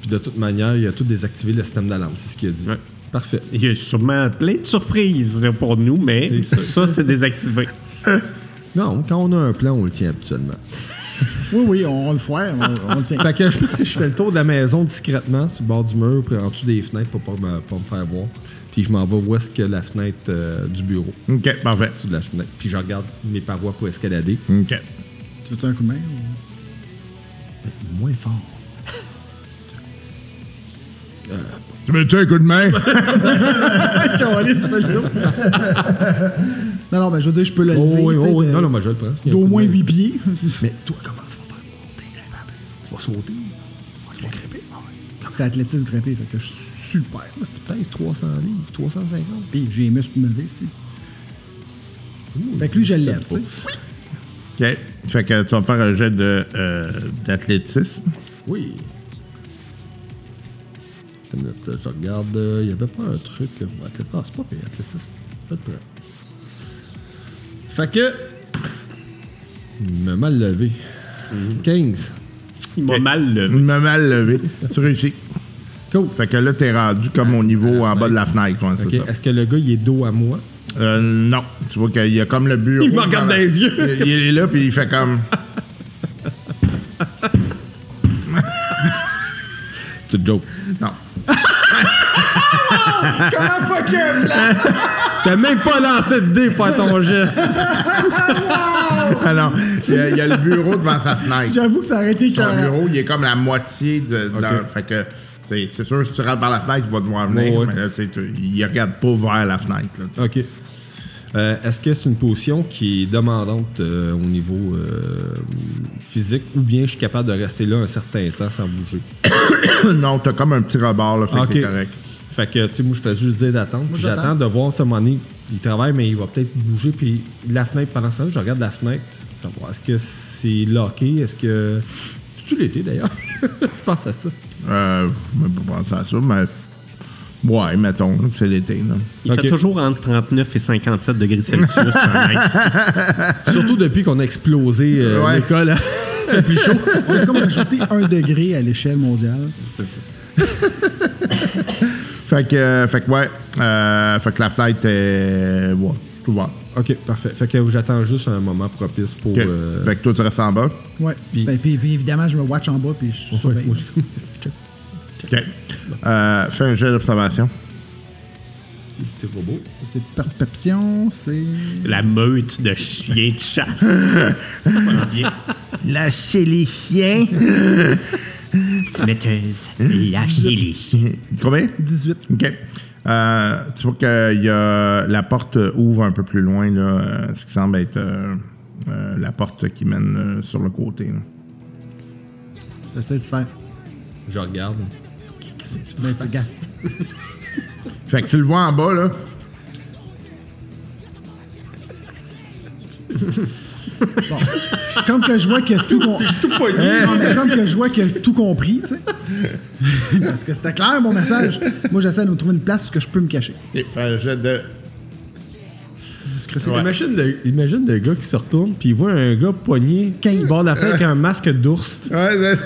Speaker 4: Puis de toute manière, il a tout désactivé le système d'alarme, c'est ce qu'il a dit.
Speaker 3: Ouais.
Speaker 4: Parfait.
Speaker 3: Il y a sûrement plein de surprises là, pour nous, mais
Speaker 4: C'est
Speaker 3: ça, c'est désactivé.
Speaker 4: Non, quand on a un plan, on le tient habituellement.
Speaker 5: Oui, oui, on, on le foire, on, on le <laughs> tient.
Speaker 4: Fait que je, <laughs> je fais le tour de la maison discrètement, sur le bord du mur, puis en dessous des fenêtres pour pas me, pas me faire voir. Puis je m'en vais où est-ce que la fenêtre euh, du bureau,
Speaker 6: OK, parfait.
Speaker 4: au-dessus de la fenêtre. Puis je regarde mes parois pour escalader.
Speaker 6: OK.
Speaker 5: Tu veux un coup de main? ou-
Speaker 4: Moins fort.
Speaker 6: Tu veux-tu un coup de
Speaker 4: <laughs>
Speaker 6: main?
Speaker 5: Non, non, ben, je veux dire, je peux le
Speaker 4: Oh,
Speaker 5: lever.
Speaker 4: oui,
Speaker 5: tu
Speaker 4: oh,
Speaker 5: sais,
Speaker 4: oui.
Speaker 5: de-
Speaker 4: Non, non, mais je le prends. Il y a un
Speaker 5: D'au
Speaker 4: coup de
Speaker 5: moins
Speaker 4: main.
Speaker 5: 8 pieds.
Speaker 4: Mais toi, comment tu vas faire monter capable? Tu vas sauter? Tu vas grimper? Ah ouais.
Speaker 5: C'est athlétique de grimper, fait que je suis super.
Speaker 4: Là, tu pèses 300 livres, 350.
Speaker 5: Puis j'ai les muscles pour me lever, c'est. Fait que lui, je le lève, tu sais.
Speaker 6: OK. Fait que tu vas me faire un jet de, euh, d'athlétisme.
Speaker 4: Oui. Une minute, là, je regarde. Il n'y avait pas un truc. euh, athlète- Ah, c'est pas pire, athlétisme. Je le prends. Fait que. Il m'a mal levé. Mhm. 15.
Speaker 3: Il m'a mal levé.
Speaker 6: Il m'a mal levé. tu réussis.
Speaker 4: Cool.
Speaker 6: Fait que là, t'es rendu comme au niveau en bas de la fenêtre, ouais, c'est
Speaker 4: Ok,
Speaker 6: ça.
Speaker 4: Est-ce que le gars, il est dos à moi?
Speaker 6: Euh, non. Tu vois qu'il y a comme le bureau.
Speaker 4: Il me regarde dans les yeux.
Speaker 6: Il, il est là, puis il fait comme.
Speaker 4: C'est une joke.
Speaker 6: Non. <laughs>
Speaker 4: T'as même pas lancé de dé pour faire <laughs> ton geste.
Speaker 6: Ah non. Il y, a, il y a le bureau devant sa fenêtre.
Speaker 5: J'avoue que ça aurait été
Speaker 6: Son
Speaker 5: carré.
Speaker 6: bureau, il est comme la moitié de. dans- fait que. C'est c'est sûr, si tu rentres par la fenêtre, il va te voir venir.
Speaker 4: Ouais, ouais.
Speaker 6: Mais là, tu sais, tu- il regarde pas vers la fenêtre. là, tu sais.
Speaker 4: OK. Euh, Est-ce que c'est une position qui est demandante euh, au niveau euh, physique ou bien je suis capable de rester là un certain temps sans bouger?
Speaker 6: non, t'as comme un petit rebord, là. Fait que
Speaker 4: OK.
Speaker 6: t'es correct.
Speaker 4: Fait que, tu sais, moi, je fais juste dire d'attendre. puis j'attends de voir, tu sais, à un moment donné, il travaille, mais il va peut-être bouger. Puis la fenêtre, pendant ce temps je regarde la fenêtre. Savoir, est-ce que c'est locké? Est-ce que. C'est-tu l'été, d'ailleurs? <laughs> je pense à ça.
Speaker 6: Euh, je vais pas penser à ça, mais. Ouais, mettons, là, que c'est l'été, là.
Speaker 3: Il
Speaker 4: Ok.
Speaker 3: fait toujours entre 39 et 57 degrés Celsius. un ex.
Speaker 4: Surtout depuis qu'on a explosé euh,
Speaker 6: Ouais.
Speaker 4: l'école. hein. fait plus chaud.
Speaker 5: On a comme ajouté un degré à l'échelle mondiale.
Speaker 6: <laughs> Fait que, euh, fait que ouais. Euh, fait que la fenêtre est. Ouais, tout va.
Speaker 4: <laughs> OK, parfait. Fait que j'attends juste un moment propice pour.
Speaker 6: Ok.
Speaker 4: euh,
Speaker 6: Fait que toi, tu restes en bas.
Speaker 5: Ouais.
Speaker 4: Puis-
Speaker 5: Ben, puis, puis évidemment, je me watch en bas, puis je
Speaker 4: ouais,
Speaker 5: surveille.
Speaker 4: moi, je-
Speaker 6: OK. Euh, fais un jet d'observation.
Speaker 4: C'est pas beau.
Speaker 5: C'est perception, c'est.
Speaker 3: La meute de chiens de chasse. Ça bien.
Speaker 6: Lâchez les chiens.
Speaker 3: Metteuse. Lâchez les chiens.
Speaker 6: <laughs> Combien?
Speaker 5: 18.
Speaker 6: OK. Euh, tu vois que il y a, la porte ouvre un peu plus loin, là, euh, ce qui semble être euh, euh, la porte qui mène euh, sur le côté. là.
Speaker 5: J'essaie de faire.
Speaker 4: Je regarde.
Speaker 5: Ben, c'est gars.
Speaker 6: Fait que tu le vois en bas, là.
Speaker 5: Comme que je vois qu'il a tout compris. tout Comme que je vois qu'il a tout compris, tu sais. Parce que c'était clair, mon message. Moi, j'essaie de me trouver une place où je peux me cacher.
Speaker 6: Et fais un jet de.
Speaker 5: Discrétion.
Speaker 4: Imagine, le, imagine le gars qui se retourne puis il voit un gars poigné qui se barre la tête avec un masque d'ours
Speaker 6: Ouais, ben,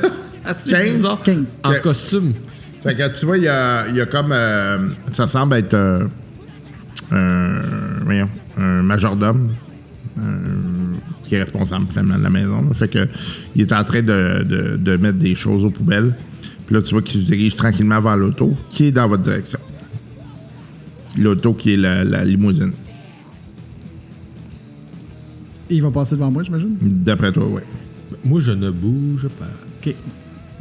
Speaker 6: c'est- 15.
Speaker 5: 15.
Speaker 4: en costume.
Speaker 6: Fait que tu vois, il y a, il y a comme. euh, ça semble être. euh, un. voyons, un majordome. euh, qui est responsable pleinement de la maison. là. Fait que. Il est en train de, de- de mettre des choses aux poubelles. Puis là, tu vois qu'il se dirige tranquillement vers l'auto qui est dans votre direction. L'auto qui est la, la limousine.
Speaker 5: Et il va passer devant moi, j'imagine.
Speaker 6: D'après toi, oui.
Speaker 4: Moi, je ne bouge pas.
Speaker 5: OK.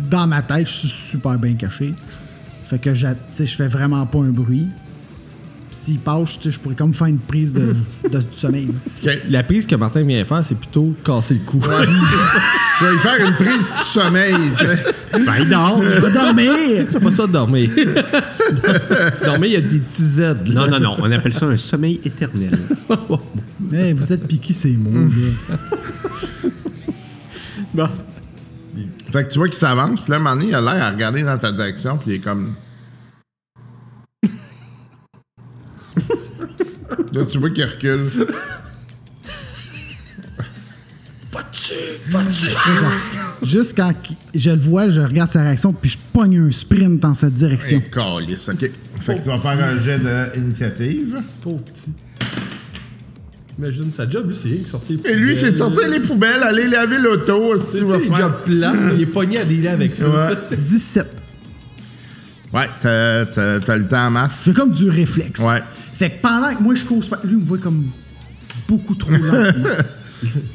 Speaker 5: Dans ma tête, je suis super bien caché. Fait que j'a- tu sais, je fais vraiment pas un bruit. Puis S'il passe, tu sais, je pourrais comme faire une prise de, de- du sommeil. là.
Speaker 4: La prise que Martin vient faire, c'est plutôt casser le cou. <laughs>
Speaker 6: Je vais lui faire une prise du sommeil. tu sais.
Speaker 3: Ben, non!
Speaker 5: Va dormir!
Speaker 4: c'est pas ça de dormir. <laughs> dormir, il y a des petits Z. là.
Speaker 3: Non, non, non, on appelle ça un sommeil éternel.
Speaker 5: Mais vous êtes piqué ces mots, là.
Speaker 6: Fait que tu vois qu'il s'avance, puis là, à un moment donné, il a l'air à regarder dans ta direction, puis il est <laughs> comme. là, tu vois qu'il recule.
Speaker 5: Juste quand qui- je le vois, je regarde sa réaction, puis je pogne un sprint dans cette direction.
Speaker 6: Et calisse, Eh, ok. Fait que tu vas faire un jet d'initiative.
Speaker 4: Pauvre petit. Imagine sa job, lui, c'est rien que sortir. les
Speaker 6: Et lui, c'est de
Speaker 4: poubelles.
Speaker 6: sortir les poubelles, aller laver l'auto.
Speaker 4: Tu
Speaker 6: aussi,
Speaker 4: sais,
Speaker 6: il va
Speaker 4: il est
Speaker 6: faire-
Speaker 4: déjà plat, il est pogné à dealer avec ça.
Speaker 6: Ouais.
Speaker 4: tu sais.
Speaker 5: 17.
Speaker 6: Ouais, t'as t'as- t'as le temps en masse.
Speaker 5: J'ai comme du réflexe.
Speaker 6: Ouais.
Speaker 5: Fait que pendant que moi, je cours, pas- lui, il me voit comme beaucoup
Speaker 3: <laughs>
Speaker 5: trop lentement.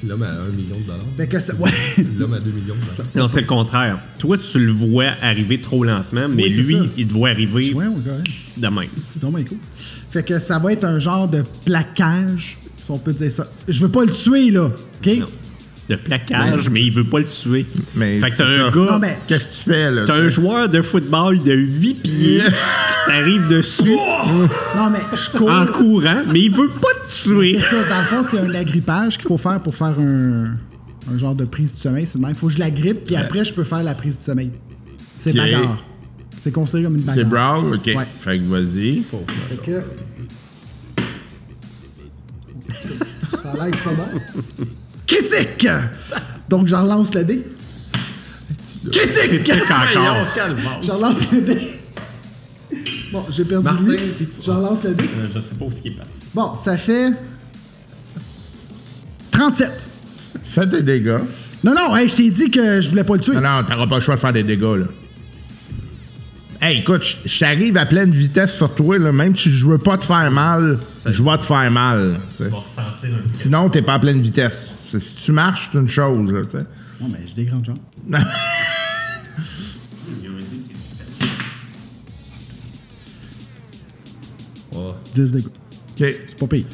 Speaker 4: L'homme à 1 million de dollars.
Speaker 5: fait que ça, ouais.
Speaker 4: L'homme à 2 millions de dollars.
Speaker 3: Non, c'est le contraire. Toi, tu le vois arriver trop lentement, mais
Speaker 5: Oui, c'est
Speaker 3: lui,
Speaker 5: ça.
Speaker 3: il te voit arriver
Speaker 5: Ouais, ouais, ouais.
Speaker 3: de même.
Speaker 5: C'est donc bien cool. Fait que ça va être un genre de plaquage, si on peut dire ça. Je veux pas le tuer, là. OK?
Speaker 3: Non. De plaquage, mais il veut pas le tuer.
Speaker 6: Mais
Speaker 3: fait que
Speaker 6: c'est
Speaker 3: t'as un
Speaker 6: ça.
Speaker 3: gars,
Speaker 5: Non, mais
Speaker 6: Qu'est-ce que tu fais, là?
Speaker 3: t'as un joueur de football de 8 pieds qui t'arrive dessus
Speaker 5: Non, mais je cours.
Speaker 3: en courant, mais il veut pas te
Speaker 5: Oh! C'est
Speaker 3: tuer.
Speaker 5: ça, dans le fond, c'est un agrippage qu'il faut faire pour faire un, un genre de prise du sommeil. C'est le même. Il faut que je l'agrippe, puis après, je peux faire la prise du sommeil. C'est
Speaker 6: Ok.
Speaker 5: bagarre. C'est considéré comme une bagarre.
Speaker 6: C'est Brown, ok.
Speaker 5: Ouais.
Speaker 6: Fait que vas-y.
Speaker 5: Fait que. Ça a l'air que c'est pas bon. Critique! Donc, je relance le dé. Critique!
Speaker 3: Encore.
Speaker 5: Je relance le dé. Bon, j'ai perdu
Speaker 4: Martin,
Speaker 5: lui.
Speaker 4: t'es-
Speaker 5: Je relance le dé.
Speaker 3: Euh, Je sais pas où ce qui est parti.
Speaker 5: Bon, ça fait 37.
Speaker 6: Fais tes dégâts.
Speaker 5: Non, non, hey, je t'ai dit que je voulais pas le tuer.
Speaker 6: Non, non, t'auras pas le choix de faire des dégâts, là. Hey, écoute, je- je t'arrive à pleine vitesse sur toi, là. Même si je veux pas te faire mal, je vais te faire mal. là, tu sais. Sinon, t'es pas à pleine vitesse. C'est- Si tu marches, c'est une chose, là, tu sais.
Speaker 5: Non, mais j'ai des
Speaker 4: <laughs>
Speaker 5: grandes jambes.
Speaker 4: Oh.
Speaker 5: 10 dégâts.
Speaker 6: OK.
Speaker 5: C'est pas pire.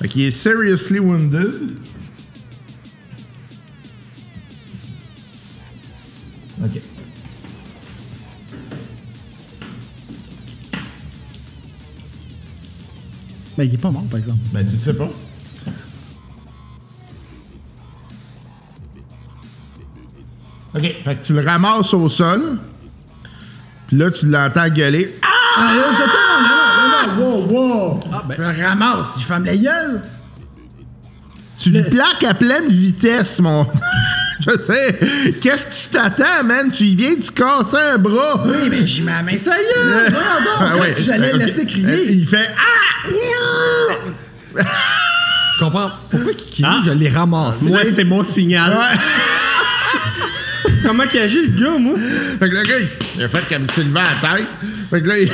Speaker 6: Fait qu'il est seriously wounded. OK.
Speaker 5: Mais il est pas mort, par exemple.
Speaker 6: Ben, tu le sais pas. OK, fait que tu le ramasses au sol. Puis là, tu l'entends gueuler. Ah!
Speaker 5: Ah, non, non, non, non, non, wow, wow! Ah, ben. Je le ramasse, il ferme la gueule!
Speaker 6: Tu le plaques à pleine vitesse, mon... <laughs> Je sais. Qu'est-ce que tu t'attends, man? Tu y viens, tu casses un bras.
Speaker 5: Oui, mais j'y mets la main, ça y est!
Speaker 6: Ah,
Speaker 5: Voyons donc!
Speaker 6: ouais.
Speaker 5: Si j'allais
Speaker 6: Ok. Euh,
Speaker 5: le laisser crier!
Speaker 6: Il fait Ah!
Speaker 4: Je comprends pourquoi Kiki,
Speaker 3: Ah.
Speaker 4: je l'ai ramassé.
Speaker 3: Moi, c'est mon signal.
Speaker 6: Comment qu'il agit, le gars, moi? Fait que le gars, il- il a fait comme s'il levait la tête. Fait que là, il...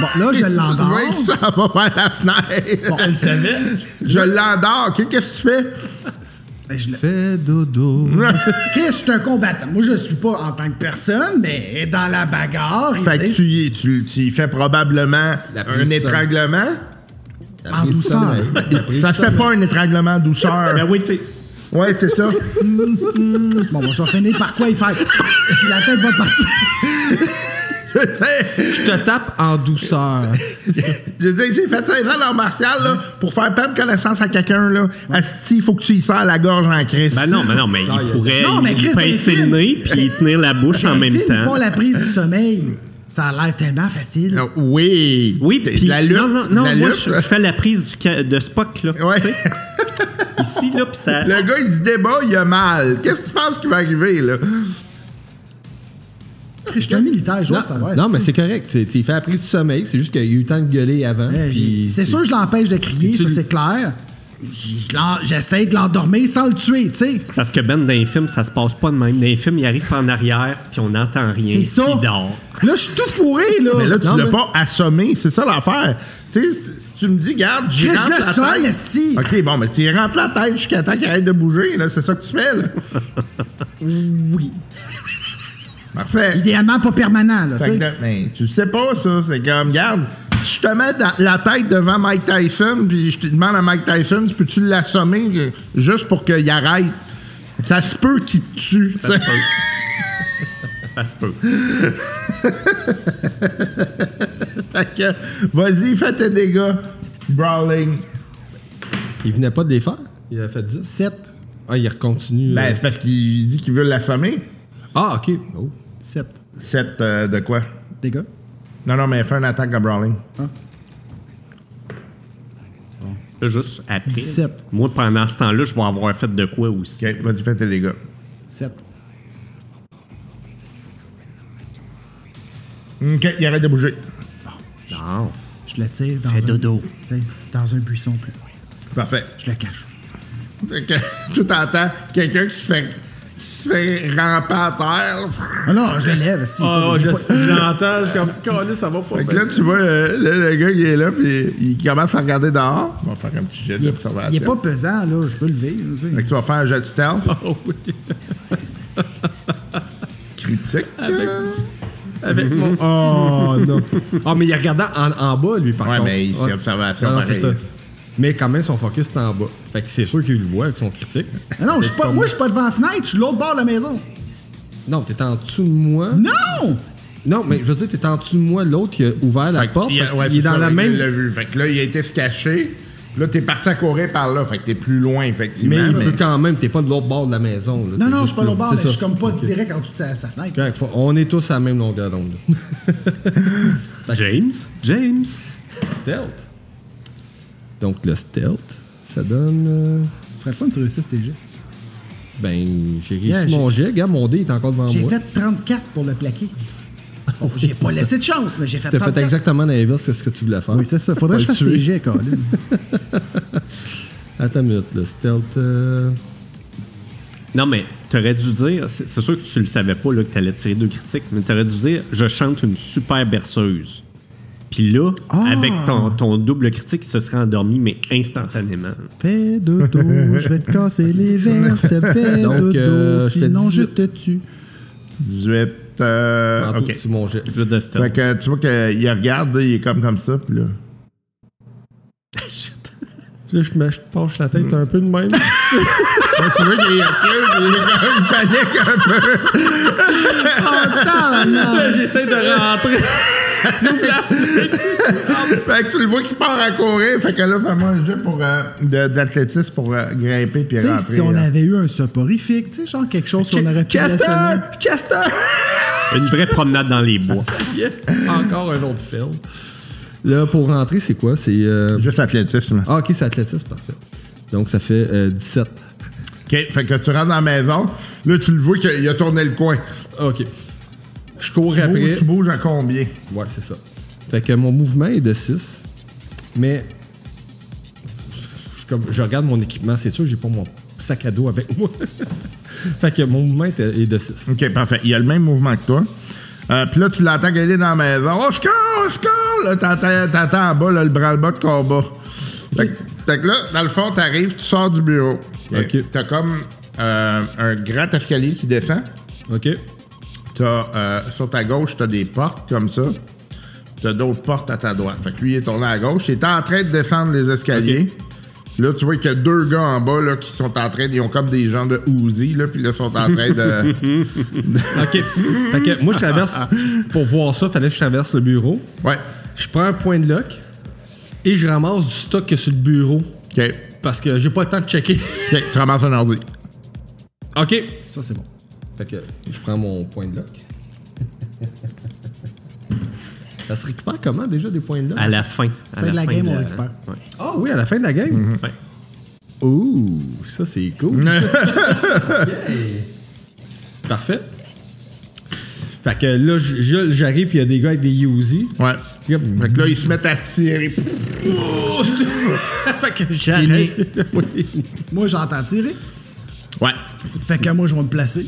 Speaker 5: Bon,
Speaker 6: <laughs>
Speaker 5: là, je l'endors.
Speaker 6: Oui, eh, ça va vers la fenêtre.
Speaker 5: Bon, elle
Speaker 6: savait. <laughs> Je l'endors. Ok, Qu'est-ce que tu fais?
Speaker 5: Ben, je le
Speaker 4: Fais
Speaker 6: <laughs>
Speaker 4: dodo.
Speaker 5: Chris, je suis un combattant. Moi, je le suis pas en tant que personne, mais dans la bagarre, il
Speaker 6: Fait
Speaker 5: dit-
Speaker 6: que tu y, tu, tu y fais probablement
Speaker 4: La prise
Speaker 6: un
Speaker 4: sonne.
Speaker 6: étranglement.
Speaker 5: en douceur.
Speaker 6: Ça se fait pas un étranglement à
Speaker 4: <laughs>
Speaker 3: Ben
Speaker 6: douceur.
Speaker 3: oui, tu sais.
Speaker 6: ouais, c'est ça. <laughs>
Speaker 5: Bon, bon, je vais finir par quoi il fait. Puis <laughs> la tête va partir.
Speaker 6: Je sais.
Speaker 4: Je te tape en douceur.
Speaker 5: <laughs>
Speaker 6: Je dis, j'ai fait ça dans l'art martial là, pour faire perdre connaissance à quelqu'un. là. Asti, il faut que tu y sers la gorge en crise.
Speaker 3: Ben non, ben non, mais
Speaker 4: Non, il y
Speaker 3: il
Speaker 4: a-
Speaker 3: pourrait
Speaker 5: Non, mais
Speaker 3: lui
Speaker 5: Chris,
Speaker 3: pincer
Speaker 5: c'est
Speaker 3: le
Speaker 5: un
Speaker 3: nez
Speaker 5: film.
Speaker 3: puis y tenir la bouche en
Speaker 5: Les
Speaker 3: même
Speaker 5: films font
Speaker 3: temps.
Speaker 5: la prise du sommeil. Ça a l'air tellement facile.
Speaker 6: Non, oui.
Speaker 3: Oui,
Speaker 6: T'es-
Speaker 3: puis
Speaker 6: la lutte.
Speaker 3: non, non, non,
Speaker 6: la
Speaker 3: moi
Speaker 6: lutte,
Speaker 3: je, je fais la prise du ca- de Spock là,
Speaker 6: <laughs> Ouais.
Speaker 3: ici là, puis ça.
Speaker 6: Le gars, il se débat, il a mal. Qu'est-ce que tu penses qui va arriver, là?
Speaker 5: Je suis un militaire, je
Speaker 4: Non,
Speaker 5: vois ça. va,
Speaker 4: non, mais
Speaker 5: c'est-
Speaker 4: c'est correct. tu sais, tu sais, Il fait la prise du sommeil. C'est juste qu'il y a eu le temps de gueuler avant.
Speaker 5: Eh, j'ai-
Speaker 4: puis-
Speaker 5: C'est sûr que je l'empêche de crier,
Speaker 4: Tu-
Speaker 5: ça c'est clair. Je l'en- J'essaie de l'endormir sans le tuer, tu sais.
Speaker 3: Parce que Ben, dans les films, ça se passe pas de même. Dans les films, il arrive par en arrière, puis on n'entend rien.
Speaker 5: C'est ça.
Speaker 3: puis Il dort.
Speaker 5: Là, je suis tout fourré, là.
Speaker 6: Mais là, tu
Speaker 4: Non,
Speaker 6: l'as
Speaker 4: mais-
Speaker 6: pas assommé, c'est ça l'affaire. Tu sais, c'est- Si tu me dis, garde, j'y
Speaker 5: Chris,
Speaker 6: rentre
Speaker 5: le
Speaker 6: la
Speaker 5: sol,
Speaker 6: tête.
Speaker 5: esti!
Speaker 6: OK, bon, mais tu y rentres la tête jusqu'à temps qu'il arrête de bouger, là. C'est ça que tu fais, là.
Speaker 5: Oui.
Speaker 6: Parfait.
Speaker 5: Idéalement pas permanent, là, tu
Speaker 6: Fait que
Speaker 5: sais.
Speaker 6: de- mais tu le sais pas, ça. C'est comme, garde, je te mets dans- la tête devant Mike Tyson, puis je te demande à Mike Tyson, tu peux-tu l'assommer euh, juste pour qu'il arrête? Ça se peut qu'il te tue, tu sais. <laughs>
Speaker 3: Ça se peut.
Speaker 6: Fait que, Vas-y, fais tes dégâts. Brawling.
Speaker 4: Il venait pas de les faire. Il a fait 10.
Speaker 5: 7.
Speaker 4: Ah, il recontinue.
Speaker 6: Ben,
Speaker 4: euh.
Speaker 6: c'est parce qu'il dit qu'il veut l'assommer.
Speaker 4: Ah, ok. Oh.
Speaker 5: 7.
Speaker 6: 7 de quoi?
Speaker 5: Dégâts.
Speaker 6: Non, non, mais fais une attaque à Brawling.
Speaker 3: Là, juste après.
Speaker 5: 17.
Speaker 3: Moi, pendant ce temps-là, je vais avoir fait de quoi aussi.
Speaker 6: Ok, vas-y, fais tes dégâts.
Speaker 5: 7.
Speaker 6: Ok, il arrête de bouger.
Speaker 3: Non.
Speaker 5: Je le tire dans
Speaker 3: Fais
Speaker 5: un...
Speaker 3: dodo.
Speaker 5: tu sais, dans un buisson plus loin.
Speaker 6: Parfait.
Speaker 5: Je le cache.
Speaker 6: Fait que, <laughs> tout en temps, quelqu'un qui se fait, qui se fait ramper à terre.
Speaker 5: Ah non, je le lève, si.
Speaker 4: Ah, ouais,
Speaker 5: Pas-
Speaker 4: je- j'entends, je suis comme, Calais, ça va pas.
Speaker 6: Fait que là, tu vois, euh, le, le gars, il est là, puis il commence à regarder dehors. On va faire un petit jet d'observation.
Speaker 5: Il est pas pesant, là, je peux le lever. là, tu sais.
Speaker 6: Fait que tu vas faire un jet de stealth. <laughs> Critique. euh,
Speaker 4: Avec mon. Oh non. <laughs> Ah, mais il regardait en, en bas, lui, par
Speaker 6: Ouais,
Speaker 4: contre.
Speaker 6: mais il- c'est
Speaker 4: Ouais.
Speaker 6: observation,
Speaker 4: Non, non, c'est ça.
Speaker 6: pareil.
Speaker 4: Mais quand même, son focus est en bas. Fait que c'est sûr qu'il le voit avec son critique.
Speaker 5: Ah non, je suis pas, moi, je suis pas devant la fenêtre, je suis l'autre bord de la maison.
Speaker 4: Non, t'es en dessous de moi.
Speaker 5: Non!
Speaker 4: Non, mais je veux dire, t'es en dessous de moi. L'autre, il a ouvert la porte.
Speaker 6: Il,
Speaker 4: fait
Speaker 6: ouais,
Speaker 4: qu'il est
Speaker 6: c'est
Speaker 4: dans
Speaker 6: ça,
Speaker 4: la
Speaker 6: fait qu'il
Speaker 4: même.
Speaker 6: l'a vu. Fait que là, il a été se cacher. Là, t'es parti à courir par là. Fait que t'es plus loin, effectivement.
Speaker 4: Mais il
Speaker 6: mais-
Speaker 4: peut quand même, t'es pas de l'autre bord de la maison. là. T'es
Speaker 5: Non, non, je suis
Speaker 4: juste
Speaker 5: pas l'autre bord,
Speaker 4: là.
Speaker 5: mais
Speaker 4: C'est
Speaker 5: je
Speaker 4: ça.
Speaker 5: suis comme pas direct en dessous de sa, sa fenêtre.
Speaker 4: Correct, faut- On est tous à la même longueur d'onde.
Speaker 3: James? James?
Speaker 4: stealth. Donc, le stealth, ça donne. euh,
Speaker 5: Ce serait le fun de réussir tes jets.
Speaker 4: Ben, j'ai réussi
Speaker 5: Yeah,
Speaker 4: mon jet. Regarde, mon dé est encore devant
Speaker 5: J'ai
Speaker 4: Ah, moi. Ah,
Speaker 5: fait 34 pour le plaquer. Bon, j'ai pas laissé de chance, mais j'ai fait
Speaker 4: T'as
Speaker 5: 34.
Speaker 4: fait exactement l'inverse que ce que tu voulais faire.
Speaker 5: Oui, c'est ça. Faudrait que je
Speaker 4: Faut
Speaker 5: fasse
Speaker 4: le
Speaker 5: tes
Speaker 4: tuer. <laughs>
Speaker 5: jets, Colin.
Speaker 4: Attends une minute, le stealth. euh,
Speaker 3: Non, mais t'aurais dû dire, c'est c'est sûr que tu le savais pas là, que t'allais tirer deux critiques, mais t'aurais dû dire je chante une super berceuse. Puis là,
Speaker 5: Ah!
Speaker 3: avec ton, ton double critique, il se serait endormi, mais instantanément.
Speaker 5: Fais de dos, je vais te casser les verres. Fais
Speaker 4: Donc,
Speaker 5: de
Speaker 4: euh,
Speaker 5: dos,
Speaker 4: je fais
Speaker 5: sinon je
Speaker 4: 18.
Speaker 5: te tue.
Speaker 6: 18. euh,
Speaker 4: tantôt,
Speaker 6: OK.
Speaker 4: C'est mon jet.
Speaker 3: Tu veux de
Speaker 6: Fait
Speaker 3: stealth.
Speaker 6: que tu vois qu'il regarde, là, il est comme comme ça, puis là.
Speaker 4: Là, je me je penche la tête un peu de même.
Speaker 6: Là, tu vois qu'il recule, puis il est comme- il panique un peu.
Speaker 4: Là, J'essaie de rentrer.
Speaker 6: Fait que tu le vois qu'il part à courir. Fait que là, fais-moi un jeu pour, euh, de- d'athlétisme pour euh, grimper puis
Speaker 5: Tu sais,
Speaker 6: rentrer. euh,
Speaker 5: si on
Speaker 4: hein.
Speaker 6: là.
Speaker 5: avait eu un soporifique, tu sais, genre quelque chose qu'on aurait pu
Speaker 4: Chester!
Speaker 5: laisser-
Speaker 4: Chester!
Speaker 3: Une vraie promenade dans les bois.
Speaker 4: Yeah. <laughs> Encore un autre film. Là, pour rentrer, c'est quoi? C'est. euh,
Speaker 6: Juste athlétisme.
Speaker 4: Ah, ok, c'est athlétisme, parfait. Donc, ça fait euh, 17.
Speaker 6: OK, fait que tu rentres dans la maison. Là, tu le vois qu'il a tourné le coin.
Speaker 4: Ok. Je cours
Speaker 6: Tu
Speaker 4: après.
Speaker 6: bouges- tu bouges à combien?
Speaker 4: Ouais, c'est ça. Fait que mon mouvement est de 6, mais je, comme, je regarde mon équipement, c'est sûr, j'ai pas mon sac à dos avec moi. <laughs> fait que mon mouvement est, est de 6.
Speaker 6: OK, parfait. Il a le même mouvement que toi. Euh, puis là, tu l'entends gueuler dans la maison. Oh, je cours, je cours! Là, t'entends, t'entends en bas là, le branle-bas de combat. Fait, que- fait que là, dans le fond, t'arrives, tu sors du bureau.
Speaker 4: OK.
Speaker 6: T'as comme euh, un grand escalier qui descend.
Speaker 4: OK.
Speaker 6: T'as, euh, sur ta gauche, t'as des portes comme ça. T'as d'autres portes à ta droite. Fait que lui, il est tourné à gauche. Il est en train de descendre les escaliers. Là, tu vois qu'il y a deux gars en bas là, qui sont en train... Ils ont comme des gens de Uzi, là, puis là, sont en train
Speaker 3: <laughs>
Speaker 6: de...
Speaker 4: OK. fait que moi, je traverse, pour voir ça, fallait que je traverse le bureau.
Speaker 6: ouais.
Speaker 4: Je prends un point de lock et je ramasse du stock que sur le bureau
Speaker 6: OK.
Speaker 4: parce que j'ai pas le temps de checker. <laughs>
Speaker 6: OK, tu ramasses un ordi.
Speaker 4: OK.
Speaker 5: Ça, c'est bon.
Speaker 4: Fait que je prends mon point de lock. Ça se récupère comment déjà des points de lock?
Speaker 3: À la fin. À
Speaker 5: Fin de la
Speaker 3: fin
Speaker 5: game, on récupère.
Speaker 3: Ouais.
Speaker 4: Ah oui, à la fin de la game.
Speaker 3: Ouais.
Speaker 4: Ouh, ça c'est <laughs> cool. Yeah. Parfait. Fait que là, je- je- j'arrive puis il y a des gars avec des Uzi.
Speaker 6: Ouais.
Speaker 4: Yep.
Speaker 6: Fait que là, ils se mettent à tirer.
Speaker 4: Oh, <laughs> fait
Speaker 5: <laughs>
Speaker 4: que j'arrive. <laughs> Oui.
Speaker 5: Moi, j'entends tirer.
Speaker 6: Ouais.
Speaker 5: Fait que moi, je vais me placer.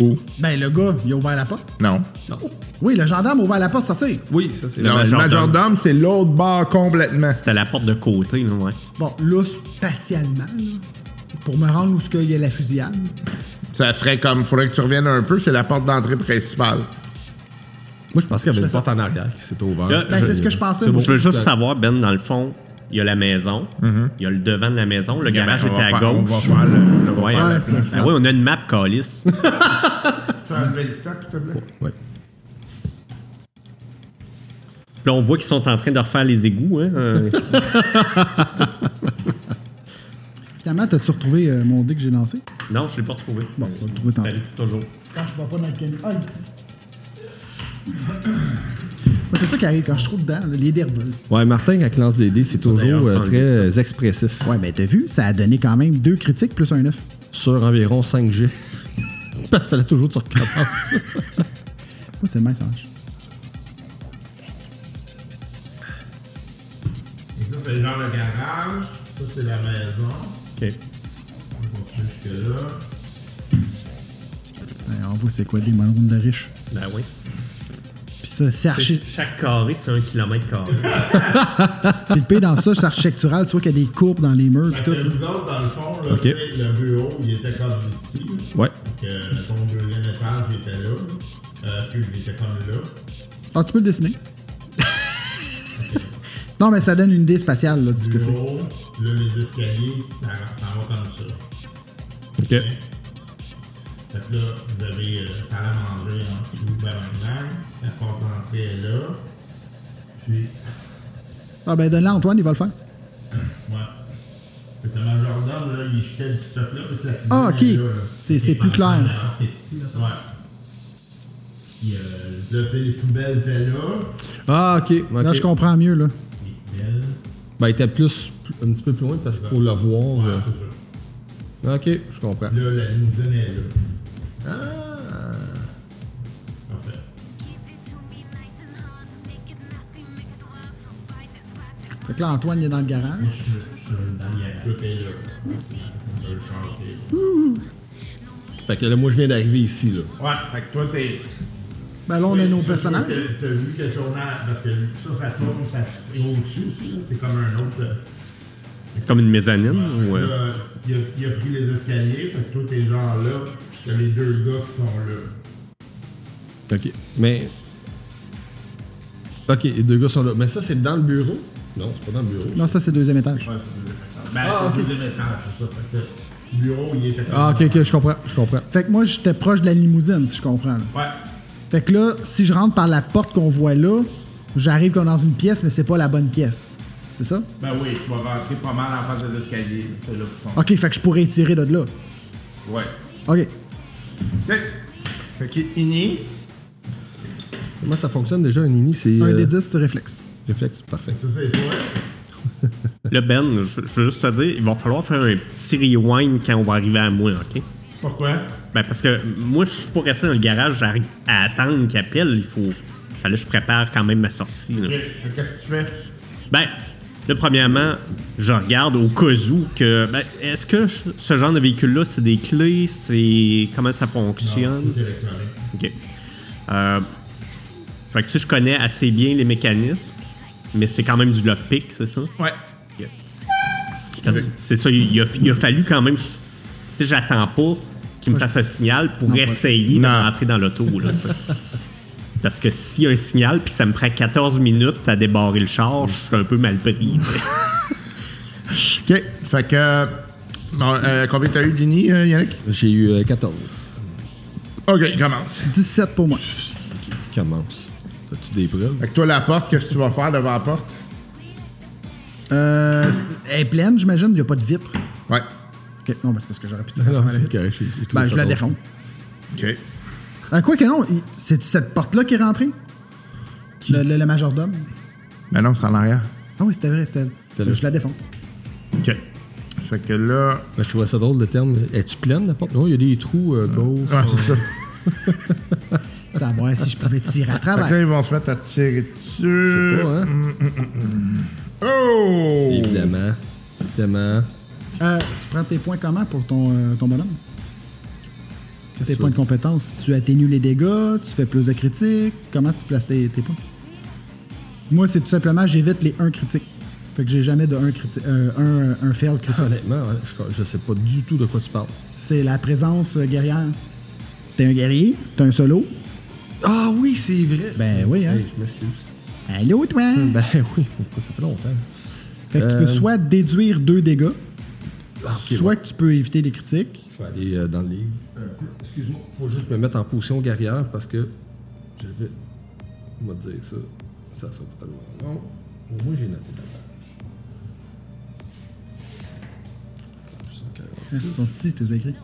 Speaker 6: Où?
Speaker 5: Ben, le gars, il a ouvert la porte.
Speaker 6: Non.
Speaker 5: Oui, le gendarme a ouvert la porte, sortir.
Speaker 4: Oui, ça c'est.
Speaker 6: Non, le
Speaker 3: majordome.
Speaker 6: majordome, c'est l'autre bar complètement.
Speaker 3: C'était la porte de côté, là, ouais.
Speaker 5: Bon, là, spatialement, là, pour me rendre où ce qu'il y a la fusillade.
Speaker 6: Ça serait comme, faudrait que tu reviennes un peu, c'est la porte d'entrée principale.
Speaker 4: Moi, je pensais qu'il y avait
Speaker 5: Je
Speaker 4: une
Speaker 5: sais.
Speaker 4: porte en arrière qui s'est ouverte.
Speaker 3: Là,
Speaker 5: Ben, c'est ce que je pensais. moi.
Speaker 3: Je veux juste savoir, Ben, dans le fond, il y a la maison,
Speaker 5: Mm-hmm.
Speaker 3: il y a le devant de la maison, le garage
Speaker 6: Ben, on
Speaker 3: était
Speaker 6: va
Speaker 3: à
Speaker 6: faire- On va
Speaker 3: gauche.
Speaker 6: faire le- on va
Speaker 3: Ouais,
Speaker 6: faire
Speaker 5: Ouais,
Speaker 6: la-
Speaker 5: c'est ça.
Speaker 3: Ah ouais, on a une map calice.
Speaker 4: Ouais.
Speaker 3: Là, on voit qu'ils sont en train de refaire les égouts. Hein? euh.
Speaker 5: Finalement, t'as-tu retrouvé euh, mon dé que j'ai lancé?
Speaker 3: non, je ne l'ai pas retrouvé.
Speaker 5: Bon, on va le trouver
Speaker 3: Ça
Speaker 5: tantôt.
Speaker 3: arrive toujours.
Speaker 5: Quand je vois pas dans le canyon. Ah, ici. Moi, c'est ça qui arrive quand je trouve dedans, là, les dés revolent.
Speaker 4: Ouais, Martin, quand il lance des dés, c'est
Speaker 3: d'ailleurs,
Speaker 4: toujours euh,
Speaker 3: pas
Speaker 4: très
Speaker 3: enlevé,
Speaker 4: euh, expressif.
Speaker 5: Ouais, ben t'as vu, ça a donné quand même deux critiques plus un 9.
Speaker 4: Sur environ 5 G. <laughs> Parce qu'il fallait toujours que tu recommences.
Speaker 5: Moi, c'est le même, ça marche.
Speaker 6: Ça, c'est genre le garage. Ça, c'est la maison.
Speaker 3: OK.
Speaker 6: On continue jusque-là.
Speaker 5: Ben, on voit c'est quoi des mondes de riches.
Speaker 3: Ben oui.
Speaker 5: Puis ça, c'est archi.
Speaker 3: Chaque carré, c'est un kilomètre carré.
Speaker 5: Puis le pire dans ça, c'est architectural. Tu vois qu'il y a des courbes dans les murs. Puis tout.
Speaker 8: Fait que nous autres, dans le fond, là,
Speaker 4: Ok.
Speaker 8: tu sais, le bureau, il était comme ici.
Speaker 4: <laughs> Ouais.
Speaker 8: Fait que, mettons, le deuxième étage, il était là. Euh, excuse, il était comme là.
Speaker 5: Ah, tu peux le dessiner. non, mais ça donne une idée spatiale, là, de ce que c'est.
Speaker 8: Bureau, là, les escaliers, ça, ça va comme ça.
Speaker 4: OK.
Speaker 8: Fait que là, vous avez euh, salle à manger en dessous, ben, ben, ben. La porte d'entrée est là. Puis,
Speaker 5: Ah, ben donne-la à Antoine, il va le faire.
Speaker 8: ouais. Fait que le majordome, là, il jetait du stock là, parce que la cuisine
Speaker 5: Ah, ok.
Speaker 8: est là, là.
Speaker 5: C'est- c'est
Speaker 8: Et
Speaker 5: plus
Speaker 8: pendant
Speaker 5: clair.
Speaker 8: que la porte est ici, là. Ouais. Puis, euh, là, tu sais, les poubelles étaient là.
Speaker 4: Ah, ok. ok.
Speaker 5: Là, je comprends mieux, là.
Speaker 8: Belle.
Speaker 4: Ben, il était plus, un petit peu plus loin parce qu'il faut le voir. euh. Ok, je comprends.
Speaker 8: Là, la limousine est là. Ah! Parfait.
Speaker 5: Fait que là, Antoine, il est dans le garage.
Speaker 8: Tout est là. On peut changer.
Speaker 4: Fait que là, moi, je viens d'arriver ici, là.
Speaker 8: Ouais, fait que toi, t'es.
Speaker 5: Ben là, on a nos personnages.
Speaker 8: T'as t'as vu le tournage, parce que ça, ça tourne, ça se roule dessus aussi, là. C'est comme un autre. euh,
Speaker 3: <laughs> Comme une mezzanine. ouais.
Speaker 8: Là, il a, il a pris les escaliers, fait que toi, t'es genre là. T'as les deux gars qui sont là.
Speaker 4: Ok. Mais. Ok, les deux gars sont là. Mais ça, c'est dans le bureau? Non, c'est pas dans le bureau.
Speaker 5: Non, ça, c'est le deuxième étage.
Speaker 8: Ouais, c'est le deuxième étage. Ben, c'est le deuxième étage, c'est ça. Fait que le bureau, il était comme
Speaker 4: Ah, ok, ok, je comprends. Je comprends.
Speaker 5: Fait que moi, j'étais proche de la limousine, si je comprends. là.
Speaker 8: Ouais.
Speaker 5: Fait que là, si je rentre par la porte qu'on voit là, j'arrive comme dans une pièce, mais c'est pas la bonne pièce. C'est ça?
Speaker 8: Ben oui, tu vas rentrer pas mal en face de l'escalier. C'est là qu'ils sont.
Speaker 5: OK, fait que je pourrais tirer de là.
Speaker 8: Ouais.
Speaker 5: OK.
Speaker 8: Fait que Ini,
Speaker 4: Comment ça fonctionne déjà, un INI? C'est.
Speaker 5: Un
Speaker 4: euh,
Speaker 5: des 10, c'est réflexe.
Speaker 4: Réflexe, parfait.
Speaker 8: ça c'est toi.
Speaker 3: Là, Ben, je, je veux juste te dire, il va falloir faire un petit rewind quand on va arriver à moi, OK?
Speaker 8: Pourquoi?
Speaker 3: Ben, parce que moi, je suis pas resté dans le garage à, à attendre qu'il appelle. Il faut... fallait que je prépare quand même ma sortie. là.
Speaker 8: Fait que Qu'est-ce que tu fais?
Speaker 3: Ben, là, premièrement, je regarde au cas où que. Ben, est-ce que je- ce genre de véhicule-là, c'est des clés C'est. Comment ça fonctionne
Speaker 8: Tout électronique.
Speaker 3: OK. Euh, fait que tu sais, je connais assez bien les mécanismes, mais c'est quand même du lockpick, c'est ça
Speaker 8: Ouais.
Speaker 3: Parce que C'est ça, il a, il a fallu quand même. je- Tu sais, j'attends pas qu'il me fasse un signal pour essayer de
Speaker 6: Non.
Speaker 3: rentrer dans l'auto. là, tu sais. Parce que s'il y a un signal, puis ça me prend 14 minutes à débarrer le char, je suis un peu mal pris.
Speaker 6: OK. Fait que. bon, euh, combien t'as eu, Dini, euh, Yannick?
Speaker 4: J'ai eu euh, 14.
Speaker 6: OK, commence.
Speaker 5: 17 pour moi.
Speaker 4: Commence. T'as-tu des preuves?
Speaker 6: Fait que toi, la porte, qu'est-ce que tu vas faire devant la porte?
Speaker 5: Euh, elle est pleine, j'imagine. Il n'y a pas de vitre.
Speaker 6: Ouais.
Speaker 5: OK. Non, ben, c'est parce que j'aurais pu tirer.
Speaker 4: <laughs> Non,
Speaker 5: à travers
Speaker 4: c'est
Speaker 5: la
Speaker 4: correct.
Speaker 5: vitre.
Speaker 4: j'ai- j'ai trouvé
Speaker 5: Ben, je
Speaker 4: ça
Speaker 5: la
Speaker 4: drôle.
Speaker 5: défonce.
Speaker 6: OK.
Speaker 5: Euh, quoi que non, il- c'est cette porte-là qui est rentrée? Le, le- le majordome?
Speaker 6: Mais Ben non, c'est en arrière.
Speaker 5: Ah oui, c'était vrai, celle.
Speaker 4: là.
Speaker 5: Je la défonce.
Speaker 6: OK. Fait que là.
Speaker 4: Ben, je trouvais ça drôle le terme. Es-tu pleine la porte? Non, il y a des trous euh, gauche.
Speaker 6: Ouais, c'est ça.
Speaker 5: Savoir si je pouvais tirer <laughs> à
Speaker 6: Fait que là,
Speaker 5: travers.
Speaker 6: ils vont se mettre à tirer dessus.
Speaker 4: Pas, hein?
Speaker 6: Oh!
Speaker 4: Évidemment. Évidemment.
Speaker 5: Euh, tu prends tes points comment pour ton, euh, ton bonhomme? Tes points de compétence, tu atténues les dégâts, tu fais plus de critiques. Comment tu places tes, tes points? Moi, c'est tout simplement, j'évite les 1 critiques. Fait que j'ai jamais de 1 criti- euh, un, un fail critique. <laughs>
Speaker 4: Honnêtement, ouais, je, je sais pas du tout de quoi tu parles.
Speaker 5: C'est la présence euh, guerrière. T'es un guerrier, t'es un solo.
Speaker 4: Ah oui, c'est vrai.
Speaker 5: Ben oui, hein.
Speaker 4: Hey, je m'excuse.
Speaker 5: Allô, toi!
Speaker 4: Ben <laughs> oui, pourquoi ça fait longtemps.
Speaker 5: Fait que tu
Speaker 4: Euh,
Speaker 5: peux soit déduire deux dégâts, soit que tu peux éviter les critiques.
Speaker 4: Ah, Je vais aller euh, dans le livre. Excuse-moi, faut juste me mettre en position guerrière parce que je vais. On va te dire ça. Ça sera pas tellement long. Au moins, j'ai noté la page.
Speaker 5: Hein, Ils sont
Speaker 4: 146.
Speaker 5: ici, tes écrits.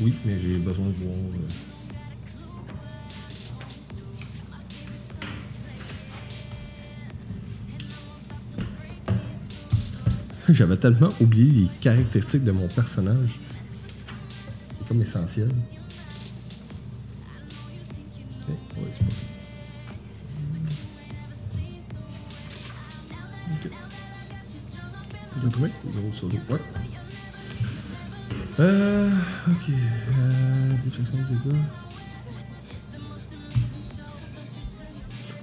Speaker 4: Oui, mais j'ai besoin de voir. euh, <laughs> J'avais tellement oublié les caractéristiques de mon personnage. C'est comme essentiel. Eh, ouais, c'est pas
Speaker 5: T'as trouvé?
Speaker 4: ça. Zéro sur deux. Ouais. Euh. Ok. Euh. Déflexion de dégâts.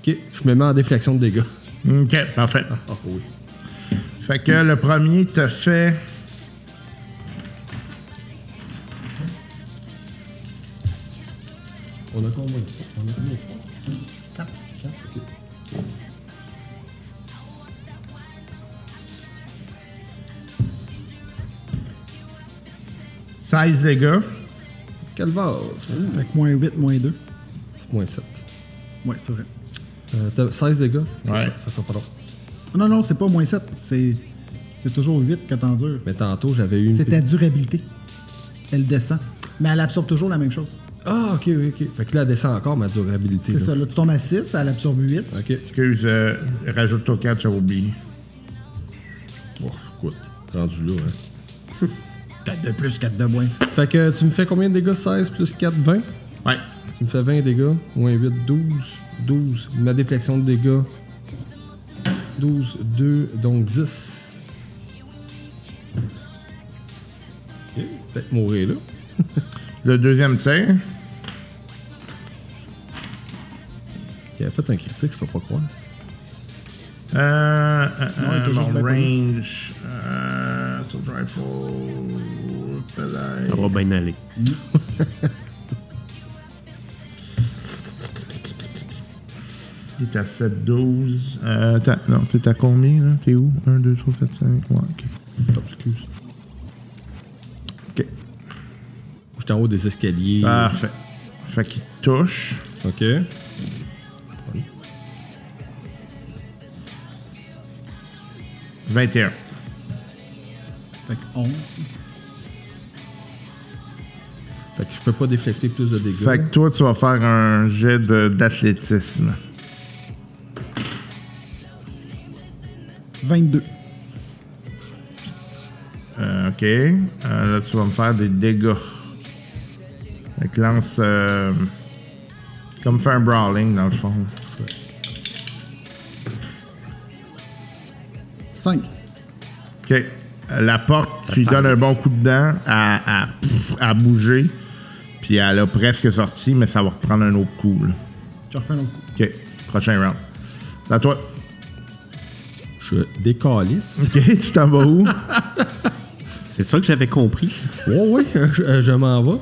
Speaker 4: Ok, je me mets en déflexion de dégâts.
Speaker 6: Ok, parfait.
Speaker 4: Ah oui.
Speaker 6: Fait que le premier te fait.
Speaker 4: On a combien On a combien Quatre. Ok.
Speaker 6: Size dégâts.
Speaker 4: Calvas.
Speaker 5: Fait que moins 8, moins 2.
Speaker 4: C'est moins 7.
Speaker 5: Ouais, c'est vrai.
Speaker 4: Euh, t'as 16 dégâts.
Speaker 6: Ouais.
Speaker 4: Ça, ça sera pas long.
Speaker 5: Non, non, c'est pas moins 7. C'est, c'est toujours 8 que t'endures.
Speaker 4: Mais tantôt, j'avais eu une.
Speaker 5: C'est ta
Speaker 4: petite-
Speaker 5: durabilité. Elle descend. Mais elle absorbe toujours la même chose.
Speaker 4: Ah, ok, ok, ok. Fait que là, elle descend encore ma durabilité.
Speaker 5: C'est
Speaker 4: là.
Speaker 5: ça. Là, tu tombes à 6, elle absorbe 8.
Speaker 4: Ok.
Speaker 6: Excuse, euh, rajoute ton 4, j'ai oublié.
Speaker 4: Oh, écoute. Rendu là, hein.
Speaker 5: 4 de plus, 4 de moins.
Speaker 4: Fait que tu me fais combien de dégâts 16 plus 4, 20
Speaker 6: Ouais.
Speaker 4: Tu me fais 20 dégâts, moins 8, 12. 12. Ma déflexion de dégâts. 12, 2, donc 10. Ok, peut-être mourir là.
Speaker 6: Le deuxième tir.
Speaker 4: Il a fait un critique, je peux pas croire.
Speaker 6: Euh, euh, euh,
Speaker 5: toujours
Speaker 6: mon
Speaker 5: bien
Speaker 6: range. Euh, sur rifle. pelage.
Speaker 3: Ça va bien aller.
Speaker 6: Il est à 7, 12. Euh, attends, non, t'es à combien là T'es où 1, 2, 3, 4, 5. Ouais, ok. Top, excuse. Ok.
Speaker 4: J'étais en haut des escaliers.
Speaker 6: Parfait. Fait qu'il touche.
Speaker 4: Ok. Oui.
Speaker 6: 21.
Speaker 5: Fait que 11.
Speaker 4: Fait que je peux pas déflecter plus de dégâts.
Speaker 6: Fait que toi, tu vas faire un jet de- d'athlétisme.
Speaker 5: 22.
Speaker 6: Euh, ok. Euh, là, tu vas me faire des dégâts. Fait que lance. euh, comme faire un brawling, dans le fond.
Speaker 5: 5.
Speaker 6: Ok. Euh, La porte, tu lui donnes un bon coup de dent à, à, pff, à bouger. Puis elle a presque sorti, mais ça va reprendre un autre coup. là.
Speaker 5: Tu refais un autre coup.
Speaker 6: Ok. Prochain round. À toi.
Speaker 4: Je décalisse.
Speaker 6: Ok, tu t'en vas où?
Speaker 3: C'est ça que j'avais compris.
Speaker 4: Ouais, ouais, <laughs> je, euh, je m'en vais.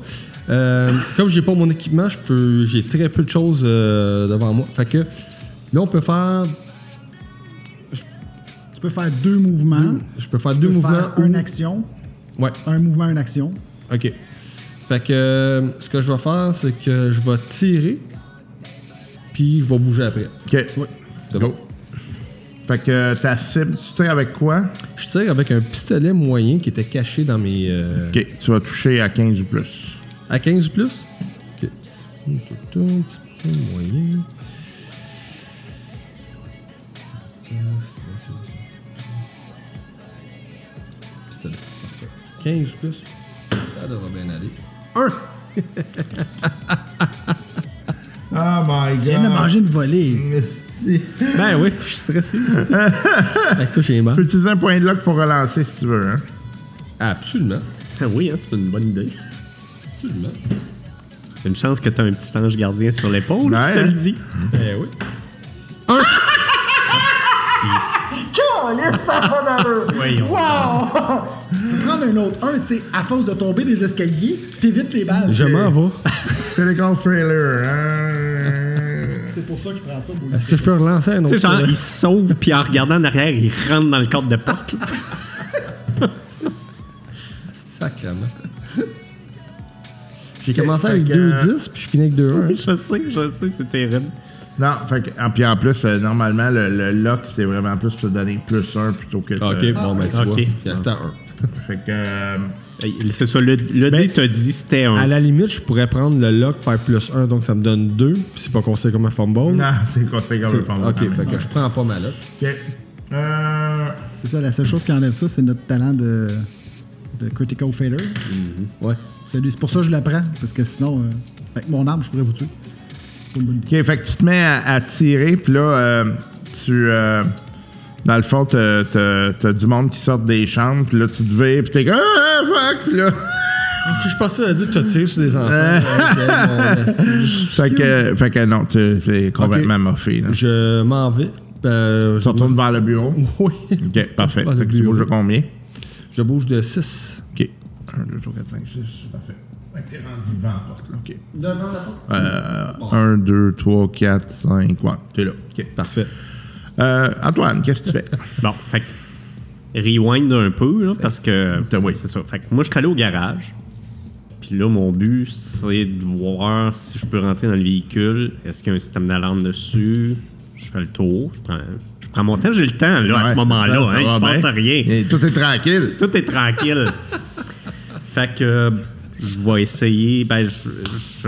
Speaker 4: Euh, comme j'ai pas mon équipement, je peux, j'ai très peu de choses euh, devant moi. Fait que là, on peut faire,
Speaker 5: Tu peux faire deux mouvements.
Speaker 4: je peux faire
Speaker 5: Tu
Speaker 4: deux
Speaker 5: peux
Speaker 4: mouvements.
Speaker 5: faire une
Speaker 4: ou-
Speaker 5: action.
Speaker 4: Ouais,
Speaker 5: Un mouvement, une action.
Speaker 4: ok. Fait que euh, ce que je vais faire, c'est que je vais tirer, puis je vais bouger après.
Speaker 6: Ok.
Speaker 4: C'est bon.
Speaker 6: Fait que euh, ta cible, tu tires avec quoi?
Speaker 4: Je tire avec un pistolet moyen qui était caché dans mes. euh,
Speaker 6: Ok, tu vas toucher à 15 ou plus.
Speaker 4: À 15 ou plus? Ok. Petit peu, tout, tout, petit peu moyen. Pistolet, parfait. 15 ou plus? Ça devrait bien aller.
Speaker 6: Oh my god!
Speaker 5: Tu viens de manger une volée.
Speaker 4: Ben oui, je suis
Speaker 3: <laughs>
Speaker 4: stressé. c'est-tu. Fait que Ah, j'ai
Speaker 6: Tu
Speaker 4: mal.
Speaker 6: peux utiliser un point de lock pour relancer si tu veux. Hein?
Speaker 4: Ah, Absolument.
Speaker 3: Ah oui, hein, c'est une bonne idée.
Speaker 4: Absolument.
Speaker 3: C'est une chance que t'as un petit ange gardien sur l'épaule,
Speaker 6: Ouais,
Speaker 3: je te
Speaker 6: hein.
Speaker 3: le dis.
Speaker 4: Eh oui.
Speaker 3: Voyons.
Speaker 5: Prendre un autre un, tu sais, à force de tomber des escaliers, t'évites les balles.
Speaker 4: Je m'en vais.
Speaker 6: Critical failure. hein?
Speaker 4: <laughs>
Speaker 5: C'est pour ça que je prends ça, Bouilly.
Speaker 4: Est-ce que je peux relancer un
Speaker 3: Tu
Speaker 4: autre?
Speaker 3: sais, genre, il se sauve, puis en regardant en arrière, il rentre dans le cadre de porte. là.
Speaker 4: Sacrement. J'ai commencé avec
Speaker 6: Fait que,
Speaker 4: 2-10, puis je finis avec
Speaker 3: <laughs>
Speaker 4: 2-1.
Speaker 3: je sais, je sais, c'est terrible.
Speaker 6: Non, fait que, en- puis en plus, euh, normalement, le, le lock, c'est vraiment plus pour te donner plus un plutôt que.
Speaker 4: Ok,
Speaker 6: te-
Speaker 4: bon, ben tu
Speaker 3: ok.
Speaker 4: vois. Il restait à 1.
Speaker 6: Fait que. euh,
Speaker 3: Hey, C'est ça, le, le
Speaker 4: Ben,
Speaker 3: dé t'a dit c'était un.
Speaker 4: À la limite, je pourrais prendre le lock, faire plus 1, donc ça me donne 2, puis c'est pas considéré comme un fumble.
Speaker 6: non, <laughs> c'est considéré
Speaker 4: C'est-
Speaker 6: comme un fumble.
Speaker 4: Ok,
Speaker 6: quand même.
Speaker 4: fait que je prends pas ma lock.
Speaker 6: Ok. Euh,
Speaker 5: C'est ça, la seule chose qui enlève ça, c'est notre talent de, de Critical Failure.
Speaker 4: Ouais.
Speaker 5: C'est lui- c'est pour ça que je la prends, parce que sinon, euh, avec mon arme, je pourrais vous tuer. C'est pas une bonne idée.
Speaker 6: ok, fait que tu te mets à, à tirer, puis là, euh, tu. euh, dans le fond, t'as- t'as t'as du monde qui sort des chambres, puis là, tu te vires, puis t'es comme. Ah, fuck! Puis là.
Speaker 4: Je pensais à dire que tu as tiré sur des enfants.
Speaker 6: Euh.
Speaker 4: Ok, bon, merci.
Speaker 6: <laughs> fait, que, fait que non, tu- c'est complètement morphé. là.
Speaker 4: je m'en vais. Euh,
Speaker 6: Tu
Speaker 4: je, bouge,
Speaker 6: retournes vers le <laughs> bureau.
Speaker 4: oui.
Speaker 6: Ok, parfait.
Speaker 4: Vers le
Speaker 6: Fait que tu
Speaker 4: bureau.
Speaker 6: bouges de combien?
Speaker 4: je bouge de 6.
Speaker 6: OK. 1, 2, 3, 4, 5, 6. Parfait. Fait que t'es rendu devant la porte, là. OK. Euh, 1, 2, 3, 4, 5. Ouais, t'es là. OK.
Speaker 4: Parfait.
Speaker 6: Euh, Antoine, qu'est-ce que tu fais?
Speaker 3: Bon, fait que rewind un peu, là, parce que.
Speaker 6: T'as- oui.
Speaker 3: C'est ça. Fait que moi, je suis allé au garage. Puis là, mon but, c'est de voir si je peux rentrer dans le véhicule. Est-ce qu'il y a un système d'alarme dessus? Je fais le tour. Je prends, je prends mon temps. J'ai le temps, là, à ce moment-là. hein, il se passe rien.
Speaker 6: tout est tranquille.
Speaker 3: Tout est
Speaker 6: <laughs>
Speaker 3: tranquille. fait que euh, je vais essayer. Ben, je-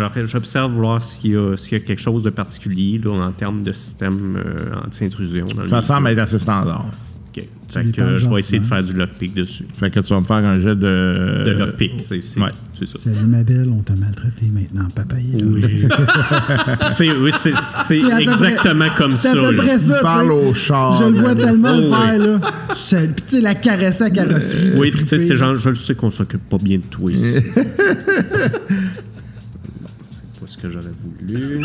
Speaker 3: je- j'observe voir s'il y, a- s'il y a quelque chose de particulier là, en termes de système euh, anti-intrusion. dans le
Speaker 6: <laughs> Ça semble être assez standard.
Speaker 3: Ok. Fait que,
Speaker 5: parles
Speaker 3: euh, je vais
Speaker 5: gentiment.
Speaker 3: essayer de faire du lockpick dessus.
Speaker 6: Fait que tu vas me faire un jet de.
Speaker 3: De lockpick, c'est c'est-
Speaker 6: ouais.
Speaker 3: c'est ça.
Speaker 5: Salut ma belle, on t'a maltraité maintenant, papa. il est là.
Speaker 3: C'est oui, c'est- c'est
Speaker 5: C'est à peu près-
Speaker 3: exactement comme
Speaker 5: c'est
Speaker 3: ça.
Speaker 5: à peu
Speaker 3: là.
Speaker 5: près ça, tu
Speaker 6: Parle
Speaker 5: sais.
Speaker 6: au char.
Speaker 5: Je le vois tellement le
Speaker 3: Oh,
Speaker 5: faire, là. Salut. Puis, tu sais, la caresser à carrosserie.
Speaker 3: Oui, puis tu sais, c'est genre, je le sais qu'on s'occupe pas bien de toi
Speaker 5: <laughs>
Speaker 3: ici. Bon, c'est pas ce que j'aurais voulu.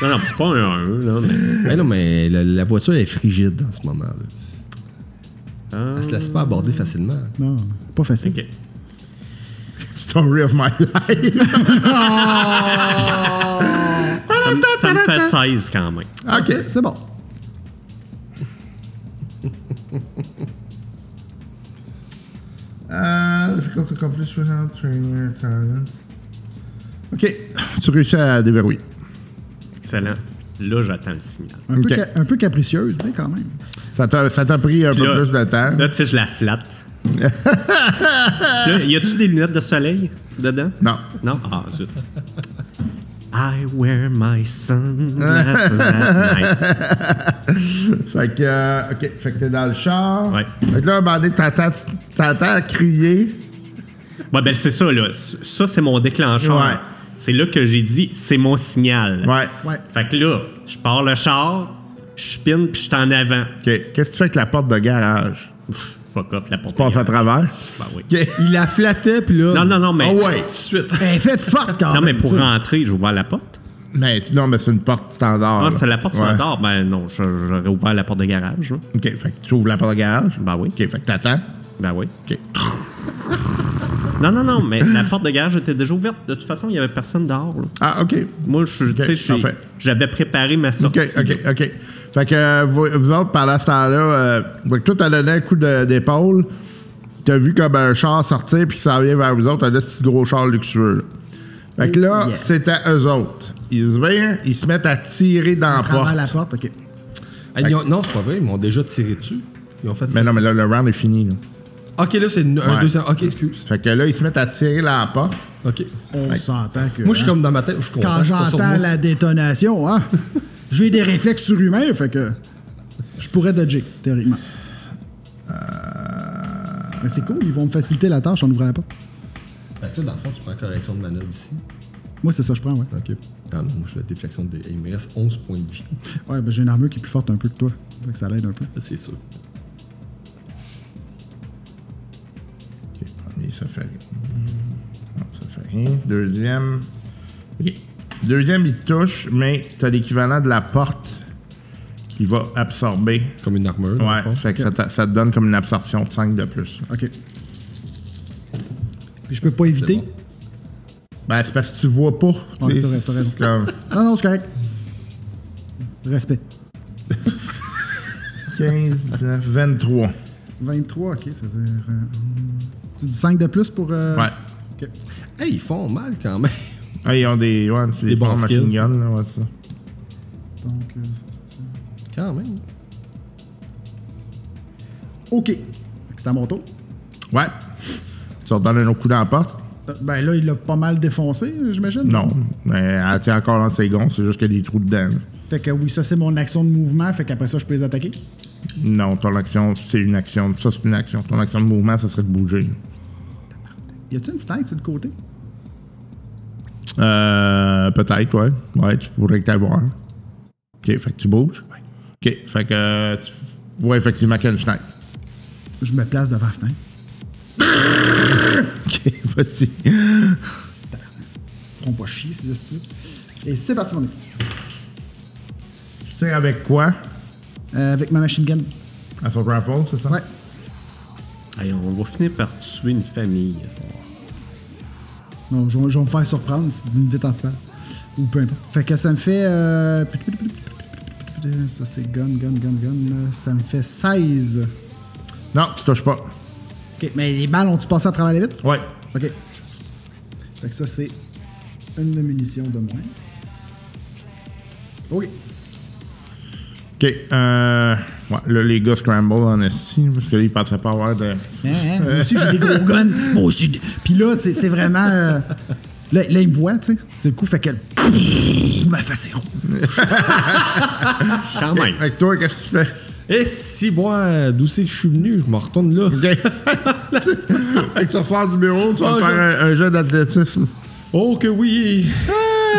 Speaker 3: Non, non, c'est pas un 1, là, mais.
Speaker 4: Eh non, mais la, la voiture est frigide en ce moment. Là. Elle se laisse pas aborder facilement.
Speaker 5: Non, pas facile.
Speaker 3: Ok.
Speaker 6: Story of my life.
Speaker 3: Ça me- Ça me fait 16 quand même.
Speaker 6: OK.
Speaker 5: Ah, C'est- C'est bon.
Speaker 6: Euh, difficulty complete without trainer talent. OK. Tu réussis à déverrouiller.
Speaker 3: Excellent. Là, j'attends le signal.
Speaker 5: Un,
Speaker 6: Ok.
Speaker 5: peu, ca- un peu capricieuse, mais quand même.
Speaker 6: Ça t'a ça t'a pris un peu
Speaker 3: là-
Speaker 6: plus de temps.
Speaker 3: Là, tu sais, je la
Speaker 5: <laughs>
Speaker 3: flatte. là, y a-tu des lunettes de soleil dedans?
Speaker 6: Non.
Speaker 3: Non? Ah, zut. I wear my sunglasses at night.
Speaker 6: Fait que, euh, OK, fait que t'es dans le char.
Speaker 3: Ouais.
Speaker 6: Fait que là, à un moment donné, t'entends, t'entends crier.
Speaker 3: Ouais, ben, c'est ça, là. Ça, c'est mon déclencheur.
Speaker 6: Ouais.
Speaker 3: C'est là que j'ai dit, c'est mon signal.
Speaker 6: Ouais.
Speaker 5: Ouais.
Speaker 3: Fait que là, je pars le char, je spin, puis je suis en avant.
Speaker 6: OK, qu'est-ce que tu fais avec la porte de garage?
Speaker 3: Fuck off, la porte.
Speaker 6: Tu passes à travers?
Speaker 3: Ben oui.
Speaker 6: OK.
Speaker 4: Il la flattait, puis là.
Speaker 3: Non, non, non, mais-
Speaker 4: Ah ouais, tout de suite.
Speaker 5: Elle est faite forte, quand
Speaker 3: Non, mais
Speaker 5: même.
Speaker 3: pour
Speaker 5: tu sais.
Speaker 3: rentrer, j'ouvre la porte.
Speaker 6: Mais, tu- non, mais c'est une porte standard.
Speaker 3: Ah,
Speaker 6: là.
Speaker 3: c'est la porte
Speaker 6: Ouais.
Speaker 3: standard. Ben non, je- j'aurais ouvert la porte de garage. hein.
Speaker 6: OK, fait que tu ouvres la porte de garage.
Speaker 3: Ben oui.
Speaker 6: OK, fait que t'attends.
Speaker 3: Ben oui.
Speaker 6: OK.
Speaker 3: Non, non, non, mais la porte de garage était déjà ouverte. De toute façon, il n'y avait personne dehors. là.
Speaker 6: Ah, OK.
Speaker 3: Moi, je, tu sais, je suis-
Speaker 6: parfait.
Speaker 3: j'avais préparé ma
Speaker 6: OK,
Speaker 3: sortie.
Speaker 6: OK, OK. Fait que euh, vous, vous autres, pendant ce temps-là, euh, fait que toi, t'as donné un coup de- d'épaule. T'as vu comme un char sortir puis ça vient vers vous autres, un petit gros char luxueux. là. Fait que là,
Speaker 5: Oh, Yeah.
Speaker 6: c'est à eux autres. Ils se viennent, ils se mettent à tirer dans
Speaker 3: Ah,
Speaker 6: la
Speaker 5: À travers
Speaker 6: porte.
Speaker 5: la porte, OK.
Speaker 4: Eh, ils ont- non, c'est pas vrai, ils m'ont déjà tiré dessus. Ils ont fait ça.
Speaker 6: Mais non, mais là, le round est fini. là.
Speaker 4: Ok, là, c'est une- un
Speaker 6: Ouais.
Speaker 4: deuxième. Ok, excuse.
Speaker 6: Fait que là, ils se mettent à tirer dans la porte.
Speaker 4: Ok.
Speaker 5: On s'entend que. hein.
Speaker 4: Moi, je suis comme dans ma tête, je suis content.
Speaker 5: Quand
Speaker 4: je suis pas sur
Speaker 5: j'entends
Speaker 4: moi.
Speaker 5: la détonation, hein, <laughs> j'ai des réflexes surhumains, fait que je pourrais dodger, théoriquement. Euh, Mais c'est cool, ils vont me faciliter la tâche en ouvrant la porte.
Speaker 4: Fait que toi, dans le fond, tu prends correction de manœuvre ici.
Speaker 5: Moi, c'est ça que je prends, ouais.
Speaker 4: Ok. Ah non, moi, je fais déflexion de. Il me reste 11 points de vie. <laughs>
Speaker 5: Ouais, ben, j'ai une armure qui est plus forte un peu que toi. Fait que ça l'aide un peu.
Speaker 4: C'est sûr.
Speaker 6: Ah, Hmm. OK, premier, ça fait rien. Non, ça fait rien. Deuxième. OK. Deuxième, il te touche, mais t'as l'équivalent de la porte qui va absorber.
Speaker 4: Comme une armure. dans le
Speaker 6: Ouais,
Speaker 4: fond.
Speaker 6: fait que ça, t'a- ça te donne comme une absorption de 5 de plus.
Speaker 5: OK. Puis je peux pas éviter.
Speaker 4: bon.
Speaker 6: Ben, c'est parce que tu vois pas. tu
Speaker 5: Ouais,
Speaker 6: sais,
Speaker 5: c'est vrai, t'as raison.
Speaker 6: c'est
Speaker 4: <laughs>
Speaker 6: comme-
Speaker 5: Non, non, c'est correct. Respect.
Speaker 6: 15, 19, 23.
Speaker 5: 23, ok, ça veut dire. euh, tu dis 5 de plus pour. euh,
Speaker 6: Ouais.
Speaker 5: ok.
Speaker 4: Hey, ils font mal quand même. <laughs>
Speaker 6: Ah, ils ont des, ouais, c'est des,
Speaker 4: bons
Speaker 6: forts
Speaker 4: skills.
Speaker 6: machine guns, là, ouais, c'est ça.
Speaker 5: Donc, euh,
Speaker 4: Quand même.
Speaker 5: ok. Fait que C'est à mon tour.
Speaker 6: Ouais. Tu redonnes un autre coup dans la porte?
Speaker 5: Euh, Ben là, il l'a pas mal défoncé, j'imagine.
Speaker 6: Non. Mais elle tient encore dans ses gonds, c'est juste qu'il y a des trous dedans. là.
Speaker 5: Fait que oui, ça, c'est mon action de mouvement. Fait qu'après ça, je peux les attaquer.
Speaker 6: Non, ton action, c'est une action. Ça, c'est une action. Ton action de mouvement, ça serait de bouger.
Speaker 5: Y a-tu une fenêtre sur le côté?
Speaker 6: Euh, peut-être, ouais. Ouais, tu pourrais que t'ailles voir. OK, fait que tu bouges. OK, fait que euh, tu vois effectivement qu'il y a une fenêtre. <laughs>
Speaker 5: Je me place devant la fenêtre.
Speaker 6: OK, vas-y.
Speaker 5: Ils feront pas chier, ces astuces. Et c'est parti, mon ami.
Speaker 6: Tu tires avec quoi?
Speaker 5: Euh, avec ma machine gun.
Speaker 6: À son rifle, c'est ça?
Speaker 5: Ouais.
Speaker 3: Hey, on va finir par tuer une famille.
Speaker 5: Non, je, vais- je vais me faire surprendre, c'est d'une vite anticipale. Ou peu importe. Fait que ça me fait. euh, Ça, c'est gun, gun, gun, gun. Ça me fait 16.
Speaker 6: Non, tu touches pas.
Speaker 5: Ok, mais les balles ont-tu passé à travers les vitres?
Speaker 6: Ouais.
Speaker 5: Ok. Fait que ça, c'est une munition de moins. Ok.
Speaker 6: OK, euh... Ouais, là, les gars scramble en esti, parce que là, ils pensaient pas avoir de...
Speaker 5: Hein, hein, moi aussi, j'ai des gros guns. Moi aussi. j'ai- Puis là, tu sais, c'est vraiment. euh, Là, là, il me voit, tu sais. C'est le coup, fait qu'elle. Ma face est ronde.
Speaker 3: Quand même.
Speaker 6: Fait que toi, qu'est-ce que tu fais?
Speaker 4: Et si, moi, Eh, d'où c'est que je suis venu, je me retourne là.
Speaker 6: <laughs> Fait que tu ressors du bureau, tu vas
Speaker 4: Ah,
Speaker 6: faire un, un jeu d'athlétisme.
Speaker 4: Oh que oui!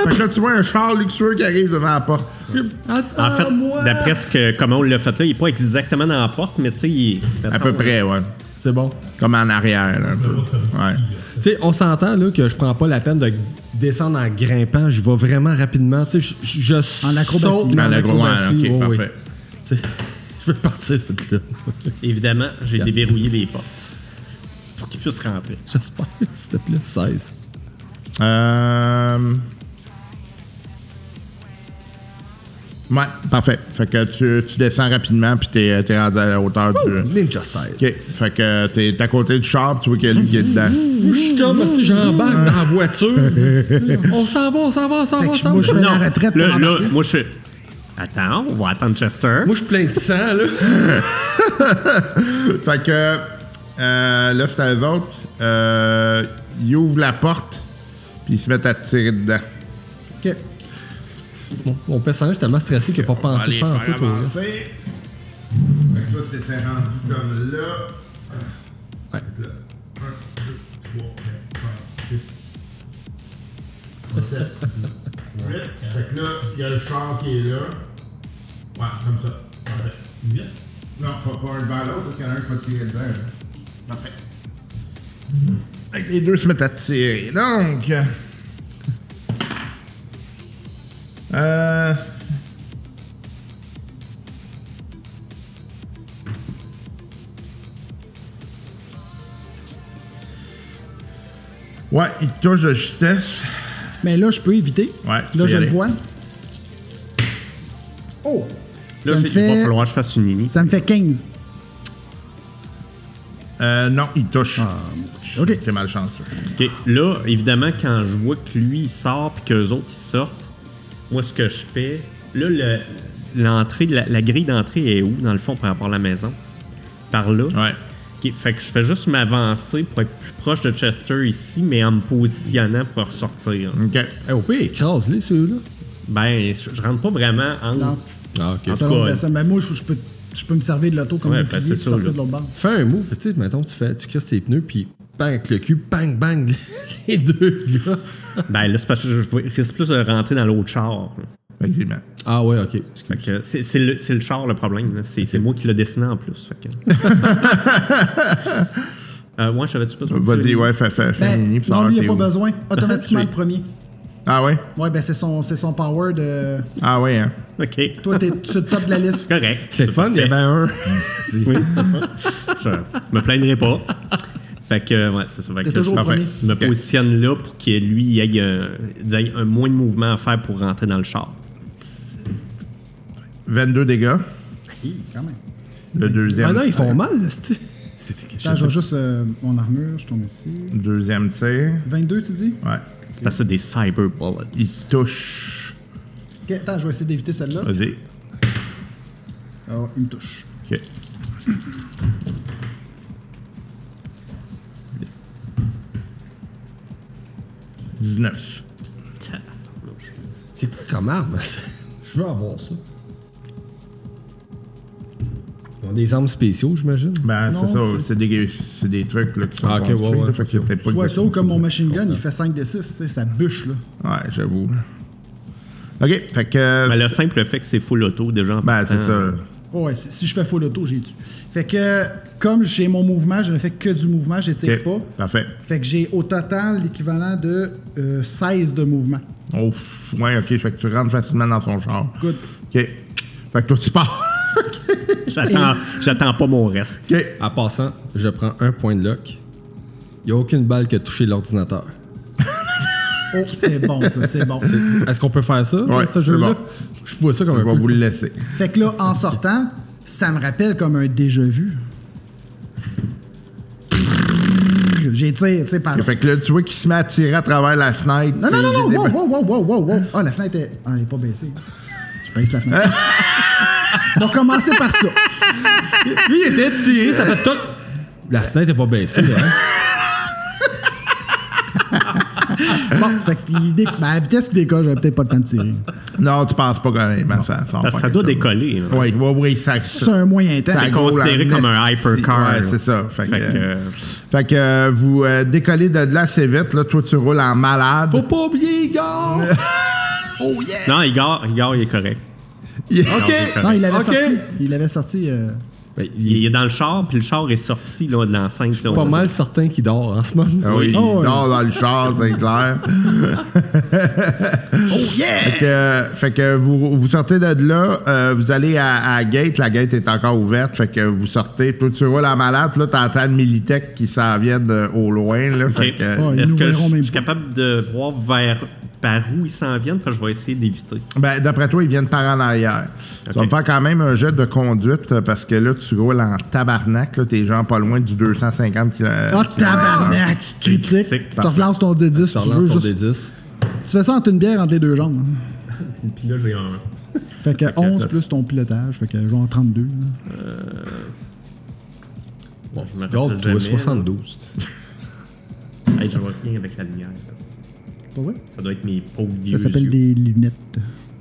Speaker 6: Fait que là, tu vois un char luxueux qui arrive devant la porte.
Speaker 3: En fait,
Speaker 4: Attends-moi!
Speaker 3: d'après ce que, comment on l'a fait là, il est pas exactement dans la porte, mais tu sais, il est.
Speaker 6: À peu près, ouais.
Speaker 4: C'est bon.
Speaker 6: Comme en arrière, là, un peu. Ouais.
Speaker 4: Tu sais, on s'entend là que je prends pas la peine de descendre en grimpant, je vais vraiment rapidement. Tu sais, je, je
Speaker 5: En acrobatie.
Speaker 4: saute,
Speaker 5: En
Speaker 4: mais
Speaker 6: acrobatie, ok,
Speaker 4: acrobatie, ouais, ouais.
Speaker 6: parfait.
Speaker 4: Tu sais, Je veux partir de là. <laughs>
Speaker 3: Évidemment, j'ai déverrouillé les portes. Pour qu'il puisse rentrer.
Speaker 4: J'espère, s'il te plaît. 16.
Speaker 6: Euh... Ouais, parfait. Fait que tu, tu descends rapidement, puis t'es es rendu à la hauteur du...
Speaker 4: Ninja style.
Speaker 6: OK. Fait que t'es t'es à côté du char, puis tu vois qu'il y a lui qui est dedans.
Speaker 4: Je suis comme si j'embarque dans la
Speaker 5: <laughs>
Speaker 4: voiture. on s'en va, on s'en va, on s'en va, on
Speaker 5: Fait que
Speaker 4: s'en
Speaker 5: moi,
Speaker 4: va.
Speaker 5: je fais la retraite.
Speaker 3: Là,
Speaker 5: pour
Speaker 3: là,
Speaker 5: embarquer.
Speaker 3: moi, je suis. Attends, on va attendre Chester.
Speaker 4: Moi, je suis plein de sang, là.
Speaker 6: Fait que euh, là, c'est à eux autres. Euh, ils ouvrent la porte, puis ils se mettent à tirer dedans.
Speaker 5: Ok.
Speaker 4: Mon, mon personnage est tellement stressé qu'il n'a pas pensé pas en tout au reste.
Speaker 6: avancer. Fait que là, t'étais rendu comme là.
Speaker 4: Ouais.
Speaker 8: 3, 4, 5, 6, 7, 8.
Speaker 4: <laughs>
Speaker 8: Fait que là, il y a le char qui est là. Ouais, comme ça. Parfait. 8.
Speaker 6: Non, pas, pas un vers l'autre, parce qu'il y en a un qui va tirer dedans. Parfait. Fait que les deux se mettent à tirer. Donc. Euh. Ouais, il te touche de justesse.
Speaker 5: Mais là, je peux éviter.
Speaker 6: Ouais, tu peux
Speaker 5: là,
Speaker 6: y
Speaker 5: je
Speaker 6: aller.
Speaker 5: le vois. Oh!
Speaker 3: Là,
Speaker 5: ça,
Speaker 3: j'ai-
Speaker 5: me
Speaker 3: il va
Speaker 5: fait,
Speaker 3: falloir que je fasse une nini.
Speaker 5: ça me fait 15.
Speaker 6: Euh, non, il touche.
Speaker 5: ok.
Speaker 6: C'est malchanceux.
Speaker 3: OK. Là, évidemment, quand je vois que lui, il sort puis qu'eux autres, ils sortent, moi, ce que je fais, là, le- l'entrée, de la, la grille d'entrée est où, dans le fond, par rapport à la maison? Par là?
Speaker 6: Ouais.
Speaker 3: OK. Fait que je fais juste m'avancer pour être plus proche de Chester ici, mais en me positionnant pour ressortir.
Speaker 6: Ok.
Speaker 4: Eh, au pire, écrase-les, ceux-là.
Speaker 3: Ben, je, je rentre pas vraiment en...
Speaker 5: Non.
Speaker 4: Ah, ok.
Speaker 3: En tout
Speaker 5: Ça
Speaker 3: cas,
Speaker 5: va, ben, ça- ben, moi, je, je peux, je peux me servir de l'auto comme
Speaker 3: Ouais,
Speaker 5: un
Speaker 3: ben,
Speaker 5: bouclier
Speaker 3: c'est
Speaker 5: et
Speaker 3: ça,
Speaker 5: sortir
Speaker 3: là.
Speaker 5: de l'autre
Speaker 6: Mmh,
Speaker 5: bord.
Speaker 4: Fais un move, tu sais, mettons, tu, fais, tu crisses tes pneus, puis bang avec le cul, bang, bang, <laughs> les deux gars.
Speaker 3: Ben, là, c'est parce que je, je risque plus de rentrer dans l'autre char.
Speaker 6: Effectivement.
Speaker 4: Ah ouais, ok.
Speaker 3: Fait que c'est c'est le, c'est le char le problème. là. C'est c'est moi qui l'ai dessiné en plus.
Speaker 4: <laughs>
Speaker 3: Fait que... euh, ouais, je savais-tu pas
Speaker 6: Euh, Vas-y, ouais, fais, fais, fais
Speaker 5: Ben,
Speaker 6: un mini, puis ça
Speaker 5: non,
Speaker 6: va,
Speaker 5: lui, il
Speaker 6: t'es
Speaker 5: n'y Ben, a
Speaker 6: où. <laughs>
Speaker 5: pas besoin. Automatiquement, le premier.
Speaker 6: Ah ouais?
Speaker 5: Ouais, ben c'est son, c'est son power de.
Speaker 6: Ah ouais, hein?
Speaker 3: OK.
Speaker 5: Toi, t'es sur le top de la liste.
Speaker 3: Correct.
Speaker 4: C'est le fun, il y avait un.
Speaker 3: Oui, c'est ça. Je me plaindrai pas. Fait que, euh, ouais, c'est ça. Fait
Speaker 5: T'es
Speaker 3: que
Speaker 5: toujours au
Speaker 6: parfait.
Speaker 5: premier.
Speaker 3: je me
Speaker 6: Ok.
Speaker 3: positionne là pour que lui, il aille, euh, il aille un moins de mouvement à faire pour rentrer dans le char.
Speaker 6: 22 dégâts.
Speaker 5: Hi, Quand même.
Speaker 6: Le deuxième. euh,
Speaker 4: Ah non, ils font mal, là, c'est. C'était quelque
Speaker 5: Attends, je
Speaker 4: chose.
Speaker 5: vois juste euh, mon armure, je tombe ici.
Speaker 6: Deuxième tir.
Speaker 5: 22, tu dis
Speaker 6: Ouais.
Speaker 3: C'est parce que c'est des cyber bullets.
Speaker 6: Il touche.
Speaker 5: Ok, attends, je vais essayer d'éviter celle-là.
Speaker 6: Vas-y.
Speaker 5: Alors, il me touche.
Speaker 6: OK. Dix-neuf.
Speaker 4: C'est quoi comme arme? ça? Je veux avoir ça. Ils ont des armes spéciaux, j'imagine.
Speaker 6: Ben, c'est
Speaker 5: Non,
Speaker 6: ça.
Speaker 5: c'est-
Speaker 6: C'est des, c'est des trucs là, qui sont
Speaker 4: Ah, ok, ouais,
Speaker 6: construits,
Speaker 4: ouais,
Speaker 6: là, fait que c'est
Speaker 4: ok.
Speaker 6: peut-être pas
Speaker 5: Soit ça
Speaker 6: exactement-
Speaker 5: ou comme mon machine gun, il fait 5 des 6, tu sais, ça bûche là.
Speaker 6: Ouais, j'avoue. OK, fait que...
Speaker 3: Mais Ben, le simple fait que c'est full auto, déjà. en
Speaker 6: Ben, c'est
Speaker 3: partant,
Speaker 6: ça.
Speaker 4: Euh,
Speaker 5: Oh Ouais, si, si je fais full auto, j'ai tue. Fait que, comme j'ai mon mouvement, je ne fais que du mouvement, je
Speaker 6: OK,
Speaker 5: tire pas.
Speaker 6: parfait.
Speaker 5: Fait que j'ai au total l'équivalent de euh, 16 de mouvement.
Speaker 6: Oh, ouais, OK, fait que tu rentres facilement dans son char.
Speaker 5: Good.
Speaker 6: OK. Fait que toi, tu pars. <laughs>
Speaker 3: J'attends, j'attends pas mon reste.
Speaker 6: OK.
Speaker 4: En passant, je prends un point de lock. Il n'y a aucune balle qui a touché l'ordinateur.
Speaker 5: Oh, c'est bon ça, c'est <laughs> bon.
Speaker 4: Est-ce qu'on peut faire ça,
Speaker 6: Ouais,
Speaker 4: ce jeu-là?
Speaker 6: c'est bon.
Speaker 4: Je vois ça comme
Speaker 6: Je
Speaker 4: un
Speaker 6: vais
Speaker 4: peu-
Speaker 6: vous le laisser.
Speaker 5: Fait que là, en sortant, ça me rappelle comme un déjà vu. J'ai tiré, tu sais, par.
Speaker 6: OK, Fait que là, tu vois qu'il se met à tirer à travers la fenêtre.
Speaker 5: Non, non, non, non,
Speaker 6: puis il
Speaker 5: wow,
Speaker 6: déba-
Speaker 5: wow, wow, wow, wow, wow. Ah, la fenêtre est. Ah, elle est pas baissée. Je baisse la fenêtre. bon, commencez par ça.
Speaker 4: Lui, il essayait de tirer, ça fait tout. La fenêtre n'est pas baissée, là, hein?
Speaker 5: Bon, fait qu'il dé- ben, à la vitesse qu'il décolle, j'aurais peut-être pas le temps de tirer.
Speaker 6: Non, tu penses pas quand même. Ça, ça, va
Speaker 3: Parce que ça
Speaker 6: faire
Speaker 3: doit
Speaker 6: quelque chose.
Speaker 3: décoller. hein. là.
Speaker 6: Oui, oui, oui, ça...
Speaker 5: C'est un moyen temps.
Speaker 6: ça
Speaker 3: C'est
Speaker 6: go
Speaker 3: considéré
Speaker 6: la-
Speaker 3: comme un hypercar,
Speaker 6: Ouais,
Speaker 3: là.
Speaker 6: c'est ça. Fait,
Speaker 3: Fait
Speaker 6: que,
Speaker 3: que,
Speaker 6: euh,
Speaker 3: euh,
Speaker 6: fait que euh, vous euh, décollez de là assez vite. Là, toi, tu roules en malade. <laughs>
Speaker 4: Faut pas oublier, gars!
Speaker 3: <laughs> Non, Igor, Igor, il est correct.
Speaker 6: OK.
Speaker 5: Non, il l'avait
Speaker 4: Ok.
Speaker 5: sorti. Il l'avait sorti. euh,
Speaker 4: Ben, il
Speaker 3: Il est dans le char, puis le char est sorti là, de l'enceinte. là, on
Speaker 4: est pas
Speaker 3: sait
Speaker 4: mal certain qu'il dort en ce moment.
Speaker 6: Ah oui, il
Speaker 5: Oh, ouais.
Speaker 6: dort dans le char, c'est clair. Fait que, fait que vous, vous sortez de là, euh, vous allez à, à la gate, la gate est encore ouverte, fait que vous sortez, toi tu roules en malade, puis là t'entends le Militech qui s'en vient de- au loin, là,
Speaker 3: ça.
Speaker 6: fait
Speaker 3: Ok.
Speaker 6: que...
Speaker 5: Ouais. ils
Speaker 3: Est-ce
Speaker 5: nous
Speaker 3: que je
Speaker 5: verront
Speaker 3: je
Speaker 5: même
Speaker 3: suis
Speaker 5: pas.
Speaker 3: capable de voir vers par où ils s'en viennent? Parce que je vais essayer d'éviter.
Speaker 6: Ben, d'après toi, ils viennent par en arrière. Tu vas
Speaker 3: Ok.
Speaker 6: me faire quand même un jet de conduite euh, parce que là, tu roules en tabarnak. Là, t'es genre pas loin du 250 km.
Speaker 5: Oh, tabarnak! Critique.
Speaker 3: Critique,
Speaker 5: Tu
Speaker 3: parfait.
Speaker 5: relances ton D10.
Speaker 4: Ça
Speaker 5: Tu,
Speaker 4: relance
Speaker 5: veux
Speaker 4: ton
Speaker 5: juste-
Speaker 4: D10.
Speaker 5: tu fais ça entre une bière entre les deux jambes. hein.
Speaker 3: Puis là, j'ai un.
Speaker 5: Fait que 11 plus ton pilotage. Fait que genre 32. là.
Speaker 3: Bon, je me
Speaker 4: Regarde,
Speaker 3: rappelle
Speaker 4: tu vois
Speaker 3: jamais, là.
Speaker 4: 72.
Speaker 3: Hey, je vois rien avec la lumière. Ça
Speaker 5: Pas vrai?
Speaker 3: doit être mes pauvres vieux
Speaker 5: Ça s'appelle
Speaker 3: yeux.
Speaker 5: des lunettes.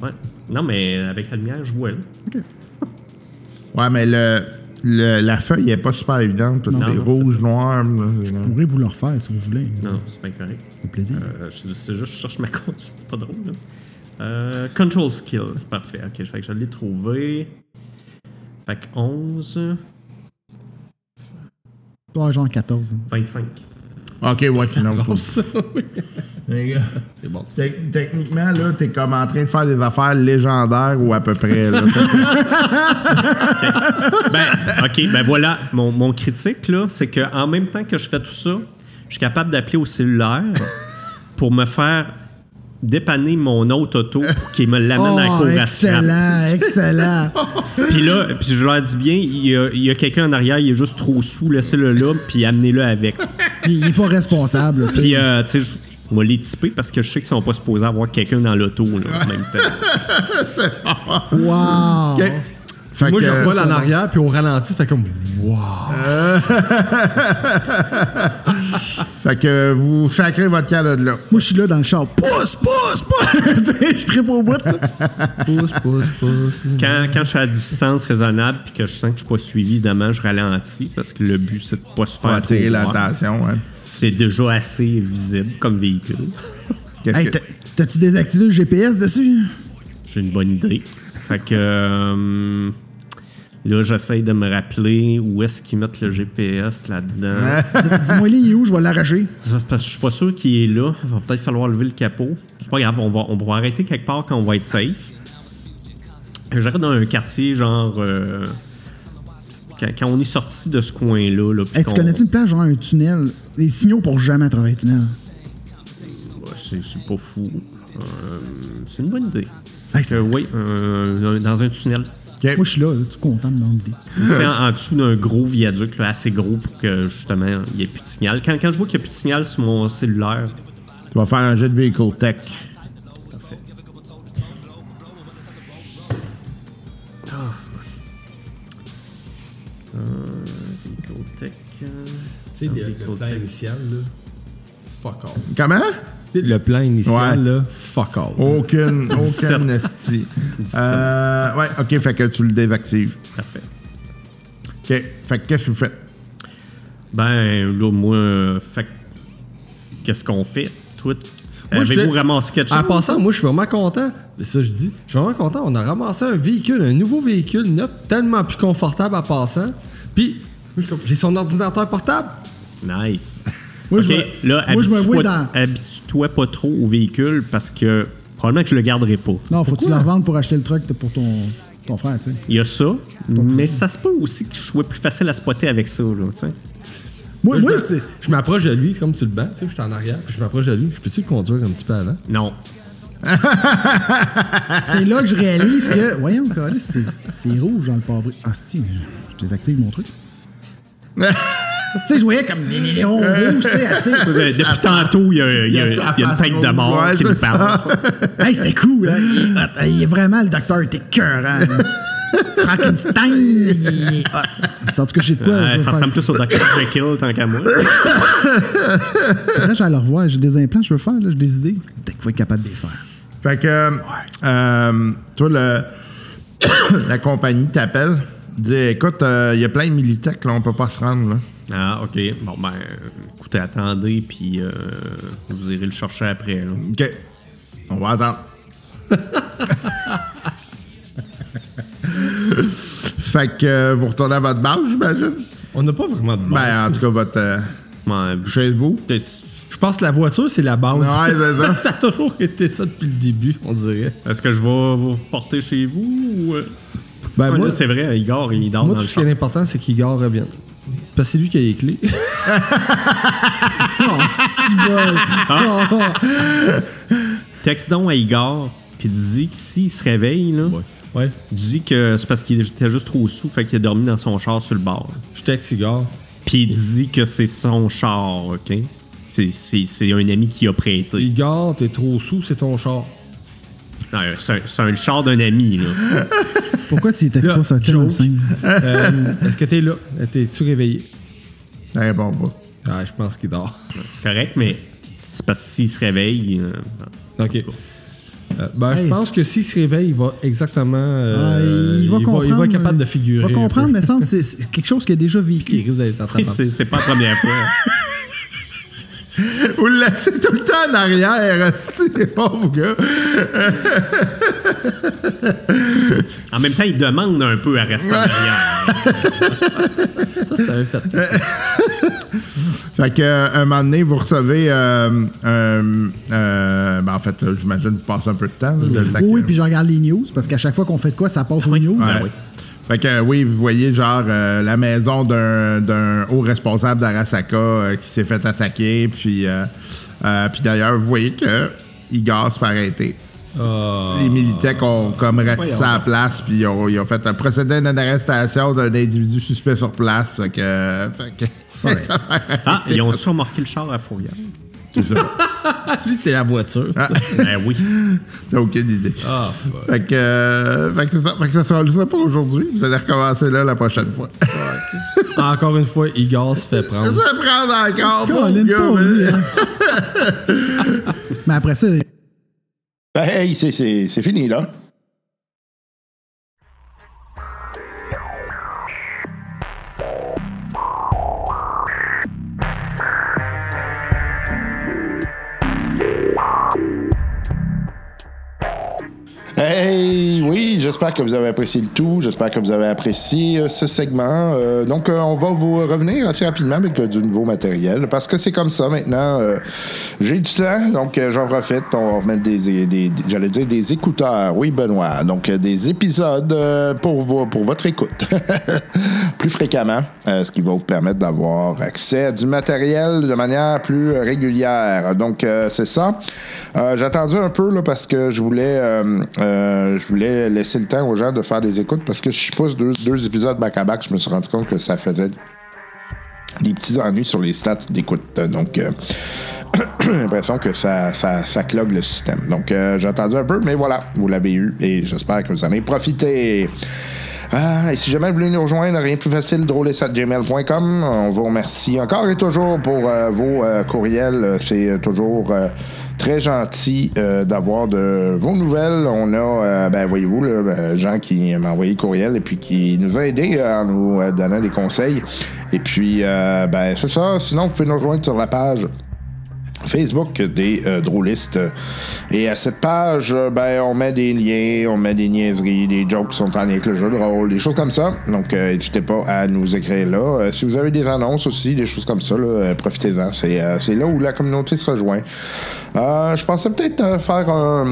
Speaker 3: Ouais. Non, mais avec la lumière, je vois. là.
Speaker 6: Ouais, mais le, le- la feuille est pas super évidente parce que
Speaker 3: Non,
Speaker 6: c'est
Speaker 3: non,
Speaker 6: rouge, noir. là, c'est-
Speaker 5: Je pourrais vous le refaire si vous voulez.
Speaker 3: Non, c'est bien correct.
Speaker 5: C'est plaisir.
Speaker 3: Euh, je- c'est juste, je cherche ma <laughs> conduite. C'est pas drôle, là. Euh, control skill, c'est parfait. Ok, fait que je l'ai trouvé. Fait que 11,
Speaker 5: Toi, Ah, genre 14.
Speaker 3: 25.
Speaker 6: Ok,
Speaker 3: <laughs>
Speaker 6: ouais, finalement.
Speaker 4: C'est bon. ça.
Speaker 6: Tec- Techniquement, là, t'es comme en train de faire des affaires légendaires ou à peu
Speaker 3: <laughs>
Speaker 6: près. Là.
Speaker 3: Ben, <laughs> ok, ben voilà. Mon, mon critique, là, c'est qu'en même temps que je fais tout ça, je suis capable d'appeler au cellulaire pour me faire dépanner mon autre auto pour qu'il me l'amène
Speaker 5: Oh,
Speaker 3: à la cour à scrap.
Speaker 5: excellent, excellent.
Speaker 3: Puis là, puis je leur dis bien, il y a, il y a quelqu'un en arrière, il est juste trop sous, laissez-le là, puis amenez-le avec.
Speaker 5: il il est pas responsable. tu sais.
Speaker 3: Puis, euh, tu sais, je- on va les typer parce que je sais qu'ils sont pas supposés avoir quelqu'un dans l'auto là, en même temps.
Speaker 5: Wow.
Speaker 6: Ok. Fait
Speaker 4: Moi,
Speaker 6: que,
Speaker 4: je revole en arrière, puis au ralenti, fait comme. Waouh!
Speaker 6: fait que vous sacrez votre cadre de là.
Speaker 5: Moi, je suis là dans le char. Pousse, pousse, <laughs> pousse. Tu sais, je tripe au bout. là.
Speaker 4: Pousse, pousse, pousse.
Speaker 3: Quand, quand je suis à distance raisonnable puis que je sens que je suis pas suivi, évidemment, je ralentis parce que le but, c'est de pas se
Speaker 6: Pour
Speaker 3: faire
Speaker 6: attirer
Speaker 3: trop voir.
Speaker 6: l'attention. Hein.
Speaker 3: C'est déjà assez visible comme véhicule.
Speaker 6: Qu'est-ce
Speaker 5: Hey,
Speaker 6: que-
Speaker 5: t'as- t'as-tu désactivé le GPS dessus?
Speaker 3: C'est une bonne idée. Fait que... euh, Là, j'essaye de me rappeler où est-ce qu'ils mettent le GPS là-dedans.
Speaker 5: Dis-moi, il est où? Je vais l'arracher.
Speaker 3: Parce que je suis pas sûr qu'il est là. Il va peut-être falloir lever le capot. C'est pas grave, on va, on va arrêter quelque part quand on va être safe. J'arrête dans un quartier genre. euh, quand, quand on est sorti de ce coin-là. Là, puis
Speaker 5: Hey, tu
Speaker 3: qu'on-
Speaker 5: connais-tu une plage, genre un tunnel? Les signaux pour jamais travailler un tunnel.
Speaker 3: Ouais, c'est, c'est pas fou. Euh, c'est une bonne idée.
Speaker 5: Hey, c'est-
Speaker 3: Euh, oui, euh, dans un tunnel.
Speaker 5: Moi, je suis là, là, tout content de mon idée.
Speaker 3: fait en, en dessous d'un gros viaduc, là, assez gros pour que justement il n'y ait plus de signal. Quand, quand je vois qu'il n'y a plus de signal sur mon cellulaire,
Speaker 6: Tu vas faire un jet de vehicle tech.
Speaker 4: euh, Tu sais,
Speaker 3: Ah
Speaker 4: le, le plan initial, là. Fuck all.
Speaker 6: Comment?
Speaker 4: Tu sais, le plan initial,
Speaker 6: Ouais.
Speaker 4: là. Fuck all.
Speaker 3: <laughs>
Speaker 6: Aucune, aucune esti. Euh, ouais, ok, fait que tu le désactives.
Speaker 3: parfait.
Speaker 6: Ok, fait que qu'est-ce que vous faites?
Speaker 3: Ben, là, moi, euh, fait que- qu'est-ce qu'on fait? Tout.
Speaker 4: Moi, je
Speaker 3: Avez-vous
Speaker 4: fais-
Speaker 3: ramassé quelque
Speaker 4: En
Speaker 3: chose?
Speaker 4: passant, moi, je suis vraiment content. Mais ça, je dis, je suis vraiment content. On a ramassé un véhicule, un nouveau véhicule neuf, tellement plus confortable en passant. Puis, moi, je suis comme, j'ai son ordinateur portable.
Speaker 3: Nice.
Speaker 5: Moi,
Speaker 3: OK,
Speaker 5: je me-
Speaker 3: là,
Speaker 5: moi, je me
Speaker 3: habitue-toi
Speaker 5: vois dans-
Speaker 3: habitue-toi pas trop au véhicule parce que probablement que je le garderai pas.
Speaker 5: Non, faut que tu la revendes pour acheter le truck pour ton, ton frère, tu sais.
Speaker 3: Il y a ça, mais ça se peut aussi que je sois plus facile à spotter avec ça. Là, tu sais.
Speaker 5: Moi,
Speaker 4: Moi,
Speaker 5: moi,
Speaker 4: je,
Speaker 5: tu
Speaker 4: me-
Speaker 5: sais,
Speaker 4: je m'approche de lui, c'est comme tu le banc, tu sais, je suis en arrière, puis je m'approche de lui. Je peux-tu le conduire un petit peu avant?
Speaker 3: non.
Speaker 5: c'est là que je réalise que, voyons, câlisse, c'est c'est rouge dans le pavot. Ah, si, je désactive mon truc. tu sais, je voyais comme des millions rouges, tu sais, assez.
Speaker 3: Euh, Depuis tantôt, il y a, il y a-
Speaker 6: Il y a ça
Speaker 3: il y a
Speaker 6: à
Speaker 3: une
Speaker 6: face
Speaker 3: tête de mort
Speaker 6: rouge. Ouais,
Speaker 3: qui nous
Speaker 6: c'est ça.
Speaker 3: parle. tu sais.
Speaker 5: Hey, c'était cool, hein? Hot. Hey, vraiment, le docteur était cœurant. Frankenstein, il est hot. En tout cas, j'ai de quoi.
Speaker 3: Euh,
Speaker 5: je vais
Speaker 3: ça
Speaker 5: faire-
Speaker 3: ressemble plus au Dr. Jekyll tant qu'à moi.
Speaker 5: Faudrait que j'aille le revoir. J'ai des implants, je veux faire, là, j'ai des idées. Peut-être qu'il faut être capable de les faire.
Speaker 6: Fait que, euh, euh, toi, le, <coughs> la compagnie t'appelle, dit écoute, il y a plein de militech, là, on peut pas se rendre. Là.
Speaker 3: Ah, OK. Bon, ben, écoutez, attendez, puis euh, vous irez le chercher après. là.
Speaker 6: Ok, on va attendre. <laughs> fait que euh, vous retournez à votre base, j'imagine.
Speaker 4: On n'a pas vraiment de base.
Speaker 6: Ben, en tout cas, votre. euh,
Speaker 3: Ben, Ouais, je-
Speaker 6: chez vous.
Speaker 3: Est-ce
Speaker 4: je pense que la voiture, c'est la base.
Speaker 6: Ouais, c'est ça.
Speaker 4: <laughs> ça a toujours été ça depuis le début, on dirait.
Speaker 3: que je vais vous porter chez vous ou. euh?
Speaker 4: Ben,
Speaker 3: Ouais,
Speaker 4: moi,
Speaker 3: là, c'est vrai, Igor, il dort
Speaker 4: moi
Speaker 3: dans
Speaker 4: tout
Speaker 3: le
Speaker 4: ce qui est
Speaker 3: champ.
Speaker 4: important, c'est qu'Igor revienne. Parce que c'est lui qui a les clés. <laughs>
Speaker 5: Oh, si bol! Oh,
Speaker 3: Texte donc à Igor, puis dis que s'il se réveille, là,
Speaker 4: ouais.
Speaker 3: dis que c'est parce qu'il était juste trop sous, fait qu'il a dormi dans son char sur le bord.
Speaker 4: Je texte Igor.
Speaker 3: Puis dis que c'est son char, OK? C'est- C'est c'est un ami qui a prêté.
Speaker 4: Igor, t'es trop sous, c'est ton
Speaker 5: <laughs>
Speaker 4: char.
Speaker 3: Non, C'est un- c'est un, le char d'un ami, là.
Speaker 5: Pourquoi tu textes
Speaker 4: Là,
Speaker 5: pas ça tel
Speaker 4: joke.
Speaker 5: obscène?
Speaker 4: Euh, Est-ce que t'es là? T'es-tu réveillé?
Speaker 6: Eh, bon, bon.
Speaker 4: Ah, je pense qu'il dort.
Speaker 3: C'est correct, mais c'est parce que s'il se réveille... euh,
Speaker 4: OK. Euh, ben, je
Speaker 5: Hey,
Speaker 4: pense que s'il se réveille, il va exactement. euh,
Speaker 5: Ah, il, va comprendre. euh,
Speaker 4: il va être capable de figurer.
Speaker 5: Il va
Speaker 4: un <laughs>
Speaker 5: comprendre,
Speaker 4: peu.
Speaker 5: mais semble c'est c'est quelque chose qu'il a
Speaker 4: <laughs>
Speaker 5: déjà vécu.
Speaker 4: Il risque d'être en train
Speaker 3: c'est c'est pas la première fois.
Speaker 6: Vous le laissez tout le temps en arrière, <laughs> c'est pauvre gars.
Speaker 3: En même temps, il demande un peu à rester en arrière.
Speaker 4: Ça, c'est un fait.
Speaker 6: Fait que, euh, un moment donné, vous recevez. euh, euh, euh, ben, en fait, euh, j'imagine que vous passez un peu de temps. là, le temps
Speaker 5: Oui, oui,
Speaker 6: que-
Speaker 5: puis ben je regarde les news, parce qu'à chaque fois qu'on fait de quoi, ça passe aux news.
Speaker 6: Ouais.
Speaker 3: oui.
Speaker 6: Fait que, euh, oui, vous voyez, genre, euh, la maison d'un d'un haut responsable d'Arasaka euh, qui s'est fait attaquer. Puis, euh, euh, puis d'ailleurs, vous voyez que Igor se fait arrêter.
Speaker 5: Ah.
Speaker 6: Les militaires ont comme ratissé à la place, puis ils ont, ils ont fait un procédé d'une arrestation d'un individu suspect sur place. Fait que. fait que- <laughs>
Speaker 3: Ah, ils ont-tu remorqué le char à Fourrière?
Speaker 4: Celui, Ah, c'est la voiture.
Speaker 3: Ben oui.
Speaker 6: T'as aucune idée.
Speaker 5: Ah,
Speaker 6: fait, que, euh, fait que c'est ça. Fait que ça sera ça pour aujourd'hui. Vous allez recommencer là la prochaine fois. <laughs>
Speaker 5: Ah.
Speaker 4: Encore une fois, Igor se fait
Speaker 6: Ça
Speaker 4: prendre.
Speaker 6: va prendre encore.
Speaker 5: Colin,
Speaker 6: mon gars,
Speaker 5: pas
Speaker 6: mais-
Speaker 5: lui, hein. Mais après ça,
Speaker 2: Ben, hey, c'est- c'est c'est fini, là. Hey, oui, j'espère que vous avez apprécié le tout. J'espère que vous avez apprécié euh, ce segment. Euh, donc, euh, on va vous revenir assez rapidement avec euh, du nouveau matériel parce que c'est comme ça maintenant. euh, J'ai du temps, donc euh, j'en profite. On va remettre des, des- des- des- j'allais dire des écouteurs. Oui, Benoît. Donc, euh, des épisodes euh, pour, vo- pour votre écoute. <laughs> plus fréquemment, euh, ce qui va vous permettre d'avoir accès à du matériel de manière plus euh, régulière. Donc, euh, c'est ça. Euh, J'ai attendu un peu là, parce que je voulais, euh, euh, je voulais laisser le temps aux gens de faire des écoutes parce que si je pousse deux, deux épisodes back-à-back, je me suis rendu compte que ça faisait des petits ennuis sur les stats d'écoute. Donc, euh, <clears throat> j'ai l'impression que ça, ça, ça clogue le système. Donc, euh, j'ai attendu un peu, mais voilà, vous l'avez eu et j'espère que vous en avez profité. Ah, et si jamais vous voulez nous rejoindre, rien de plus facile, drôlesatgmail.com. On vous remercie encore et toujours pour euh, vos euh, courriels. C'est toujours euh, très gentil euh, d'avoir de vos nouvelles. On a, euh, ben, voyez-vous, là, ben, Jean qui m'a envoyé le courriel et puis qui nous a aidés en nous euh, donnant des conseils. Et puis, euh, ben, c'est ça. Sinon, vous pouvez nous rejoindre sur la page Facebook des euh, drôlistes. Et à cette page, euh, ben, on met des liens, on met des niaiseries, des jokes qui sont en lien avec le jeu de rôle, des choses comme ça. Donc, euh, n'hésitez pas à nous écrire là. Euh, si vous avez des annonces aussi, des choses comme ça, là, euh, profitez-en. C'est euh, c'est là où la communauté se rejoint. Euh, je pensais peut-être euh, faire un,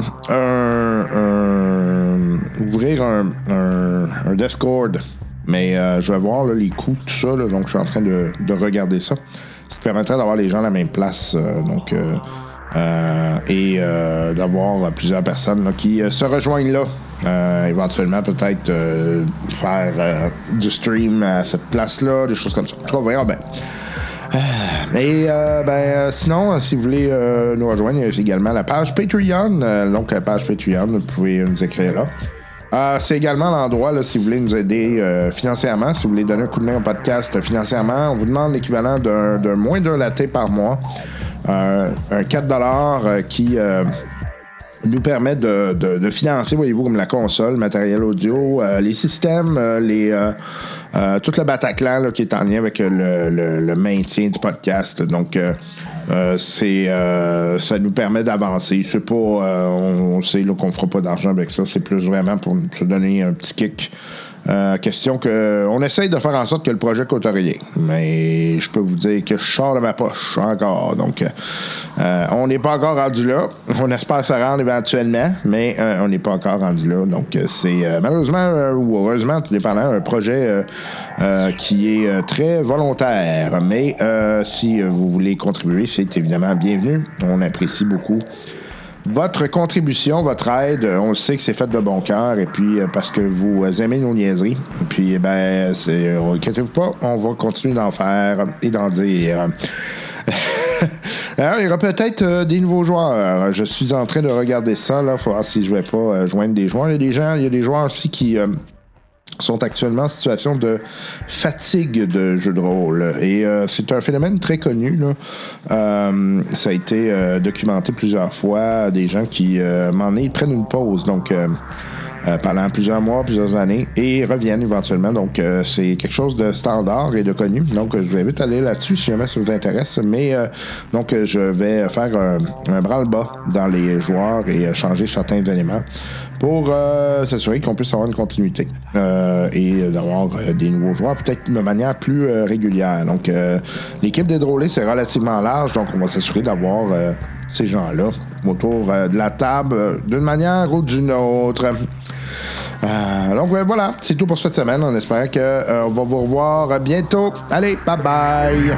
Speaker 2: un- un- ouvrir un, un- un Discord. Mais euh, je vais voir là, les coûts, tout ça. là. donc, je suis en train de, de regarder ça ce qui permettrait d'avoir les gens à la même place. euh, donc, euh, euh, et euh, d'avoir euh, plusieurs personnes là, qui euh, se rejoignent là. Euh, éventuellement, peut-être euh, faire euh, du stream à cette place-là, des choses comme ça. En tout cas, on verra bien. Et euh, ben, euh, sinon, euh, si vous voulez euh, nous rejoindre, il y a également la page Patreon. euh, donc, la page Patreon, vous pouvez euh, nous écrire là. Euh, c'est également l'endroit, là, si vous voulez nous aider euh, financièrement, si vous voulez donner un coup de main au podcast euh, financièrement, on vous demande l'équivalent d'un d'un moins d'un latte par mois. Euh, un 4 euh, qui... euh, nous permet de, de- de financer, voyez-vous, comme la console, le matériel audio, euh, les systèmes, euh, les, euh, euh, tout le Bataclan là, qui est en lien avec euh, le, le- le maintien du podcast. Donc, euh, euh, c'est, euh, ça nous permet d'avancer. C'est pas, euh, on, on sait là, qu'on fera pas d'argent avec ça. C'est plus vraiment pour nous- se donner un petit kick. Euh, question que on essaye de faire en sorte que le projet coûte rien, mais je peux vous dire que je sors de ma poche encore. Donc, euh, on n'est pas encore rendu là. On espère se rendre éventuellement, mais euh, on n'est pas encore rendu là. Donc, euh, c'est euh, malheureusement euh, ou heureusement, tout dépendant, un projet euh, euh, qui est euh, très volontaire. Mais euh, si euh, vous voulez contribuer, c'est évidemment bienvenu. On apprécie beaucoup votre contribution, votre aide, euh, on le sait que c'est fait de bon cœur et puis euh, parce que vous euh, aimez nos niaiseries. Et puis, eh ben, c'est, euh, inquiétez-vous pas, on va continuer d'en faire et d'en dire. <laughs> Alors, il y aura peut-être euh, des nouveaux joueurs. Je suis en train de regarder ça. Là, faut voir si je vais pas euh, joindre des joueurs. Il y a des gens, il y a des joueurs aussi qui euh, sont actuellement en situation de fatigue de jeu de rôle. Et euh, c'est un phénomène très connu. là. Euh, ça a été euh, documenté plusieurs fois. Des gens qui, euh, m'en est, prennent une pause. Donc, euh, euh, pendant plusieurs mois, plusieurs années, et reviennent éventuellement. Donc, euh, c'est quelque chose de standard et de connu. Donc, euh, je vous invite à aller là-dessus si jamais ça vous intéresse. Mais, euh, donc, euh, je vais faire un, un bras-le-bas dans les joueurs et euh, changer certains éléments pour euh, s'assurer qu'on puisse avoir une continuité euh, et euh, d'avoir euh, des nouveaux joueurs, peut-être de manière plus euh, régulière. Donc, euh, l'équipe des drôlés, c'est relativement large, donc on va s'assurer d'avoir euh, ces gens-là autour euh, de la table euh, d'une manière ou d'une autre. Euh, donc euh, voilà, c'est tout pour cette semaine. On espère qu'on va vous revoir bientôt. Allez, bye bye!